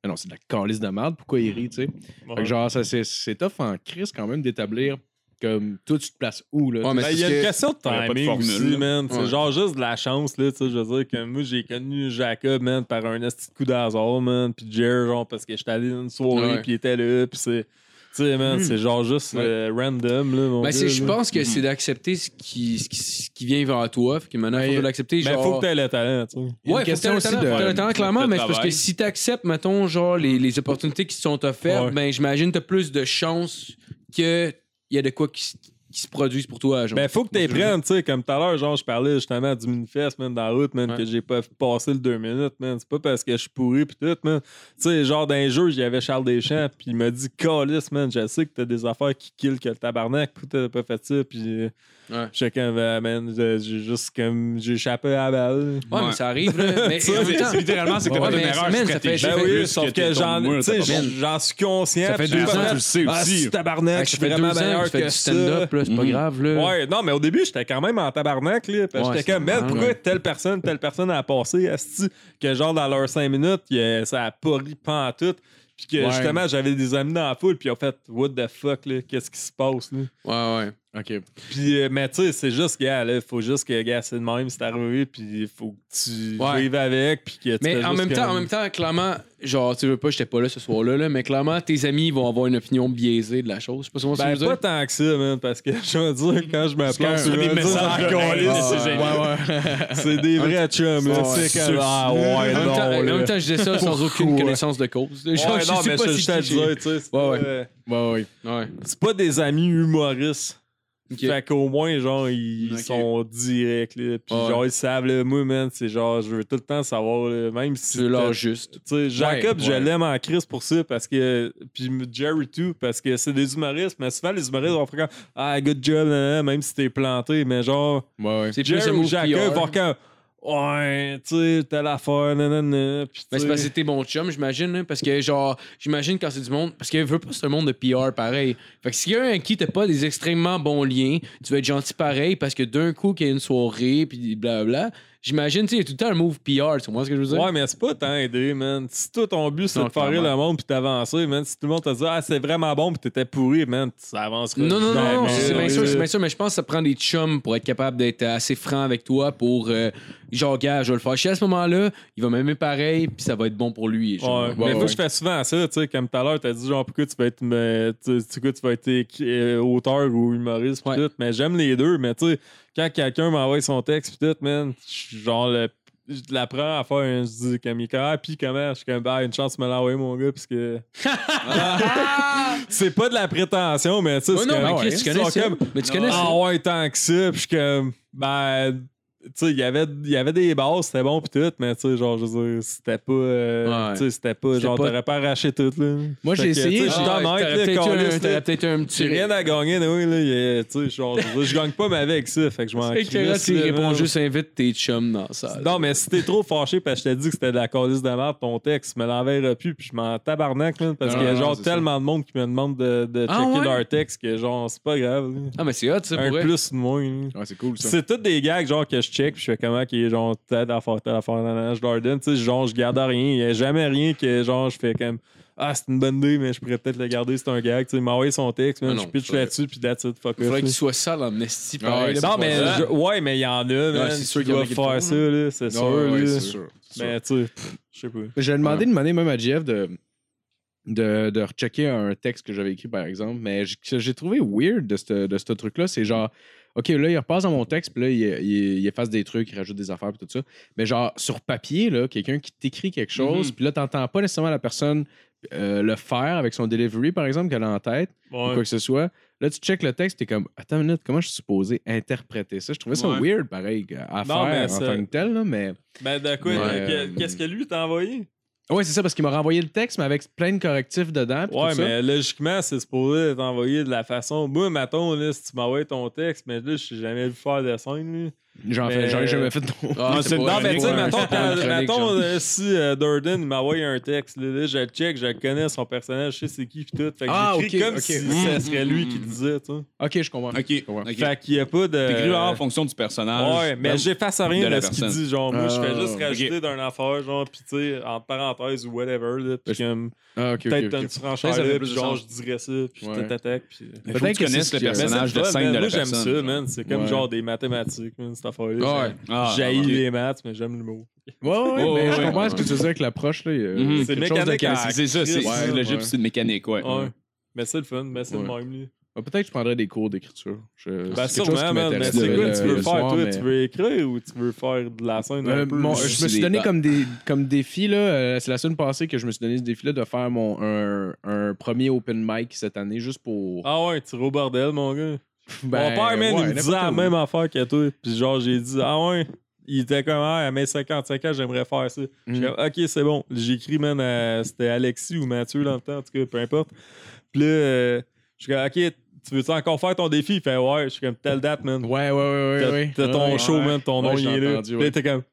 Ah non, c'est de la calice de merde, pourquoi il rit, tu sais? Fait que genre, ça, c'est, c'est tough en crise quand même d'établir comme toi, tu te places où, là.
Ouais, mais
Ben,
c'est
il y a
parce
une
que-
question de
y a pas de
timing
formule,
aussi,
là.
man. C'est
Ouais.
genre juste de la chance, là, tu sais, je veux dire que moi, j'ai connu Jacob, man, par un esti de coup d'hasard, man, puis Jer, genre, parce que j'étais allé dans une soirée,
Ouais. Hmm.
puis il était là, puis c'est... Tu sais, man, c'est genre juste
Ouais.
euh, random, là, mon
Ben,
gars,
c'est- je
là.
pense que c'est d'accepter ce qui, ce, qui, ce qui vient vers toi. Fait que maintenant, il
Ben,
faut de l'accepter.
Ben,
genre...
faut que t'aies le talent, tu sais.
Il y a
Ouais, faut
une
que t'aies
question
le
aussi
talent,
de-
faut que t'aies le talent, clairement,
de
mais c'est parce que
travail.
si t'acceptes, mettons, genre, les, les opportunités qui te sont offertes,
Ouais.
ben, j'imagine t'as plus de chances qu'il y a de quoi qui, s- qui se produise pour toi, genre.
Ben, faut que t'aies prennes, tu sais, comme tout à l'heure, genre, je parlais justement du manifeste, man, dans la route, man,
Ouais.
que j'ai pas passé le deux minutes, man. C'est pas parce que je suis pourri, pis tout, man. Tu sais, genre, dans les jeux, j'y avais Charles Deschamps, pis il m'a dit, Calice, man, je sais que t'as des affaires qui kill que le tabarnak, pis t'as pas fait ça, pis.
Ouais.
J'étais comme, Ah, man, j'ai j'ai juste comme, j'ai échappé à la
ouais,
balle.
mais
ouais.
ça arrive, là. Mais en même
C'est
temps-
c'est littéralement, c'est que t'as
Ouais,
fait une
mais
erreur
man, ça fait-
stratégique.
Ben
Ben
oui,
oui,
Plus
sauf
t'es
que
ton
j'en
mur,
tu sais,
t'as pas bon.
j'en suis conscient.
Ça fait
pis je
deux
suis
ans,
pas-
tu le sais
Ah,
aussi.
c'est tabarnak,
Hey, ça
je suis
fait deux
vraiment
ans que
meilleur
tu fais
que
du
ça.
stand-up, là, c'est pas
Mhm.
grave, là.
Ouais, non, mais au début, j'étais quand même en tabarnak, là. Parce que
Ouais,
j'étais comme,
c'est
man,
normal,
pourquoi
ouais.
telle personne, telle personne a passé, asti, que genre dans leurs cinq minutes, il y a- ça a pas ri pas en tout. Puis que
Ouais.
justement, j'avais des amis dans la foule, puis ils ont fait, what the fuck, là, qu'est-ce qui se passe, là.
Ouais, ouais.
OK.
Puis, euh, mais tu sais, c'est juste, gars, là, faut juste que, gars, c'est le même, c'est arrivé, puis il faut que tu
Ouais.
vives avec, puis que tu
Mais
fais
en
juste
même temps, en
comme-
même temps, clairement, genre, tu veux pas, j'étais pas là ce soir-là, là, mais clairement, tes amis vont avoir une opinion biaisée de la chose. Je sais pas si on
Ben, pas tant que ça, man, parce que je veux dire, quand je me
Quand
plains,
tu reçois des messages de haine, c'est génial.
c'est des vrais chums, là, tu sais, quand. Ah, ouais,
En même,
non,
temps, en
là.
même temps, je disais ça sans aucune connaissance de cause. Genre,
Ouais,
je
non,
sais
mais
pas
c'est
si
juste à
qui-
dire, tu sais.
Ouais,
c'est pas,
ouais.
euh,
Ouais, ouais.
Ouais.
C'est pas des amis humoristes.
Ok.
Fait qu'au moins, genre, ils
Ok.
sont directs, là. Puis,
Ouais.
genre, ils savent, là, moi, man, c'est genre, je veux tout le temps savoir, là, même si.
C'est l'heure
t'as-
juste.
Tu sais, Jacob,
Ouais,
je
ouais.
l'aime en crise pour ça, parce que. Puis Jerry, too, parce que c'est des humoristes, mais souvent, les humoristes vont faire comme Ah, good job, nan, nan, même si t'es planté, mais genre.
Ouais, ouais.
C'est plus
Jerry
un
ou
mot
Jacob
PR.
vont faire comme Ouais, tu sais, telle affaire,
Mais
nanana. Puis, tu
Ben, c'est
sais,
parce que t'es bon chum, j'imagine, hein, parce que genre, j'imagine quand c'est du monde, parce que veut pas c'est un monde de PR pareil. Fait que si y a un à qui t'as pas des extrêmement bons liens, tu vas être gentil pareil parce que d'un coup qu'il y a une soirée puis blablabla, j'imagine tu sais, il y a tout le temps un move PR, tu comprends ce que je veux dire
Ouais, mais c'est pas tant aidé, man. Si tout ton but c'est
Non,
de faire rire
clairement.
le monde puis t'avancer, man, si tout le monde te dit Ah, c'est vraiment bon puis t'étais pourri, man, ça avanceras.
Non, non,
jamais,
non, non, c'est
là.
bien sûr, c'est bien sûr, mais je pense que ça prend des chums pour être capable d'être assez franc avec toi pour euh, genre, gars, je vais le faire chier à ce moment-là, il va m'aimer pareil, puis ça va être bon pour lui. genre.
Ouais. mais moi, je fais souvent ça, tu sais, comme tout à l'heure, t'as dit genre, pourquoi tu vas être, mais, tu sais, pourquoi tu vas être écri- euh, auteur ou humoriste, pis
Ouais.
tout, mais j'aime les deux, mais tu sais, quand quelqu'un m'envoie son texte, pis tout, man, je suis genre, le, je l'apprends à faire un, je dis, comme, il est ah, pis comment, je suis comme, bah, une chance, tu me l'as envoyé, mon gars, parce que. Ah! c'est pas de la prétention, mais tu sais,
Ouais,
c'est
non,
comme, Ah,
mais Chris,
ils
tu connais
sont
ça?
comme,
Mais tu connais ça?
ah ouais, tant que ça, pis je suis comme, ben, tu sais, il y avait, il y avait des bases, c'était bon pis tout, mais tu sais, genre, je veux dire, c'était pas, euh,
Ouais.
tu sais, c'était pas,
C'était
genre,
pas-
t'aurais pas arraché tout, là.
Moi, j'ai
Fait que,
essayé,
tu sais,
j'ai-
je suis
Ah, ouais,
honnête,
t'aurais
là,
peut-être eu
câlisse,
un-
là.
T'aurais peut-être eu un petit.
J'ai rien à gagner, non, là, il y a- tu sais, genre, je, veux dire, je gagne pas ma vie avec ça, fait que je m'en
C'est que là,
crisse,
tu
hein, là,
réponds
man.
juste invite tes chums dans ça.
Non, mais si t'es trop fâché parce que je t'ai dit que c'était de la calice de merde, ton texte, je me l'enverrai plus, puis je m'en tabarnak, man, parce
Non,
qu'il y a
non, non,
genre
c'est
tellement de monde qui me demande de, de
Ah,
checker
ouais?
leur texte que genre, c'est pas grave. là.
Ah, mais c'est hot, ça,
Un
pour vrai.
plus de moins. là.
Ouais, c'est cool, ça.
C'est toutes des gags genre que je check, puis je fais comment qui est genre telle affaire, telle affaire, nan, nan, nan, je leur donne, tu sais, genre je garde rien, il y a jamais rien que genre je fais comme ah, c'est une bonne idée, mais je pourrais peut-être le garder, c'est un gag, tu sais, il m'a envoyé son texte, man,
Ah non,
je pitch
faudrait-
là-dessus, puis that's it, fuck
Il
off.
faudrait qu'il
là.
soit sale en esti.
Ouais,
pareil, là,
Non,
pour
mais
voir ça.
je- ouais, mais il y en a, man,
c'est sûr
qui
qu'il y en a
doivent
qui le font,
faire ça, là, c'est sûr,
Ouais, ouais,
là.
c'est sûr. c'est sûr.
Mais tu sais, pff, je sais pas.
J'ai demandé de demander même à Jeff de, de, de rechecker un texte que j'avais écrit, par exemple, mais j- que j'ai trouvé weird de ce de ce truc-là. C'est genre, OK, là, il repasse dans mon texte, puis là, il, il- il efface des trucs, il rajoute des affaires, puis tout ça. Mais genre, sur papier, là, quelqu'un qui t'écrit
Mm-hmm.
quelque chose, puis là, t'entends pas nécessairement la personne euh, le faire avec son delivery, par exemple, qu'elle a en tête, ou quoi que ce soit. Là, tu checkes le texte, t'es comme, attends une minute, comment je suis supposé interpréter ça? Je trouvais ça
Ouais.
weird, pareil, à
Non, mais
faire en
ça-
tant que tel, là, mais...
Ben, de quoi,
Ouais,
euh, que-
euh,
qu'est-ce que lui t'a envoyé?
Oui, c'est ça, parce qu'il m'a renvoyé le texte, mais avec plein de correctifs dedans. puis
Ouais,
tout ça.
mais logiquement, c'est supposé être envoyé de la façon. Moi, mettons, là, si tu m'envoyais ton texte, mais là, je suis jamais vu faire de scène, là.
J'en
mais-
fais, j'en ai jamais fait non.
Ah,
Non,
c'est
c'est-
pour
non,
vrai,
mais
Mais tu sais,
pour un-
mettons,
pour une
quand-
chronique,
mettons,
genre.
euh, si euh, Durden il m'envoie un texte, là, là, je le check, je le connais, son personnage, je sais c'est qui, pis tout. Fait que
Ah,
j'écris
ok,
comme
ok.
si
Mm,
ça serait
mm,
lui
mm,
qui le
mm.
disait, tu sais.
Ok, je comprends.
Ok. ok.
Fait qu'il n'y a pas de.
T'écris
euh,
vraiment en fonction du personnage.
Ouais, mais
Ben,
j'efface
de
rien de,
la
ce qu'il
personne.
dit. Genre, moi, je fais
Ah,
juste
ok.
rajouter d'un affaire, genre, pis tu sais, en parenthèse ou whatever, là, pis comme,
Ah, ok, ok, ok.
peut-être un petit franchise,
Ça fait
là,
plus
pis
de
genre,
sens.
je dirais ça, pis
Ouais.
tu t'attaques, pis.
faut
peut-être
que
que
tu connaisses
c'est
le
ce que-
Mais
personnage
c'est
de
le fun,
scène
man.
de la
Moi, j'aime
personne.
ça, man. C'est comme
Ouais.
genre des mathématiques, man, cette affaire-là.
Ouais.
Ah,
J'haïs
ok.
les maths, mais j'aime l'humour.
Ouais, ouais,
Oh,
mais
ouais,
je comprends
ouais.
ce que tu veux dire avec l'approche. là. il y a-
Mhm.
il y a
C'est
quelque chose de
mécanique à-
classique.
C'est ça, c'est
Ouais,
c'est logique,
ouais.
c'est une mécanique, ouais.
Ouais. Mais c'est le fun, mais c'est le
Ouais.
même, lui.
Ah, Peut-être que je prendrais des cours d'écriture. Je...
Ben,
c'est quelque chose
sûrement,
qui
man. Mais
m'intéresse
c'est
de-
quoi, tu veux
de
faire, toi?
voir, mais-
Tu veux écrire ou tu veux faire de la scène
Euh,
un peu?
mon-
là?
je me
des
suis donné
ba-
comme, des, comme défi, là, euh, c'est la semaine passée que je me suis donné ce défi-là de faire mon, un, un premier open mic cette année juste pour.
Ah ouais, tu vas au bordel, mon gars.
Ben,
mon père, man,
ouais,
il me disait
n'importe
la
où.
même affaire que toi. Puis genre, j'ai dit, ah ouais, il était comme, ah, à mes 55 ans, j'aimerais faire ça. J'ai
Mhm.
dit, ok, c'est bon. J'écris, man, à- c'était Alexis ou Mathieu dans le temps, en tout cas, peu importe. Puis là, euh, je suis comme, ok, tu veux-tu encore faire ton défi? Il fait, ouais, je suis comme, telle date, man.
Ouais, ouais, ouais,
T'as
ouais. ouais.
t'as ton
Ouais.
show, man, ton
Ouais,
nom,
je
il
l'ai
est là.
entendu,
Puis
ouais.
là, t'es comme,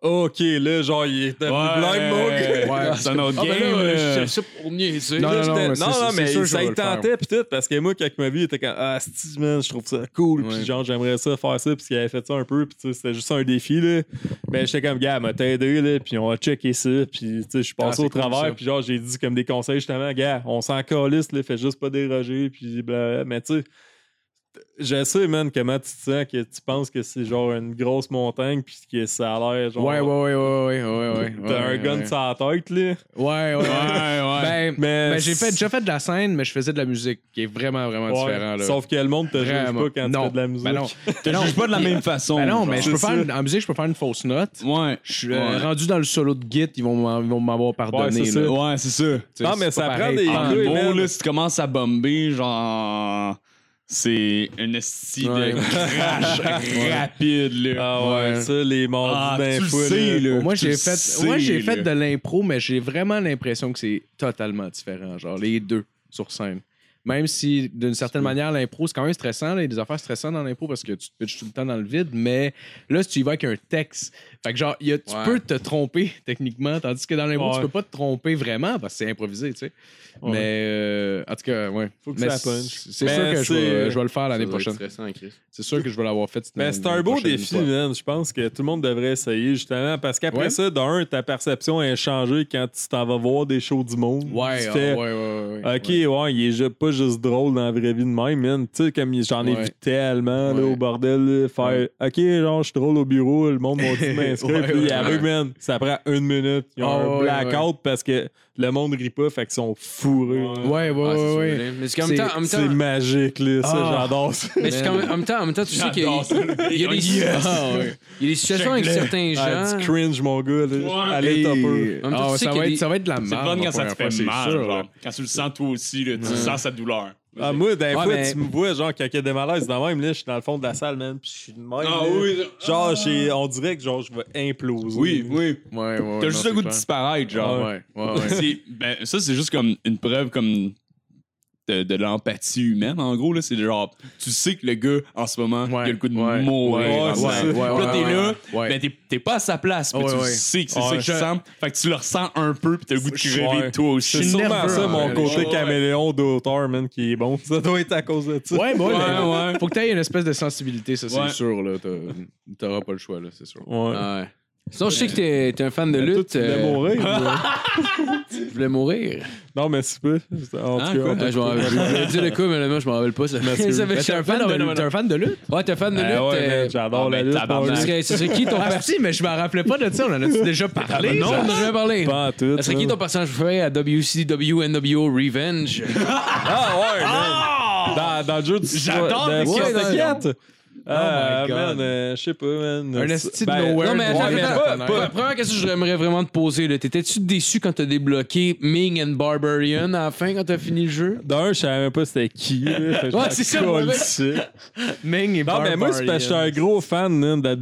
ok, là, genre, il est devenu blind, mon gars.
Ouais.
C'est un autre
Ah, ben là,
game.
euh,
là.
je cherche ça pour niaiser.
Non,
Là,
non, non,
j'étais-
mais c'est-
non, non,
c'est-
mais
c'est sûr que je
ça
vais
y
le faire.
tentait pis tout parce que moi quand il m'a vu il était comme ah Steve man je trouve ça cool
Ouais.
puis genre j'aimerais ça faire ça puis il avait fait ça un peu puis tu sais, c'était juste un défi là mais j'étais comme gars m'a aidé là puis on a checké ça puis tu sais je suis
Ah,
passé
c'est
au
cool, ça.
travers puis genre j'ai dit comme des conseils justement gars on s'en calisse là fais juste pas déroger puis bla mais tu sais je sais, man, comment tu te sens que tu penses que c'est genre une grosse montagne puis que ça a l'air genre.
Ouais, ouais, ouais, ouais, ouais, ouais, ouais.
T'as un
ouais,
gun
ouais.
sur la tête, là.
Ouais, ouais, ouais. Ben,
Mais.
ben, j'ai fait, déjà fait de la scène, mais je faisais de la musique, qui est vraiment, vraiment
Ouais,
différent. Là.
Sauf que le monde te juge pas
Vraiment.
quand tu
Non.
fais de la musique.
Ben non,
Te juge pas de la même façon.
Ben non
genre.
mais je peux
C'est
faire, une- en musique, je peux faire une fausse note.
Ouais.
Je suis euh, rendu dans le solo de Git, ils vont m'en- ils vont m'avoir pardonné.
Ouais, c'est ça.
là.
Ouais, c'est ça.
Tu sais,
Non,
c'est
mais
pas
ça prend
pareil.
des-
En
Oui,
gros,
man.
là, si tu commences à bomber, genre. C'est une esti
Ouais.
de crash rapide, là.
Ah ouais,
Ouais.
ça, les ben mardis
Ah, tu
d'info.
le sais, là.
Moi,
Tu
j'ai
le
fait,
sais,
moi, j'ai fait
là.
de l'impro, mais j'ai vraiment l'impression que c'est totalement différent, genre les deux sur scène. Même si, d'une certaine manière, l'impro, c'est quand même stressant. là. Il y a des affaires stressantes dans l'impro parce que tu te pitches tout le temps dans le vide, mais là, si tu y vas avec un texte, fait que genre, il y a- tu
Ouais.
peux te tromper techniquement, tandis que dans l'impro,
Ouais.
tu peux pas te tromper vraiment parce que c'est improvisé, tu sais.
Ouais.
Mais, euh, en tout cas, ouais.
Faut que
Mais
ça punch.
C'est
Mais
sûr que je
c'est-
vais, je vais le
Ah,
faire l'année
Ça doit être
prochaine.
stressant, Chris.
C'est sûr que je vais l'avoir fait. cette-
Mais c'est un
l'année
beau
prochaine,
défi,
une fois.
man. Je pense que tout le monde devrait essayer, justement. Parce qu'après
Ouais.
ça, d'un, ta perception est changée quand tu t'en vas voir des shows du monde.
Ouais,
Tu
ah,
fais,
ouais, ouais, ouais,
Ok, ouais, il est ju- pas juste drôle dans la vraie vie de même, man. Tu sais, comme il- j'en ai
Ouais.
vu tellement là,
Ouais.
au bordel, là, faire Ok, genre, je suis drôle au bureau, le monde m'a dit de m'inscrire,
Ouais,
puis il
ouais,
arrive, man. Ça prend une minute. Ils ont
Ah,
un
ouais,
blackout parce que le monde rit pas, fait qu'ils sont fourrés. là.
Ouais, ouais,
Ah, c'est
ouais,
sûr,
ouais.
là. Mais c'est qu'en même temps- en même
C'est
temps.
magique, là, ça,
Ah.
j'adore ça.
Mais c'est quand même- en même temps, en même temps, tu sais qu'il y a,
J'adore ça.
il y a des,
Yes.
Ah, ouais. Il y a des situations avec certains
Ah,
gens.
du cringe, mon gars. Là. Allez,
Et-
topper.
En même temps,
Ah,
tu sais
ça,
qu'il y a
va
des-
être, ça va être de la merde.
C'est le fun
la
quand ça te
première fois,
fait
c'est
mal,
sûr, là.
genre. Quand tu le sens toi aussi, là, tu sens sa douleur.
Ah, moi, des
Ouais,
fois,
mais-
tu me vois, genre, quand il y a des malaises dans même, là, je suis dans le fond de la salle, man, puis je suis de
Ah
même.
Ah,
là. Genre, j'ai- on dirait que, genre, je vais imploser.
Oui, oui.
Ouais, ouais.
T'as juste le goût de disparaître, genre.
Ah, Ouais, ouais, ouais.
C'est- ben, ça, c'est juste comme une preuve comme de, de l'empathie humaine, en gros. là. C'est genre, tu sais que le gars, en ce moment, il a le coup de
ouais,
mourir.
ouais,
en
ouais,
dedans.
ouais,
Puis
ouais,
là, t'es
ouais,
là,
ouais.
mais t'es- t'es pas à sa place. Mais
Ouais,
tu
ouais. Ah,
sais que c'est ça
Ouais.
que tu sens. Fait que tu le ressens un peu, puis t'as le goût de
Je-
crever
ouais.
toi
C'est
aussi.
sûrement
nerveux,
ça,
hein,
mon
les
côté
gens.
caméléon d'auteur, man, qui est bon. Ça doit être à cause de ça.
Ouais, bon,
Ouais,
là,
ouais.
faut que t'aies une espèce de sensibilité, ça, c'est
Ouais.
sûr. là. T'as- T'auras pas le choix, là, c'est sûr.
Ouais.
Ouais. Sinon, je sais que t'es t'es un fan de
Toi,
lutte.
tu voulais
euh,
mourir, ou-
Tu voulais mourir.
Non, mais si peu. En
Hein,
tout
quoi?
cas,
Ah, je m'en rappelle- je voulais dire le coup, mais là, je m'en rappelle pas. Ça Ça fait-
Mais
je suis
T'es un, fan de-
lutte.
t'es un fan de lutte?
Ouais, t'es fan de lutte.
Ah ouais,
euh,
man, j'adore
ah,
la
ben,
lutte.
tabarnak.
ce
mon gars.
serait- Ce serait qui ton
Ah,
personnage?
si, mais je m'en rappelais pas de ça. On en a-tu déjà parlé?
Non, on n'a jamais parlé.
Pas en tout.
Ce serait qui ton
là.
personnage préféré à WCW NWO Revenge?
Ah ouais, man. Dans, dans le jeu du
J'adore les
de
questions.
64. Ah,
my God.
man, euh, je sais pas, man.
Un esti de
Ben,
nowhere.
non, mais attends,
Ouais,
attends,
mais
attends.
pas-
Pas- La première question que j'aimerais vraiment te poser, là, t'étais-tu déçu quand t'as débloqué Ming and Barbarian à la fin quand t'as fini le jeu?
D'un, je savais même pas c'était qui. là. Fait que
Ouais,
j'en
c'est ça,
colle
ouais.
ici.
Ming et
Non, mais moi, c'est parce que je suis
hein.
un gros fan là, de la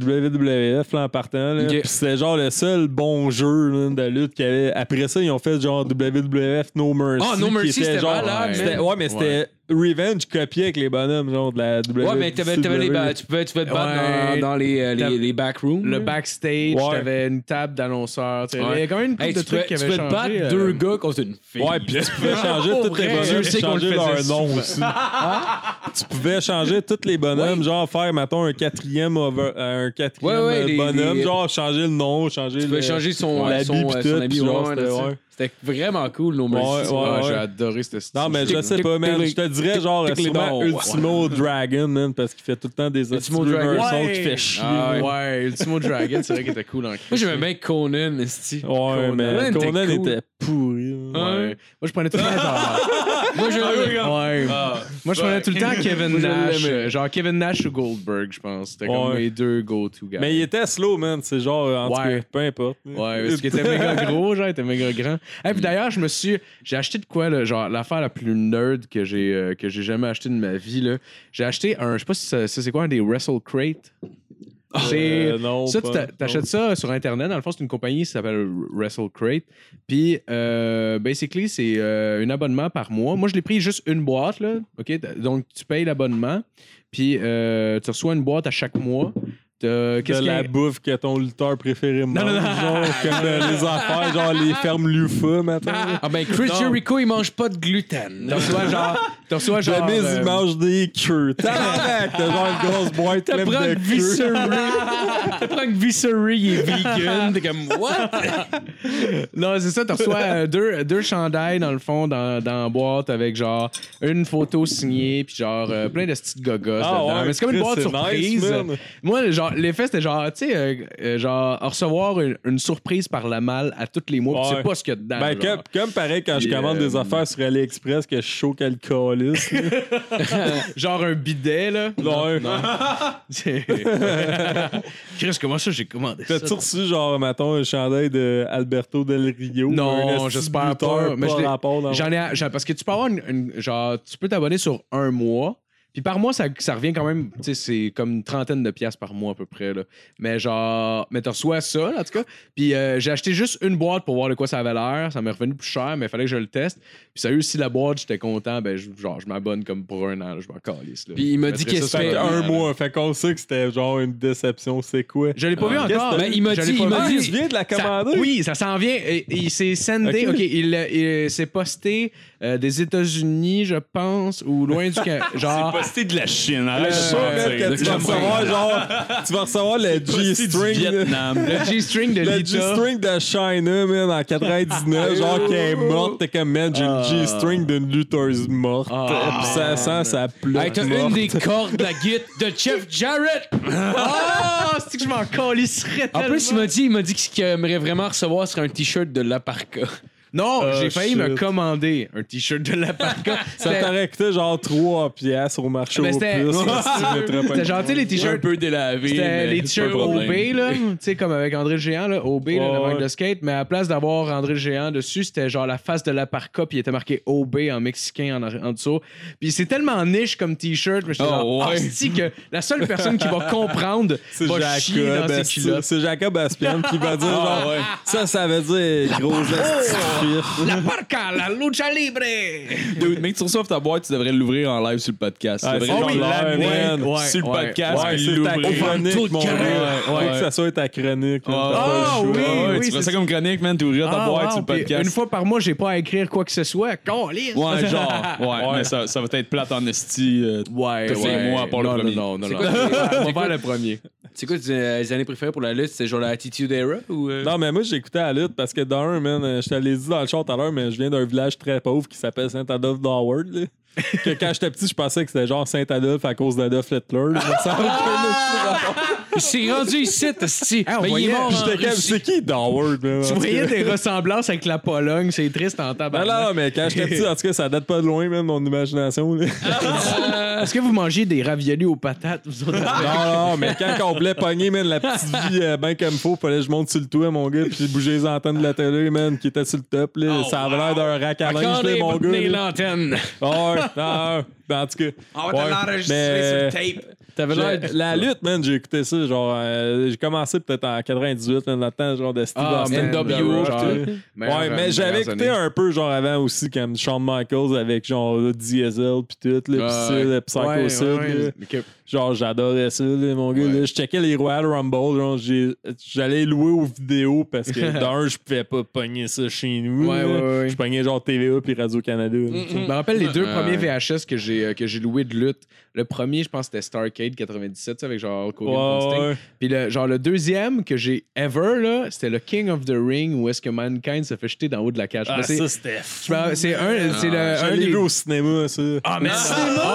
WWF là, en partant. là.
Ok.
Puis c'était genre le seul bon jeu là, de lutte qu'il y avait. Après ça, ils ont fait genre WWF No Mercy.
Ah, No
qui
Mercy,
était
c'était
genre.
malade,
c'était-
man.
Ouais, mais c'était Revenge copié avec les bonhommes genre de la WWF.
Ouais, mais t'avais, t'avais les ba- tu, pouvais, tu pouvais te battre
Ouais.
dans, dans les, euh,
T'as-
les, les backrooms.
Le
là.
backstage,
Ouais.
t'avais une table d'annonceurs. tu sais.
Ouais.
Il y a quand même une couple
Hey,
de
tu peux,
trucs qui
tu peux
avaient
te battre
changé. euh,
deux gars contre une fille.
Ouais, puis tu pouvais changer tous les
vrai,
bonhommes,
je sais qu'on
changer
le
leur
faisait
nom aussi. tu pouvais changer tous les bonhommes, genre faire, mettons, un quatrième, over- euh, un quatrième
Ouais, ouais,
euh,
les-
bonhomme,
les-
genre changer le nom, changer
Tu
le...
pouvais changer son,
Ouais.
son,
L'habit
euh,
pis
son
tout,
habit.
genre,
ouais,
c'était-
ça.
ouais.
c'était vraiment cool, No Mercy.
Ouais, ouais.
Ah, J'ai adoré ce style. Ah,
Non, mais je sais pas, man. Je te dirais, genre,
tic, les
sûrement
dons.
Ultimo Dragon, man, parce qu'il fait tout le temps des
Ultimo
hosties
Dragon.
reversals
Ouais.
qui fait chier.
Ah,
man.
ouais, Ultimo Dragon, c'est vrai qu'il était cool en
Moi, j'aimais bien Conan, esti.
Ouais, mais
Conan était
Conan
cool.
était pourri. man.
Ouais. Moi, je prenais tout le temps.
Moi, je
Ouais.
Ah,
Moi, je prenais tout le temps Kevin
Moi, je
Nash.
l'aimais.
euh, Genre Kevin Nash ou Goldberg, je pense. C'était comme
Ouais.
mes deux go-to guys.
Mais il était slow, man. C'est genre, en tout
Ouais.
cas, peu importe.
Ouais, parce qu'il était méga gros, genre, il était méga grand. Et
Mm.
puis d'ailleurs, je me suis. J'ai acheté de quoi, là, genre, l'affaire la plus nerd que j'ai euh, que j'ai jamais acheté de ma vie, là. J'ai acheté un. Je sais pas si ça, ça, c'est quoi, un des Wrestle Crate. C'est-
Euh, non,
ça, tu
pas-
t'a- t'achètes ça sur Internet. Dans le fond, c'est une compagnie qui s'appelle Wrestle Crate. Puis, euh, basically, c'est euh, un abonnement par mois. Moi, je l'ai pris juste une boîte, là. OK? T- Donc, tu payes l'abonnement. Puis, euh, tu reçois une boîte à chaque mois. T'as-
de
Qu'est-ce qu'il y a-
la bouffe que ton lutteur préféré mange.
non, non.
Genre, comme euh, les affaires, genre les fermes Lufa, maintenant.
Ah ben, Chris
Non.
Jericho, il mange pas de gluten.
T'en reçois genre. T'en reçois genre.
Jamais
euh,
ils mangent des queues. Tabarnak, t'as genre une grosse boîte pleine
T'apprends que
de queues.
Viscery... T'apprends que Viscery il est vegan. T'es comme, what?
Non, c'est ça, tu reçois euh, deux, deux chandails dans le fond, dans, dans la boîte, avec genre une photo signée, puis genre euh, plein de petites gogos
Ah
dedans.
ouais,
Mais c'est comme une
Chris,
boîte
c'est
surprise.
nice, man.
Moi, genre, l'effet, c'était genre, tu sais, euh, euh, genre, recevoir une, une surprise par la malle à tous les mois, puis tu
Ouais.
sais pas ce qu'il y a dedans.
Ben,
genre.
comme, comme pareil quand je
Puis,
commande des
euh,
affaires sur AliExpress que je suis chaud qu'elle calisse.
Genre un bidet, là.
Non,
C'est- Chris, comment ça j'ai commandé ça?
T'as-tu reçu, genre, mettons, un chandail de Alberto Del Rio?
Non,
Un
j'espère
esti de
pas.
lutteur
Mais je l'ai-
rapport dans-
J'en ai, à- j'en- parce que tu peux avoir une, une- genre, tu peux t'abonner sur un mois. Puis par mois, ça, ça revient quand même, tu sais, c'est comme une trentaine de pièces par mois à peu près. Là. Mais genre, mais tu reçois ça, en tout cas. Puis euh, j'ai acheté juste une boîte pour voir de quoi ça avait l'air. Ça m'est revenu plus cher, mais il fallait que je le teste. Puis sérieux, si la boîte, j'étais content, ben je- genre, je m'abonne comme pour un an, là, je m'en calisse. là.
Puis il m'a dit
Je mettrais
qu'il
ça sur
se fait
la-
un mois. Fait qu'on sait que c'était genre une déception. C'est quoi?
Je l'ai pas vu
qu'est-ce que
encore.
t'as
Ben, il m'a
Je
dit-
l'ai pas
il m'a
vu.
dit-
Tu viens de la
Ah, Ça-
commander?
oui, ça s'en vient. Et- et il s'est sendé.
Ok.
OK, il, il s'est posté euh, des États-Unis, je pense, ou loin du Ca- genre.
Posté de la Chine. hein, Arrête
Je suis sûr, man,
de
que tu vas recevoir, genre, tu vas recevoir le G-string. là.
Vietnam.
Le G-string de
Le
Lita.
G-string de China, man, en 99, genre, qui est morte. T'es comme, man, j'ai le G-string d'une lutteuse morte. Pis ça sent sa plume.
Hey, t'as une des cordes de la guite de Jeff Jarrett.
Ah, c'est que je m'en calisserais
En
tellement.
plus, il m'a dit, il m'a dit qu'il aimerait vraiment recevoir sur un t-shirt de l'Aparca.
Non,
Ah,
j'ai failli me
shit.
commander un t-shirt de la parka.
Ça t'aurait coûté genre 3 piastres au marché
Mais
au
c'était-
plus.
C'était genre, tu sais, les t-shirts.
peu délavé.
C'était
mais
les
c'est pas un
t-shirts
problème.
OB, là. Tu sais, comme avec André le Géant, là. OB, là, la
Ouais,
marque
ouais.
de skate. Mais à la place d'avoir André le Géant dessus, c'était genre la face de la parka, puis il était marqué OB en mexicain en, arri- en dessous. Puis c'est tellement niche comme t-shirt, mais je
Oh,
genre,
ouais.
hostie que la seule personne qui va comprendre
C'est
va chier dans
Jacob,
ses
Asti-
culottes. Ah,
c'est Jacob Aspian qui va dire genre ça, ça veut dire gros gestes.
La parka, la lucha libre!
Dude, mec, tu reçois ta boîte, tu devrais l'ouvrir en live sur le podcast. Tu
Ah,
devrais
c'est
genre
oui,
l'amener
la mienne.
sur le
Ouais,
podcast
Ouais,
puis
c'est ta
l'ouvrir.
chronique, mon gars.
Ouais,
Faut
ouais.
que ça soit ta chronique. là, t'as pas le
Ah,
choix.
oui,
Ouais,
oui,
tu fais
c'est-
ça comme chronique, man, t'ouvriras ta
Ah,
boîte
wow,
sur le
puis
podcast.
Une fois par mois, j'ai pas à écrire quoi que ce soit. Calisse!
Ouais, genre, ouais, mais ça, ça va être plate en esti. euh,
Ouais,
Tous les mois, à part le
non,
premier.
Non, non, non,
C'est
non.
quoi tes-
On va faire le premier.
C'est quoi tes euh, les années préférées pour la lutte? C'est genre la Attitude Era ou. euh?
Non, mais moi, j'écoutais la lutte parce que d'un, man, euh, je te l'ai dit dans le chat tout à l'heure, mais je viens d'un village très pauvre qui s'appelle Saint-Adolphe d'Howard. là. que quand j'étais petit, je pensais que c'était genre Saint-Adolphe à cause d'Adolphe Hitler. là. Ça a aucun
Il s'est rendu ici, Asti.
Ah, on
mais il est
voyait-
mort. en
J'étais comme,
Russie.
c'est qui Doward, man?
Tu
En tout cas.
voyais des ressemblances avec la Pologne, c'est triste en
Non, non,
tabarnak.
non, mais quand j'étais petit, en tout cas, ça date pas de loin, même, mon imagination. là.
Ah. Est-ce que vous mangez des raviolis aux patates, vous autres?
Ah! non, non, mais quand on voulait pogner, man, la petite vie, euh, ben comme faut, fallait que je monte sur le toit, mon gars, puis bouger les antennes de la télé, man, qui était sur le top,
Oh,
là. ça avait l'air d'un rack à linge,
Quand
là,
les
mon gars.
les
là.
lanternes.
Ah ouais, non, non, en tout cas.
On va
ouais,
t'enregistrer
mais-
sur tape.
T'avais l'air- La lutte, man, j'ai écouté ça. Genre, euh, j'ai commencé peut-être en 98, man, dans le temps, genre de Steve
Ah,
Austin,
man,
The
NWO,
Rock,
genre, euh,
tout.
Ben, meilleure-
ouais, mais
meilleures
j'avais écouté
années.
un peu, genre, avant aussi, comme Shawn Michaels avec, genre, le Diesel, pis tout, là, pis ça, le Psycho
Ah, Ouais,
Sid,
ouais,
là.
ok.
Genre, j'adorais ça, là, mon gars. là. Je checkais les Royal Rumble. genre, j'ai- J'allais louer aux vidéos parce que d'un, je pouvais pas pogner ça chez nous.
Ouais,
là.
ouais, ouais.
Je pognais genre TVA puis Radio-Canada. là, tu sais.
Je me rappelle les deux
Euh,
premiers VHS que j'ai euh, que j'ai loués de lutte. Le premier, je pense, c'était Starcade 97, ça, avec genre Hulk Hogan, Von Sting.
Ouais, ouais.
Puis le, genre le deuxième que j'ai ever, là, c'était le King of the Ring où est-ce que Mankind se fait jeter d'en haut de la cage.
Ah,
Mais c'est-
ça, c'était fou.
je me rappelle- c'est un, c'est le
Je
un
l'ai
des-
vu au cinéma, ça.
Ah, mais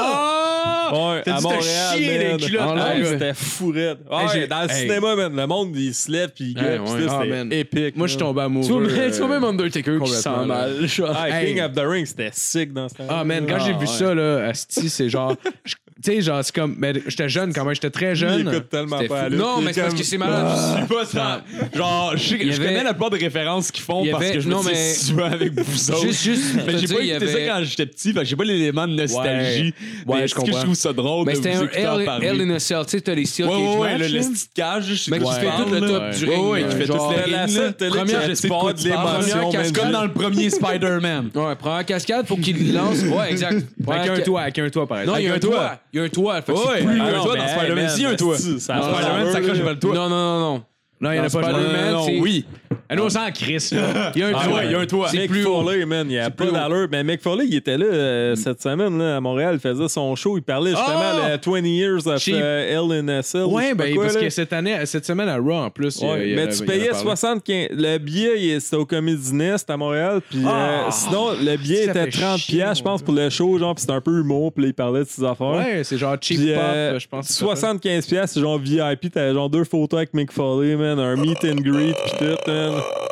cinéma!
Ouais,
T'as
à
dû te
Montréal,
chier les
man.
culottes.
Ah,
Ah,
ouais,
ouais.
c'était fourette. Ouais,
j'ai-
dans le
hey.
cinéma, man, le monde, il se lève puis il
Ouais,
gueule. puis
ouais.
ça,
Ah,
c'était
man.
épique.
Moi, je
man.
tombe amoureux.
Tu vois même- tu vois
euh,
même Undertaker qui
complètement,
sent
là.
mal. genre.
Ah,
Hey.
King of the Ring, c'était sick dans ce temps
Ah, man, quand j'ai vu ça, là, Asti, c'est genre. je- Tu sais, genre, c'est comme. Mais j'étais jeune quand même, j'étais très
Il
jeune.
écoute tellement
C'était
pas
fou.
à la lutte,
Non,
il
mais c'est parce
comme-
que c'est malade.
Je suis pas ça. Genre, je, sais que-
Il y
je
avait-
connais la plupart des références qu'ils font
il y
parce
avait-
que je me
non,
suis
mais-
souvent avec vous autres.
Juste, juste. pour
Mais
te
j'ai
dire,
pas
il y
écouté
avait-
ça quand j'étais petit, fait que j'ai pas l'élément de nostalgie.
Ouais,
Mais
je
est-ce que
comprends.
je trouve ça drôle
Mais
de vous
c'était un
écouter en
Hell
parler.
Hell in a Cell. Tu sais, t'as les Steel
Ouais, ouais,
Cage
ouais, le,
match.
le
là.
petit cage, je sais
Mais
de
qui
quoi
fait
tu
tout
parles,
le top
là.
du
Ouais,
ring,
ouais,
là.
qui fait
Genre,
toute la
la
ligne,
seule
là.
télé qui
Première,
a
je sais
pas de
pas de l'émotion,
l'émotion,
man. C'est
man.
comme dans le premier Spider-Man.
Ouais, première cascade pour qu'il lance. Ouais, exact.
Avec
Première
un
ca-
toit, avec un toit, pareil.
Non, il y a un toit. Il y a un toit. fait que c'est
Ouais,
plus-
un
non,
toit dans
mais hey,
Spider-man.
man,
Si, un toit.
si, ça
Dans
a pas
Spider-Man,
d'allure,
s'accroche
là.
vers le toit.
Ah, Non, non, non, non.
Non, il y en a
Dans
pas
Spider-Man,
de
c'est-
oui.
Ah non, on s'en crisse, là. Il y a un
Ah
toit.
ouais, il y a un toit.
Mick
plus
Foley, man, il y a pas
plus
d'allure. Mais Mick Foley, il était là euh, cette semaine là, à Montréal. Il faisait son show. Il parlait justement
Mm. Ah!
de 20 Years of
Cheap.
euh, LNSL. je sais
Ouais,
pas
ben,
quoi,
parce
là.
que cette année, cette semaine à Raw, en plus. il y a-
Ouais,
il y en
mais
a-
tu
il y en a
payais
parlé.
75. Le billet, il- c'était au Comedy Nest à Montréal. Puis euh, sinon, le billet
Ah! ça
était
fait
30
chier,
piastres, je
mon
pense, pour le show. Genre, puis c'était un peu humour. Puis là, il parlait de ses affaires.
Ouais, c'est genre cheap
Puis,
pop,
euh,
je pense.
75 pièces, genre VIP, t'avais genre deux photos avec Mick Foley, man, un meet and greet pis tout, man.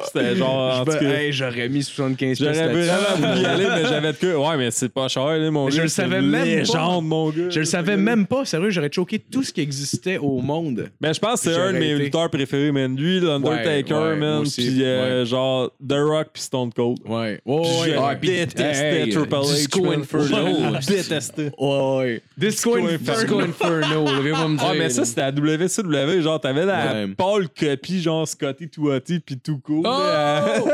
C'était genre en
Je
tout
me-
cas,
hey, j'aurais mis 75
j'aurais
piastres là-dessus.
vraiment voulu y aller mais j'avais de que ouais mais c'est pas cher là, mon
Mais
gars.
je le
c'est
savais
une
même pas.
légende, mon gars.
Je le savais même pas, sérieux, j'aurais choqué tout ce qui existait au monde.
Mais je pense que c'est
J'aurais
un de mes
été.
lutteurs préférés, man. Lui, l'Undertaker,
Ouais, ouais, moi
man,
aussi,
pis euh, genre The Rock pis Stone Cold.
Ouais.
Pis
Ouais, Ah,
je
ouais.
détestais
hey,
Triple H.
Disco
man.
Inferno.
Je détestais.
Ouais, ouais. Disco
non.
Inferno.
Disco Inferno. là, viens pas me dire.
Ah, mais ça, c'était à WCW. Genre, t'avais la
Ouais.
pâle copie, genre Scotty Tuati pis tout court. euh, là.
Oh!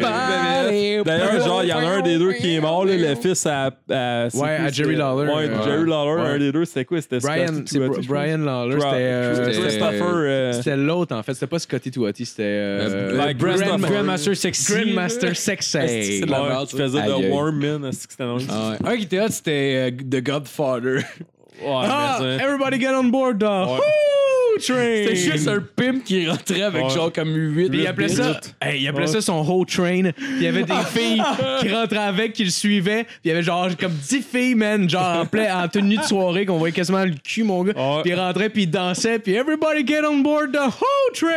Ouais.
Everybody!
D'ailleurs, genre, il y en a un des deux qui est mort, là, le fils à. à c'est
Ouais,
qui,
à Jerry
c'était-
Lawler.
Ouais,
Ouais.
Jerry Lawler,
Ouais.
un des deux, c'était quoi C'était
Brian,
Scotty
c'est
Tuati,
Bra-
je
Brian Lawler,
crois.
c'était euh,
C'était-
Christopher. euh,
c'était l'autre en fait, c'était pas Scotty Tuati, c'était euh,
Black Brand-
Grand-
Brand-
Grandmaster Sexy.
Grandmaster Sexay.
C'est de la
ouais,
merde,
qui faisait
ça. Aïe,
The
aïe.
Warm Man, est-ce que c'était dans le-
Ah ouais. Un qui était hot, c'était euh, The Godfather.
Ouais,
Ah,
mais, euh,
everybody get on board. dog.
Ouais.
Wouh!
C'était juste un pimp qui rentrait avec genre comme 8
Puis il appelait ça, hey, il appelait ça son whole train. Puis il y avait des filles qui rentraient avec, qui le suivaient. Puis il y avait genre comme 10 filles, man, genre en, plein, en tenue de soirée, qu'on voyait quasiment le cul, mon gars.
Ouais.
Puis il rentrait, puis il dansait, puis everybody get on board the whole train!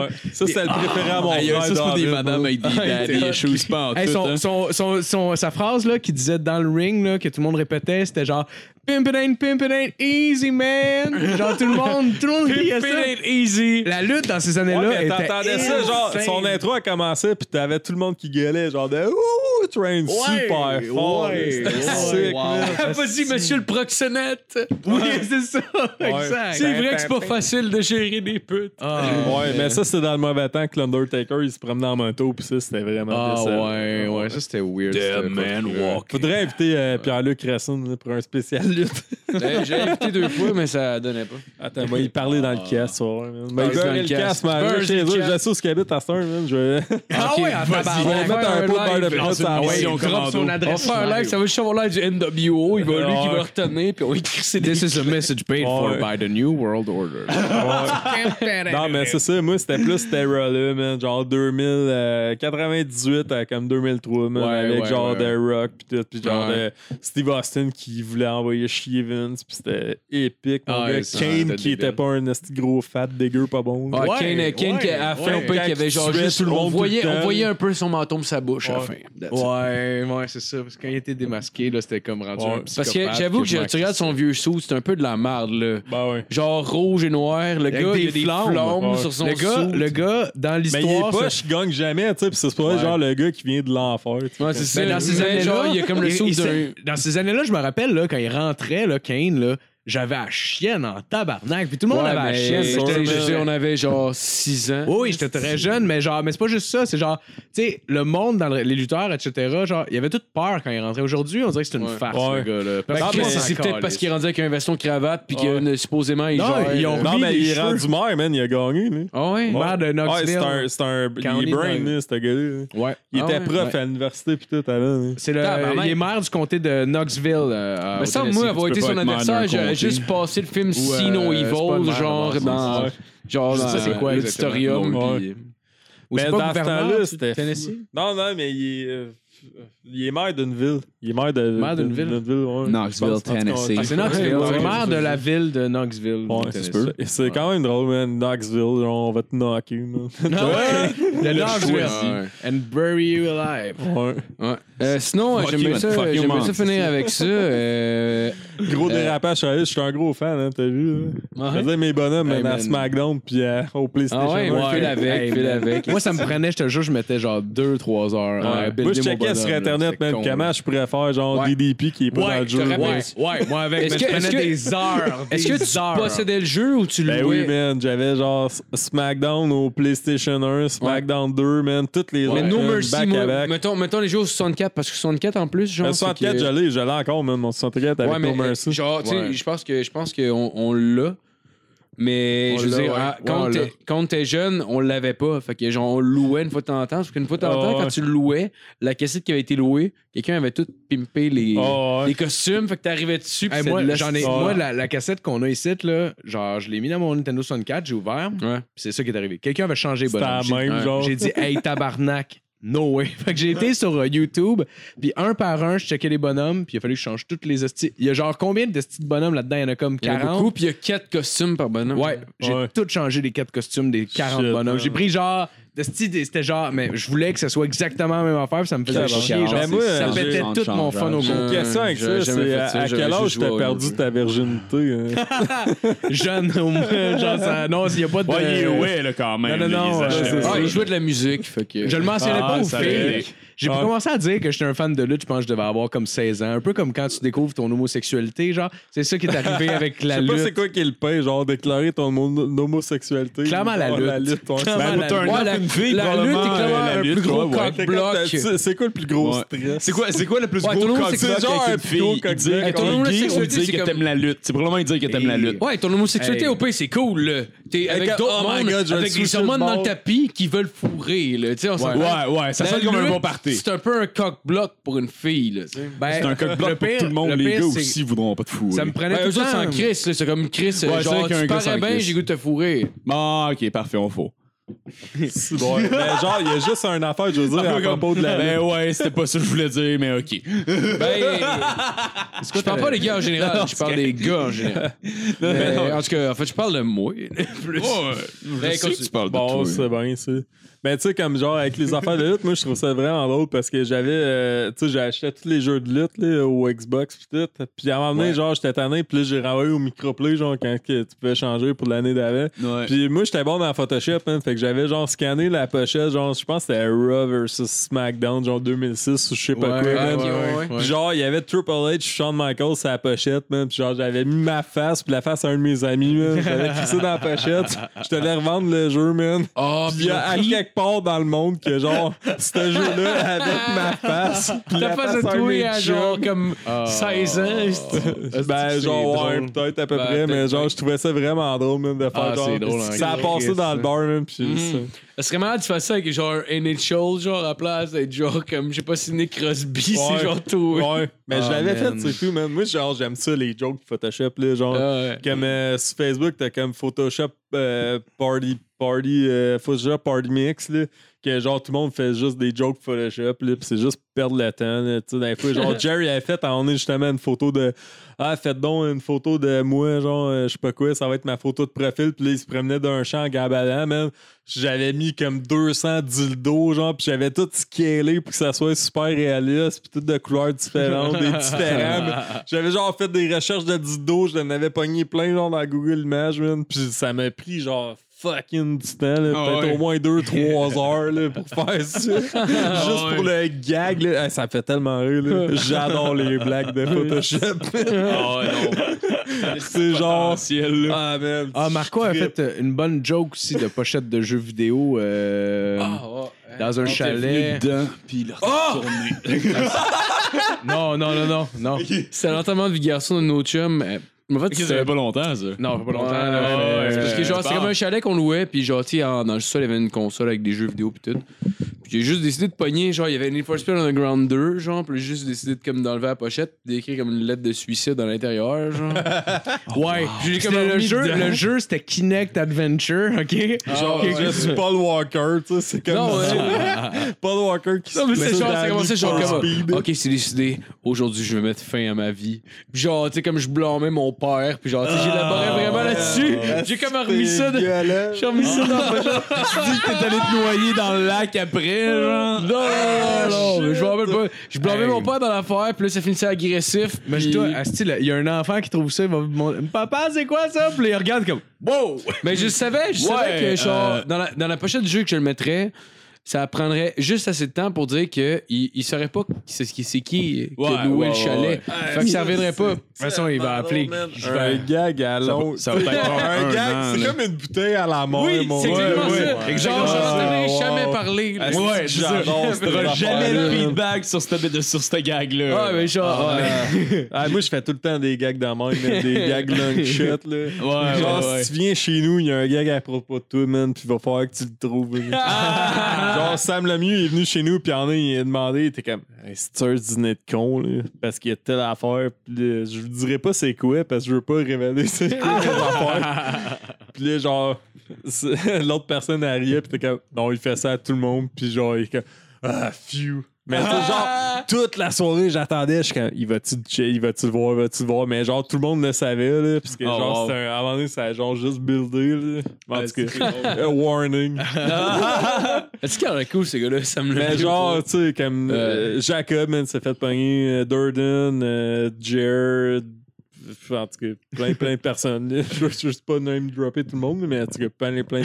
Ouais. Ça, c'était le préféré à mon frère.
ça, c'est pas des
David,
madames avec des daddy issues, pas en
Hey,
tout.
son-
hein.
son- son- son- sa phrase là, qu'il disait dans le ring, là, que tout le monde répétait, c'était genre Pimpin' ain't pimpin' ain't easy, man! Genre tout le monde, tout le monde criait ça.
easy.
La lutte dans ces années-là.
Ouais, mais
était
t'entendais ça, genre,
insane.
son intro a commencé, puis t'avais tout le monde qui gueulait, genre, de Ouh, train super fort.
ouais,
C'était
ouais,
sick,
wow.
man.
Ah, Vas-y, monsieur le proxénète.
Oui, c'est ça, exact.
C'est vrai que c'est pas facile de gérer des putes.
Ah,
Ouais, mais ça, c'était dans le mauvais temps que l'Undertaker, il se promenait en moto, puis ça, c'était vraiment
Ah
décevant.
ouais, ouais, ça c'était weird. c'était pas cool.
Faudrait inviter euh, Pierre-Luc Racine là, pour un spécial lutte.
Ben, J'ai j'ai invité deux fois, mais ça donnait pas.
Attends, moi, il parlait dans le casque, ça. ouais, Mais Ben, il
Parle dans le
parlait le
casque.
casque, ma
Parle
gueule, chez
dans le
eux,
casque.
je sais où ce qu'il habite à Star, man. Je
Ah ouais, ah,
je vais
tabarnak.
mettre un peu de beurre de peanut
lance une
à
mission.
ouais.
on commande.
On fait un live, ça va juste avoir l'air du NWO. Il va lui qui
Ouais.
va retenir, puis on va crisser des.
This is a message paid for
Ouais.
by the New World Order.
Ah,
Ben,
Non, mais c'est ça, moi, c'était plus cette era-là, man. Genre 2000, euh, 98 à comme 2003, man.
Ouais,
avec
ouais,
genre
ouais.
The Rock, pis tout. Pis genre
Ouais.
de Steve Austin qui voulait envoyer Shea Vince, pis c'était épique. Mon
Ah, Ouais,
gars,
ça,
Kane
c'était
qui
débile.
était pas un esti gros fat dégueu, pas bon. là.
Ah,
Ouais,
Kane, Kane
ouais,
qui a fait
ouais.
un peu, qui avait genre
Quand il
juste.
tuait tout le
on,
monde tout le
voyait, on
temps.
voyait un peu son menton pis sa bouche à la
Ouais.
fin. That's it.
ouais, ouais, c'est ça. Parce que quand il était démasqué, là, c'était comme rendu
Ouais.
un
Parce que
psychopathe
j'avoue que
qui
je- tu regardes son vieux sou, c'est un peu de la merde, là.
Ben ouais.
Genre rouge et noir, le
Avec
gars,
des
il a des
flammes.
flammes,
Ouais.
sur son
Le gars,
suit.
le gars, dans
Mais il est
l'histoire,
pas,
ça-
je gagne jamais, tu sais, pis c'est pas
Ouais.
genre le gars qui vient de l'enfer. tu sais.
Ouais, c'est ça.
Mais Ben, dans ces
Mais
années-là,
genre, il y a comme le
il-
saut
il
d'un.
s'est- Dans ces années-là, je me rappelle là, quand il rentrait, là, Kane, là, j'avais la chienne en tabarnak. Puis tout le monde avait la chienne.
je
J'étais-
sais, je
j'étais-
sais, on avait genre 6 ans.
Oui, oui, j'étais très jeune, mais genre, mais c'est pas juste ça, c'est genre, tu sais, le monde dans le- les lutteurs, etc., genre, il y avait toute peur quand il rentrait. Aujourd'hui, on dirait que c'est une
Ouais.
farce, le
Ouais.
gars, là.
Fait
Personne
que
s'en
c'est c'est peut-être
calisse.
parce qu'il est rendu avec un veston cravate puis que euh, supposément il
Ah
euh,
Non,
genre.
ils ont-
Non,
Lui,
mais
les
il est
cheveux.
rendu maire, man, il a gagné, là.
Ah ouais?
Ouais. Maire de Knoxville.
c'est un, c'est un, il
County
est brain,
de-
là, ce gars-là. là.
Ouais.
Il
Ah
était
ouais?
prof
Ouais.
à l'université, pis tout, avant, là.
C'est le,
Tabarnak.
il est maire du comté de Knoxville. euh, à-
Mais
au
semble,
Tennessee.
moi, avoir
tu
été
peux
son
pas être
adversaire,
minor
j'aurais
comté.
juste passé le film
Ou, euh,
See No
c'est pas le
Evil,
même,
genre
ouais,
dans. Genre,
Je sais
dans
c'est quoi exactement.
l'auditorium.
Ouais.
puis-
Ou c'est
Mais
pas
Ben, dans ce
gouverneur,
temps-là,
tu-
c'était-
Tennessee?
Non, non, mais il est, euh, il est maire d'une ville. Il est maire de-
Maire d'une ville? Ah,
ouais.
Knoxville,
Je pense, en tout cas,
Tennessee.
en
Ah,
tout
C'est
cas,
Knoxville.
ouais,
C'est
ouais,
maire
c'est
de
ça.
la ville de Knoxville.
Ouais,
du
c'est
Tennessee.
ça. Et C'est quand même drôle, man. Knoxville, genre, on va te knocker, man.
Ah
Le Knoxville.
choix.
And bury you alive.
Ouais.
Ouais. Euh, sinon,
Fuck you
j'aimerais
and
ça,
fuck you,
j'aimerais
man.
ça finir avec ça. euh,
Gros dérapage, Charlie, je suis un gros fan, hein, t'as vu? là? Je faisais mes bonhommes
Hey,
man, à
man.
SmackDown puis à- au PlayStation.
Ah ouais, ouais.
Moi,
File avec, file
man.
avec.
Moi, ça me prenait, je te jure, je mettais genre 2-3 heures. à builder
je
mon
checkais
bonhomme,
sur
là.
Internet,
C'était
man,
con,
comment je pourrais faire, genre,
Ouais.
DDP qui est pas dans
Ouais,
le
je
jeu.
te
là.
rappelle. Ouais, moi avec,
Est-ce
mais
que-
Ben, je prenais
est-ce que-
des heures.
Est-ce
des
que tu
heures.
possédais le jeu ou tu le
Ben oui,
louais?
man, j'avais genre S- SmackDown au PlayStation 1, SmackDown 2, man, toutes les
Mais
autres,
No
man,
Mercy,
back à
moi,
back.
mettons, mettons les jeux au 64, parce que 64 en plus, genre.
Le
c'est
64,
que-
je l'ai, je l'ai encore, man, mon 64 avec
Ouais,
No
mais
Mercy.
euh, genre, tu sais,
Ouais.
je pense que je pense qu'on on l'a. Mais
On
je veux
l'a,
dire,
ouais.
à-
Ouais,
quand
on l'a.
t'es- quand t'es jeune, on l'avait pas. Fait que genre, on le louait une fois de temps en temps. Parce qu'une fois de temps en temps,
Ah,
quand
ouais.
tu le louais, la cassette qui avait été louée, quelqu'un avait tout pimpé les,
Ah, ouais.
les costumes. Fait que t'arrivais dessus. puis
Hey,
c'était
moi,
de la-
j'en ai, moi la, la cassette qu'on a ici, là, genre, je l'ai mis dans mon Nintendo 64, j'ai ouvert, puis
Ah.
Ouais.
c'est ça qui est arrivé. Quelqu'un avait changé
C'était
bonhomme.
la
J'ai-
même,
ouais,
genre.
J'ai dit, hey, tabarnak, no way. Fait que j'ai été sur euh, YouTube, puis un par un, je checkais les bonhommes, puis il a fallu que je change toutes les hosties. Il y a genre combien de hosties de bonhommes là-dedans? Il y en a comme
Il y en a
40.
beaucoup, puis il y a 4 costumes par bonhomme. Ah,
Ouais, j'ai
Ouais.
tout changé les quatre costumes des 40
Shit,
bonhommes.
man.
J'ai pris genre. de style, des- C'était genre, mais je voulais que ce soit exactement la même affaire, puis ça me faisait
Tabarnak.
chier. Genre,
Mais moi,
ça
j'ai-
pétait tout mon fun au
J'ai-
gros.
Une question avec
j'aurais
ça,
jamais
c'est
fait
à,
ça,
à
j'aurais
quel âge
juste joué
t'as
au
perdu
jeu.
ta virginité? hein?
Jeune, au moins, genre, ça, non, il n'y a pas de.
Ouais, il est ouais, là, quand même.
Non, non,
là, il
non,
les achète.
euh,
Ah, il jouait de la musique. Fait que...
Je le mentionnais
Ah,
pas aux
ça
filles.
allait.
J'ai
Ah.
commencé à dire que j'étais un fan de lutte, je pense que je devais avoir comme 16 ans. Un peu comme quand tu découvres ton homosexualité, genre. C'est ça qui est arrivé avec
Je
la
sais pas
lutte.
c'est quoi qui est le pain, genre déclarer ton homo- homosexualité.
Clairement la
Genre,
lutte.
ouais,
Clairement
c'est-
la
Ben,
lutte.
pour turn
Ouais,
up
la-
une fille,
la
probablement,
lutte est
euh,
clairement
la
un
lutte,
plus gros
ouais, ouais.
cock
C'est quoi
block.
t'as- c'est- C'est quoi le plus gros stress?
C'est quoi, c'est quoi le plus
Ouais, tout le
gros
monde
cock
sait
block
que c'est genre
avec
un
une
plus gros
fille?
cock
Dire
block.
que
Tout le
t'es
monde sait
gay
que
ou
c'est
dire que
comme-
t'aimes la lutte. C'est probablement dire que t'aimes la lutte.
Ouais, ton homosexualité
Hey.
au pays, c'est cool. là. t'es avec
que-
d'autres
oh my
mondes,
God, je
avec
suis
des
sur
sermons
le
dans le
bord.
tapis qui veulent fourrer, là. Tu sais, on s'entend.
Ouais, ouais, ça
La
sonne comme un
lutte,
bon party.
C'est un peu un cock-block pour une fille, là. tu sais.
Ben,
C'est un coq
le
bloc pour
pire-
tout le monde.
le
les
pire,
gars
c'est-
aussi voudront pas te fourrer.
Ça me prenait
Ben,
tout
eux
le
autres,
temps.
c'est en Chris, là. C'est comme une Chris.
Ouais, c'est
genre,
vrai qu'il y a
tu
un gars
parais
sans
bien,
Chris.
j'ai goût de te fourrer.
Ah, ok, parfait, on fout.
Bon, mais Ben, genre, il y a juste un affaire, je veux dire, à propos de la
Ben ouais, c'était pas ça que je voulais dire, mais ok.
Ben, je parle pas des gars en général, je parle des gars en général.
Ben,
Mais, en tout cas, en fait, je parle de moi. plus. Ben,
Oh, Je sais
continue.
que tu parles de
Bon,
toi.
c'est bien, ça. Mais tu sais, comme genre, avec les affaires de lutte, moi, je trouve ça vraiment drôle parce que j'avais, euh, tu sais, j'achetais tous les jeux de lutte là, au Xbox pis tout. Puis à un moment donné, genre, j'étais tanné, puis là, j'ai renvoyé au microplay, genre, quand que tu pouvais changer pour l'année d'avant.
Ouais.
Puis moi, j'étais bon dans Photoshop, man, fait que j'avais, genre, scanné la pochette, genre, je pense que c'était Raw versus SmackDown, genre 2006 ou je sais pas quoi, man.
ouais, ouais, ouais.
Puis genre, il y avait Triple H, Shawn Michaels sur la pochette, man. Puis genre, j'avais mis ma face, puis la face à un de mes amis, man. J'avais crissé dans la pochette. J'étais allé revendre le jeu, man.
Oh,
Puis Ah, il y a à quelque part dans le monde que genre, ce jeu-là avec ma face.
T'as
Puis la
pas de
face à un de
toi
mes
à
chums.
genre comme 16 ans.
Ben, genre, ouais, peut-être à peu
Ben,
près, mais
peut-être,
genre, je trouvais ça vraiment drôle, man, de faire
Ah,
genre.
c'est drôle, hein,
ça a passé
Chris,
dans le
ça.
bar, man, puis
Mm.
ça.
Ce serait malade de faire Hmm. ça avec genre un NHL, genre à place d'être genre comme, je sais pas si Nick Crosby,
Ouais.
c'est genre tout.
Ouais, mais je
Ah,
l'avais fait,
man.
c'est tout, man. Moi, genre, j'aime ça, les jokes Photoshop, là, genre.
Ah, Ouais.
Comme euh, sur Facebook, t'as comme Photoshop euh, Party Party euh, Photoshop Party Mix là, que genre tout le monde fait juste des jokes Photoshop là, pis c'est juste perdre le temps. là, Tu sais, des fois, genre Jerry a fait, on est justement une photo de ah faites donc une photo de moi, genre euh, je sais pas quoi, ça va être ma photo de profil, puis là, il se promenait d'un champ en gabalant, man. J'avais mis comme 200 dildos, genre, puis j'avais tout scalé pour que ça soit super réaliste, puis tout de couleurs différentes, des différents. mais j'avais genre fait des recherches de dildos, je l'en avais pogné plein genre dans Google Images, man. Puis ça m'a pris genre fucking du temps, là,
Ah
peut-être
ouais.
au moins 2-3 heures là, pour faire ça. Juste pour le gag, là. Hey, ça me fait tellement rire. là. J'adore les blagues de Photoshop.
Ah non.
C'est genre.
Ciel, là.
Ah, man.
Ah, Marco a
je
fait euh, une bonne joke aussi de pochette de jeux vidéo euh, dans un chalet.
dedans, puis il a retourné.
Non, non, non, non, non.
C'est l'enterrement du garçon de nos chums. euh, En fait,
Ça
c'est-
fait pas longtemps, ça.
Non, fait pas longtemps.
Ouais,
là,
ouais,
mais-
c'est parce que
euh,
genre,
tu
c'est comme
parles.
un chalet qu'on louait, puis genre, tu sais, en- dans le sol, il y avait une console avec des jeux vidéo, puis tout. Puis j'ai juste décidé de pogner, genre, il y avait Need for Speed Underground 2, genre, puis j'ai juste décidé de comme d'enlever la pochette, puis d'écrire comme une lettre de suicide à l'intérieur, genre.
Ouais,
Puis j'ai comme
C'était hein. le,
remis
jeu,
dedans.
le jeu, c'était Kinect Adventure, OK?
Genre,
Ok,
je suis Paul Walker, tu sais, c'est comme
Non, ouais.
Paul Walker qui
Non, mais c'est
met
genre,
dans
ça commençait
Need
genre
for
comme.
Speed.
Ok, c'est décidé. Aujourd'hui, je vais mettre fin à ma vie. Puis genre, tu sais, comme je blâmais mon père, puis genre, tu sais,
Ah,
j'élaborais vraiment là-dessus. J'ai comme remis ça. de-
Dégueulasse.
J'ai remis ça dans la pochette.
Tu dis que t'es allé te noyer dans le lac après,
Ah,
genre.
Non, non, non, non, mais je m'en rappelle pas. Je blâmais
Hey.
mon père dans l'affaire, puis là, ça finissait agressif. puis-
Imagine-toi, Asti, là, il y a un enfant qui trouve ça, il va me demander, Papa, c'est quoi ça? Puis là, il regarde comme Wow!
Mais je savais, je savais
Ouais,
que genre,
euh,
dans, la, dans la pochette du jeu que je le mettrais, ça prendrait juste assez de temps pour dire que il, il saurait pas qui- c'est qui, c'est qui qui a
Ouais,
loué
ouais,
le
ouais, Ah,
chalet. Fait que ça reviendrait pas.
De toute façon, il va appeler.
Je veux un gag à l'autre.
ça va peut-être
un
prendre Ah, un
gag,
an,
c'est
là.
comme une bouteille à la mort.
Oui,
mon
c'est
gars.
exactement
Ouais,
ça.
ouais.
Genre, j'en
Ouais,
entendrai
ouais,
jamais
ouais.
parler. là.
Ouais, c'est ça.
J'adore cette
T'auras jamais
affaire-là.
de feedback sur cette sur cette gag-là.
Ah, mais genre, ouais.
Ah, moi, je fais tout le temps des gags dans même, même des gags long shot. Là.
Ouais,
Genre,
ouais, ouais.
si tu viens chez nous, il y a un gag à propos de toi, man, puis il va falloir que tu le trouves.
Ah!
là. Genre, Sam Lemieux il est venu chez nous, puis en a, il a demandé, il était comme, hey, c'est un dîner de con, là, parce qu'il y a telle affaire, puis là, je vous dirai pas c'est quoi, parce que je veux pas révéler c'est quoi cette affaire. Puis là, genre, c'est- l'autre personne arrivait, puis était comme, non, il fait ça à tout le monde, puis genre, il est comme, ah, phew. Mais c'est genre, toute la soirée, j'attendais. Je suis comme, il va-tu te checker, il va-tu le voir, il va-tu le voir. Mais genre, tout le monde le savait, là. Parce que,
Oh,
genre,
wow.
c'était un, à un moment donné, ça a genre juste buildé, là. En
Ah,
tout cas, euh, warning.
Est-ce qu'il y en a cool, ces gars-là? Ça me
Mais
le-
genre, tu sais, comme euh, Jacob, man, s'est fait pogner. euh, Durden, euh, Jared. En tout cas, plein, plein de personnes. là. Je veux juste pas name dropper tout le monde, mais en tout cas, plein, plein de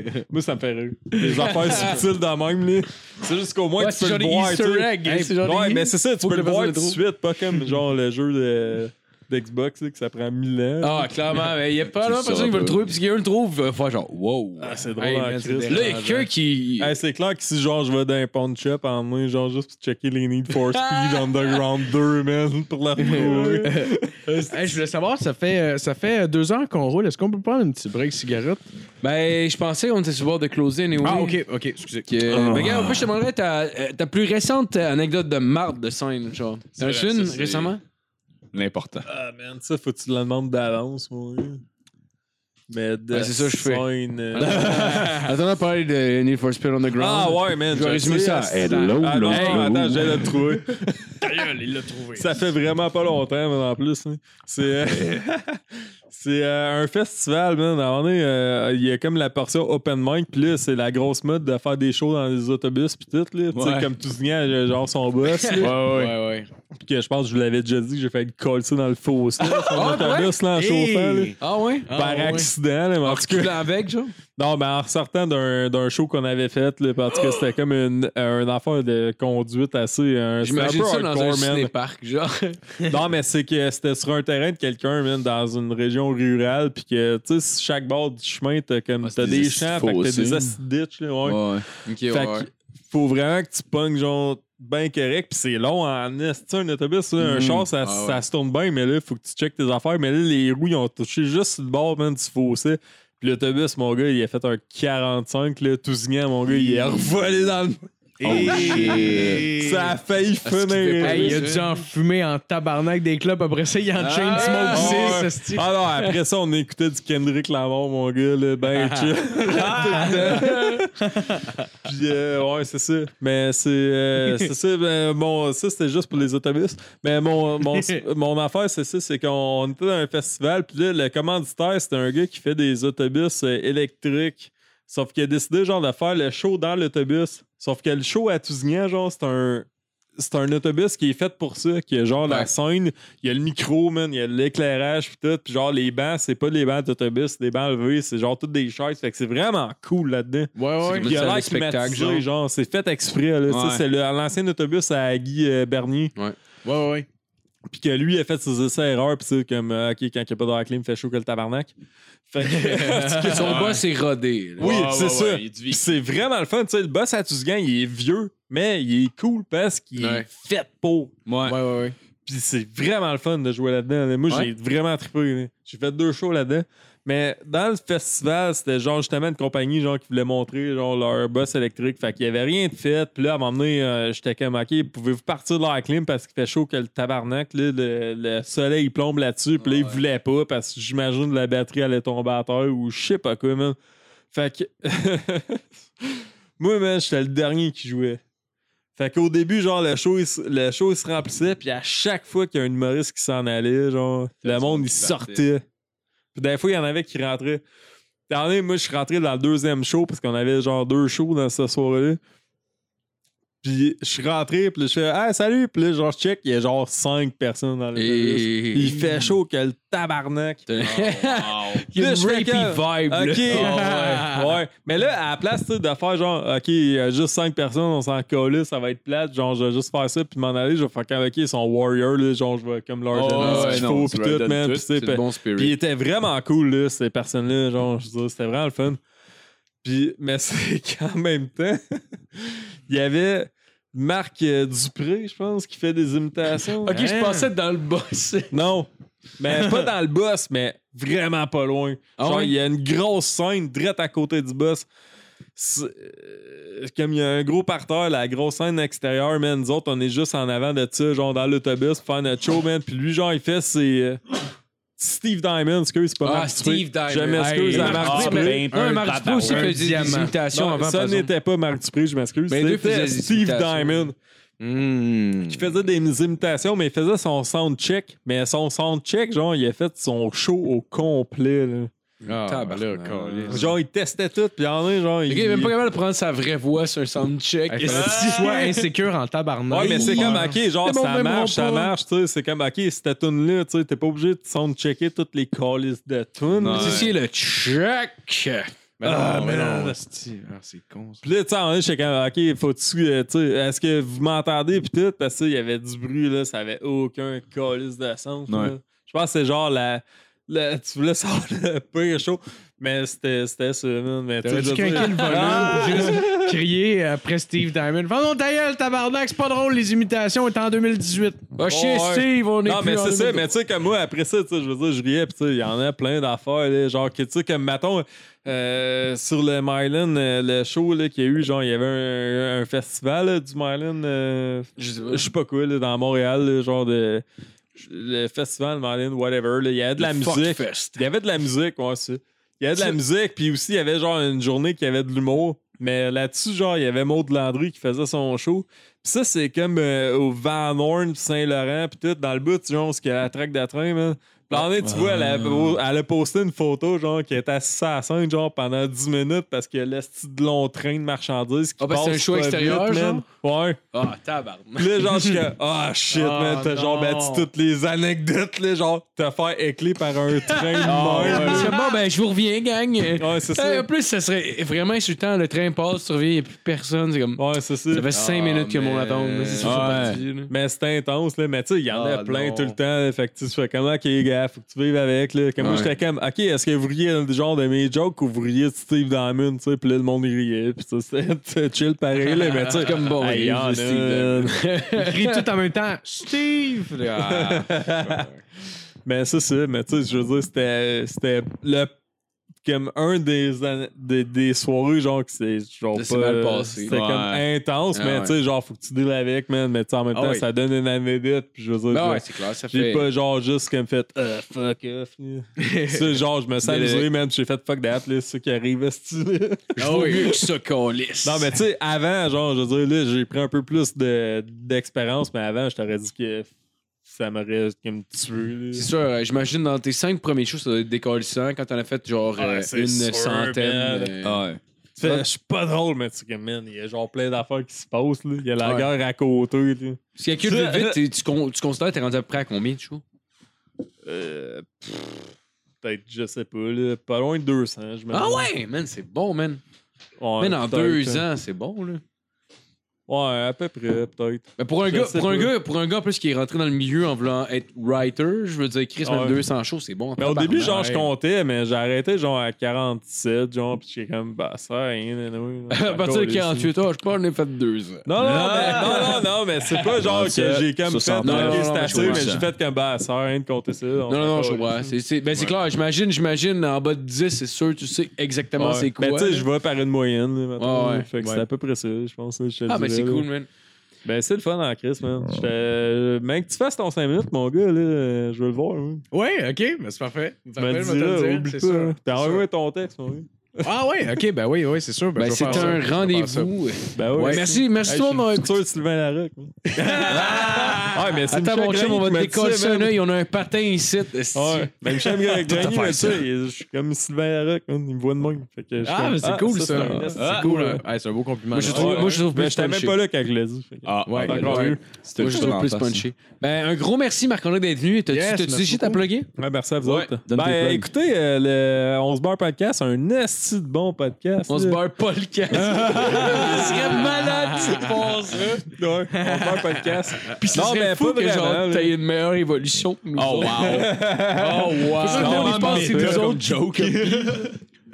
personnes. Moi, ça me fait rire. Les affaires subtiles de même, là. C'est juste qu'au moins,
Ouais,
tu
c'est
peux
genre
le
des
voir. tu sais.
Easter eggs. hein, c'est genre
Ouais,
des-
mais c'est ça, tu
Faut
peux
que
le
la
voir tout
personne
de suite, pas comme genre le jeu de. d'Xbox, là, que ça prend 1000 ans.
Ah, clairement, mais il y a pas vraiment
Tu le
personne qui
sauras
va le
pas.
trouver, parce qu'il le trouve, il va faire genre, wow.
Ah, c'est drôle
Hey,
en
man,
Christ.
c'est dérangeant. Là, il y a quelqu'un qui.
Hey, c'est clair que si genre je vais dans un pawn shop en main, genre juste pour checker les Need for Speed Underground 2, man, pour la retrouver.
Hey, je voulais savoir, ça fait, euh, ça fait deux heures qu'on roule. Est-ce qu'on peut prendre un petit break cigarette? Ah,
Ben, je pensais qu'on était sur le bord de closer, anyway.
ok, excusez.
Que, mais regarde, moi, je te demanderais ta, euh, ta plus récente anecdote de marde de scène, genre. T'en as
vrai,
une
ça, c'est-
récemment?
L'important.
ah, man, ça, faut que tu la demandes d'avance, moi. Mais de
Ouais, c'est ça que je fais.
scène, euh,
Attends, on a parlé de Need for Speed Underground.
Ah ouais, man.
Je vais résumer ça à
hello,
Ah non,
hello.
attends, je viens de le trouver.
il l'a trouvé.
Ça fait vraiment pas longtemps, mais en plus. hein. C'est euh, c'est, euh, un festival, man. À un moment donné, euh, il y a comme la portion open mic, puis là, c'est la grosse mode de faire des shows dans les autobus, puis tout, là. Tu sais,
Ouais.
comme tout ce euh, genre son boss, là.
Ouais, ouais.
Ouais, ouais.
Puis que je pense que je vous l'avais déjà dit que j'ai fait coller ça dans le fossé, là, son
Ah,
autobus, là, en chauffant, là.
Ah ouais? Ah,
Par accident, là, mais
Ah,
en tout cas.
Tu l'as avec, genre?
Non, mais en ressortant d'un d'un show qu'on avait fait, là, parce que c'était comme une, euh, un enfant de conduite assez. Un, c'était un
J'imagine
peu
ça dans un
hardcore, man.
cinéparc, genre.
Non, mais c'est que c'était sur un terrain de quelqu'un, man, dans une région rurale, puis que, tu sais, sur chaque bord du chemin, t'as comme,
Ah, c'est
t'as
des
des, champs, fait
esti de
que t'as
fossés.
des acides ditch, là, ouais.
ouais. Ok, ouais.
Fait
ouais.
que faut vraiment que tu pognes, genre, bien correct, puis c'est long en est. Tu sais, un autobus, là, un char, ça,
Ah ouais.
ça se tourne bien, mais là, faut que tu checkes tes affaires, mais là, les roues, ils ont touché juste sur le bord, man, du fossé. Puis l'autobus, mon gars, il a fait un 45, là, tout zignant, mon gars, il est revolé dans le... Ça a failli finir.
pas-
Oh, Hey, il a
Oui,
dû
c'est-
en fumer en tabarnak des clubs. Après ça, il en
Ah,
chain smoke
ouais.
six, ce style.
Ah non, après ça, on écoutait du Kendrick Lamar, mon gars, là, ben chill. Tout le temps. Puis, euh, ouais, c'est ça. Mais c'est euh, c'est ça. ben, mon, ça, c'était juste pour les autobus. Mais mon, mon, mon affaire, c'est ça, c'est qu'on on était dans un festival, puis là, le commanditaire, c'était un gars qui fait des autobus euh, électriques. Sauf qu'il a décidé, genre, de faire le show dans l'autobus. Sauf que le show à Tousignan, genre, c'est un... C'est un autobus qui est fait pour ça, qui est genre la
Ouais.
scène, il y a le micro, man, il y a l'éclairage, puis tout, puis genre les bancs, c'est pas des bancs d'autobus, c'est des bancs levés, c'est genre toutes des chaises, fait que c'est vraiment cool là-dedans.
Ouais, ouais.
Puis il y a
C'est un
l'air
spectacle,
climatisé,
genre.
genre, c'est fait exprès, là. Ça,
Ouais.
c'est le- l'ancien autobus à Guy euh, Bernier,
Ouais, ouais.
puis que lui a fait ses essais-erreurs, puis c'est comme, euh, ok, quand il n'y a pas d'air clim, il fait chaud que le tabarnak. Fait que,
Son boss est rodé. là.
oui,
Ouais,
c'est
ouais,
ça.
ouais, il est du
Puis
vie.
c'est vraiment le fun, tu sais, le boss à Tusgan, il est vieux, mais il est cool parce qu'il
Ouais.
est fait pour.
Ouais, ouais, ouais.
Puis c'est vraiment le fun de jouer là-dedans. là. Moi,
Ouais.
j'ai vraiment trippé. là. J'ai fait deux shows là-dedans. Mais dans le festival, c'était genre justement une compagnie genre, qui voulait montrer genre, leur boss électrique. Fait qu'il n'y avait rien de fait. Puis là, à un moment donné, euh, j'étais comme, OK, pouvez-vous partir de la clim parce qu'il fait chaud que le tabarnak, là, le, le soleil plombe là-dessus. Puis là, ils voulaient pas parce que j'imagine que la batterie allait tomber à terre ou je sais pas quoi, man. Fait que. Moi, man, j'étais le dernier qui jouait. Fait qu'au début, genre, le show, il, se- le show, il se remplissait, puis à chaque fois qu'il y a un humoriste qui s'en allait, genre, le monde, il
qui partait.
sortait. Puis des fois, il y en avait qui rentraient. T'en as, moi, je suis rentré dans le deuxième show, parce qu'on avait genre deux shows dans ce soirée-là. Puis je suis rentré, puis là, je fais « Ah, salut! » Puis là, genre, je check, il y a genre cinq personnes dans le
Et-
Il fait chaud que le tabarnak.
Il y a
Là,
une
je fais
rapey
que-
vibe. là.
OK.
Ah,
ouais. Mais là, à la place tu sais, de faire genre, OK, il y a juste 5 personnes, on s'en colle, ça va être plate. Genre, je vais juste faire ça, puis m'en aller. Je vais faire comme, OK, ils sont warriors, là, genre, je vais comme leur
Oh,
donner ce
ouais,
qu'il
non,
faut,
tu
puis
leur
tout,
donnes
man.
tout,
Puis, tu sais,
C'est le
puis-
bon
puis ils
spirit.
étaient vraiment cool, là, ces personnes-là. Genre, je veux dire, c'était vraiment le fun. Puis, mais c'est qu'en même temps, il y avait Marc euh, Dupré, je pense, qui fait des imitations.
Ok, je pensais dans le boss.
Non. Mais pas dans le boss, mais vraiment pas loin.
Ah
Genre,
ouais?
il y a une grosse scène drette à côté du boss. C'est- euh, Comme il y a un gros parterre, la grosse scène extérieure, man, nous autres, on est juste en avant de ça, genre dans l'autobus, pour faire notre show, man. Puis lui, genre, il fait ses. euh, Steve Diamond, excuse, c'est pas
Ah,
Marc Dupré.
Steve Diamond.
Je m'excuse
Hey,
à Marc
Marc
Dupré.
ben,
Un Marc Dupré aussi
Un
faisait des
diamant.
imitations
Non,
avant.
ça
par exemple.
n'était pas Marc Dupré, je m'excuse.
Ben, les deux faisaient
C'était
des
Steve
imitations.
Diamond
Mm.
qui faisait des imitations, mais il faisait son soundcheck. Mais son soundcheck, genre, il a fait son show au complet. là.
Ah,
Tabarnak.
là, câlisse.
Genre, il testait tout, puis en un, genre,
Le
il...
gars, il est même pas capable de prendre sa vraie voix sur un soundcheck.
Hey, fallait que tu sois insécure en tabarnak.
Ouais, mais c'est
Pour
comme,
faire-
ok, genre,
C'est bon,
ça
même
marche, ça
pas.
marche, tu sais, c'est comme, ok, cette tune-là, tu sais, t'es pas obligé de soundchecker toutes les calls de tunes.
Ici, le check.
Mais non,
Ah,
mais
merde.
non, hostie. Ah, c'est con. ça.
Puis là, tu sais, en je j'étais comme, OK, faut-tu, euh, tu sais, est-ce que vous m'entendez? Puis tout, parce que il y avait du bruit, là, ça avait aucun calice de sens. là.
Ouais.
Je pense que c'est genre la. la- tu voulais savoir le pire show, mais c'était c'était ça, man. Mais tu sais,
T'aurais
je
dû
veux dire-
craquer le
Ah!
volume, juste crier après Steve Diamond. Va non, ta gueule, tabarnak, c'est pas drôle, les imitations, est en 2018.
Ah, chier,
Ouais.
Steve, on est
Non,
plus
mais
en
c'est ça,
2000.
mais tu sais, comme moi, après ça, tu sais, je veux dire, je riais, puis tu sais, il y en a plein d'affaires, là, genre, que tu sais, comme, mettons, euh, sur le Mylan, euh, le show, là, qu'il y a eu, genre, il y avait un, un festival, là, du Mylan, euh, je sais pas- je sais pas quoi, là, dans Montréal, là, genre, de, le festival Mylan, whatever, là, il y avait de la
Le
musique.
Fuckfest.
Il y avait de la musique, ouais, c'est. Il y avait de la
Tu-
musique, puis aussi, il y avait genre une journée qui avait de l'humour. Mais là-dessus, genre, il y avait Maud Landry qui faisait son show. Puis ça, c'est comme euh, au Van Horn, puis Saint-Laurent, puis tout, dans le bout, tu genre, ce qu'il y a la traque de train, man. Puis là, on est, tu vois, elle a, elle a posté une photo, genre, qui était assise à la scène, genre, pendant 10 minutes, parce qu'il y a l'esti de long train de marchandises qui
Ah, parce que c'est
passe
un show
pas
extérieur,
vite, man. Ouais.
Ah, tabarnak.
Puis là, genre, je suis comme, ah shit,
Ah,
man, t'as genre
non.
battu toutes les anecdotes, là, genre, te faire écler par un train de même.
Parce que Bon, ben, je vous reviens, gang.
Ouais, c'est ça.
Eh,
Euh,
en plus, ça serait vraiment insultant. Le train passe, tu reviens, il n'y a plus personne. C'est comme.
Ouais, c'est ça.
Ça fait 5
Ah,
minutes que mon
mais-
attend. là. C'est sûr,
Ouais.
parti. là.
Mais c'était intense, là. Mais tu sais, il y en
Ah,
a plein
non.
tout le temps. là. Fait que tu sais, tu fais comme, OK, gars, faut que tu vives avec, là. Comme moi,
Ouais.
j'étais comme, OK, est-ce que vous riez du genre de mes jokes ou vous riez de Steve Diamond, tu sais? Puis là, le monde il riait. Puis ça, c'était- c'était chill pareil, là. Mais tu sais,
Comme bon,
hey,
il
y en a,
Steve Diamond.
Il crie tout en même temps. Steve! Ah.
Mais Ben, c'est ça, mais tu sais, je veux dire, c'était, c'était le, comme un des, an- des, des soirées, genre, que c'est genre
Ça s'est
pas-
mal passé.
C'était
Ouais.
comme intense,
Ah
mais
ouais.
tu sais, genre, faut que tu deals avec, man, mais tu sais, en même
Ah
temps,
oui.
ça donne une anecdote, puis je veux dire,
Ben
je-
ouais, c'est clair, ça
j'ai
fait.
pas genre juste comme fait Ah, fuck off. là. Tu sais, genre, je me sens
Mais le-
amusé, man, puis j'ai fait fuck that, là, c'est ça qui arrive, style.
Ah oui. mieux que ça, câlisse.
Non, mais tu sais, avant, genre, je veux dire, là, j'ai pris un peu plus de, d'expérience, mais avant, je t'aurais dit que ça m'aurait comme tué. là.
C'est sûr, euh, j'imagine dans tes cinq premiers shows, ça doit être décollissant quand t'en as fait genre
Ouais,
euh,
c'est
une
sûr,
centaine.
man.
euh,
Ah, Ouais.
Tu fais, Je suis pas drôle, mais tu sais, man, il y a genre plein d'affaires qui se passent, là. Il y a la
Ouais.
guerre à côté, là.
Si tu calcules vite, vite, t'es- tu, con- tu considères que t'es rendu à peu près à combien de shows?
Euh, pff, Peut-être, je sais pas, là, pas loin de 200, je me
Ah ouais, man, c'est bon, man.
Ben, Ouais,
man, en
peut-être,
deux
hein.
ans, c'est bon, là.
Ouais, à peu près, peut-être.
Mais pour un,
Je
gars,
sais
pour, un
pas.
gars, pour un gars en plus qui est rentré dans le milieu en voulant être writer, je veux dire, Chris, même
Ouais.
200 shows, c'est bon. en
Mais au
tabarnak.
début, genre, je
ouais.
comptais, mais j'ai arrêté, genre, à 47, genre, pis j'étais comme, bah, ça, rien, anyway, là,
À partir de
encore, ici.
48 heures, je pense qu'on a fait deux ans.
Non, non, mais- non, non, non, mais c'est pas genre que
Trente-sept,
j'ai comme fait,
soixante-neuf,
non, non,
non,
c'est
mais
assez,
je
mais
comprends.
j'ai fait comme, bah, ça sert à rien de compter ça.
Non, non, non, je vois. C'est, c'est- ben, c'est clair, j'imagine, j'imagine, en bas de 10, c'est sûr, tu sais exactement c'est quoi.
Mais Ben, tu sais,
là.
je vais par une moyenne, là, mettons,
Ouais, ouais.
là. Fait que
Ouais.
c'est à peu près ça, je pense, là, je te
ah, mais
dirais,
c'est
là.
cool, man.
Ben, c'est le fun en Chris, man. J'étais- euh, Mec, tu fasses ton 5 minutes, mon gars, là, euh, je veux le voir, là.
Ouais, ok, ben c'est parfait.
Tu m'as
Parfait, je
dit,
vais te le
là,
dire,
oublie
c'est
pas.
sûr,
hein. T'as
c'est sûr.
envoyé ton texte, mon gars.
Ah ouais, ok, ben oui, oui, c'est sûr. Ben,
Ben,
je vais
c'est
faire ça, je
un
vais faire ça.
rendez-vous.
Ben ouais.
Ouais, merci, merci tout le monde.
Futur de Sylvain Larocque. moi. ouais, mais c'est
Attends,
Michel
mon chum,
Grenier
on va
qui m'a
te
dit
décoller
ça,
ça un
man.
œil. On a un patin ici. esti.
Ouais, mais Michel Grenier
Tout à
m'a
fait
dit ça.
ça.
il- Je suis comme Sylvain Larocque, man, il me voit de même. Fait que je suis
Ah,
comme,
mais c'est cool
c'est
ça.
un esti.
C'est cool. hein. Ah, C'est un beau compliment.
Moi, je
là.
trouve- moi, je trouve
Mais
plus
Ben, j'étais même
punchy.
pas là quand il l'a dit. fait que-
Ah,
Ouais,
encore
ouais.
mieux.
C'était
Moi, je
juste
trouve
en
plus
face.
punché. Ben, un gros merci, Marc-André, d'être venu. T'as-tu
Yes,
t'as-tu
merci
des shit à
beaucoup.
plugger?
Ouais, merci à vous
Ouais,
autres.
donne tes
Ben,
plugs.
écoutez, euh, le On se barre podcast, un esti de bon podcast.
On se
là.
barre pas le casque. Ce serait malade si tu penses ça.
Ouais, On se barre podcast.
Puis ça
Non,
serait
mais
fou
pas
que
vraiment,
genre
là. Ah,
t'aies une meilleure évolution que nous
Oh,
autres.
wow.
Oh, wow.
Faut pas qu'on y pense, c'est nous autres
joke.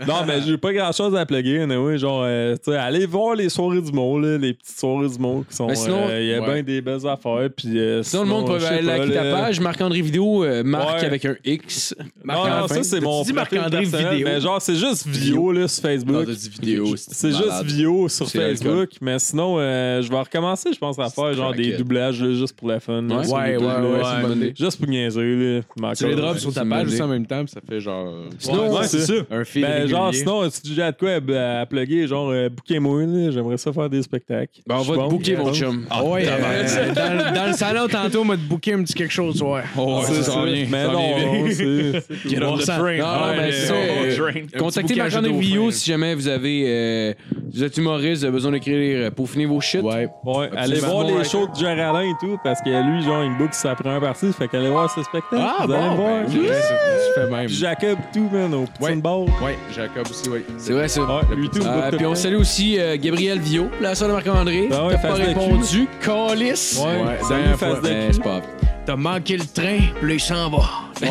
Non, mais j'ai pas grand chose à plugger. anyway, genre, euh, tu sais, allez voir les soirées du mot, là, les petites soirées du mot qui sont.
Mais sinon-
euh, Il y a
ouais.
bien des belles affaires. Puis, euh,
Sinon, le monde peut aller liker ta page. Marc-André Vidéo, euh, Marc
Ouais.
avec un X.
Non, non, ça, c'est mon.
T'as-tu dit
profil
Marc-André
personnel,
vidéo?
Mais genre, c'est juste vidéo, là, sur Facebook.
vidéo.
C'est juste vidéo sur
C'est l'alcool.
Facebook, mais sinon, euh, je vais recommencer, je pense, à faire genre des
tranquille.
doublages là, juste pour la fun. là, sur
Ouais, ouais,
YouTube, là.
ouais, c'est une bonne idée.
Juste pour niaiser. Là.
Tu les drops sur
sur
ta
C'est une
page
bonne
juste en même temps, puis ça fait genre. euh,
Sinon,
Ouais,
ouais,
c'est
c'est
ça.
Un fil.
Ben, genre,
régulier.
sinon, si tu déjà de quoi à, à plugger, genre, euh, bouquez-moi, là, j'aimerais ça faire des spectacles.
Ben, on
Je suis
va te
bon.
booker, mon
Ouais.
chum.
Ah ouais, euh, dans, dans le salon, tantôt, on m'a booké un petit quelque chose, ouais.
Oh,
C'est ça. Mais non, non, c'est.
Get on the train.
Non, mais c'est ça, euh,
Un petit
Contactez
bouquet à
Marc-André
jeter au
Vidéo
frère.
si jamais vous avez euh, Vous êtes humoriste, vous avez besoin d'écrire pour finir vos shit.
Ouais.
Ouais, allez voir les shows de Géraldin et tout, parce que lui, genre, il me book sa première partie, fait qu'allez voir ce spectacle.
Ah,
Vous allez
bon,
voir.
ben, je je fais même.
Puis Jacob tout, man, au petit
Ouais.
bord.
Ouais, Jacob aussi, ouais.
C'est vrai, ça.
Ouais, lui tout.
Euh, puis on salue aussi euh, Gabriel Vio, la soeur de Marc-André.
Ah ouais,
T'as pas
face de cul.
répondu, Calice.
Ouais,
Ouais,
salut,
dernière
face de
Ben, c'est pas grave.
T'as manqué le train, le s'en va.
Ouais.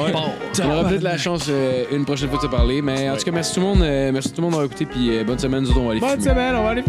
On aura peut-être la chance euh, une prochaine fois de se parler. Mais en tout cas, merci tout le monde. euh, merci tout le monde d'avoir écouté. Puis euh, bonne semaine, nous autres, on va aller
Bonne
fumer.
semaine, on va aller.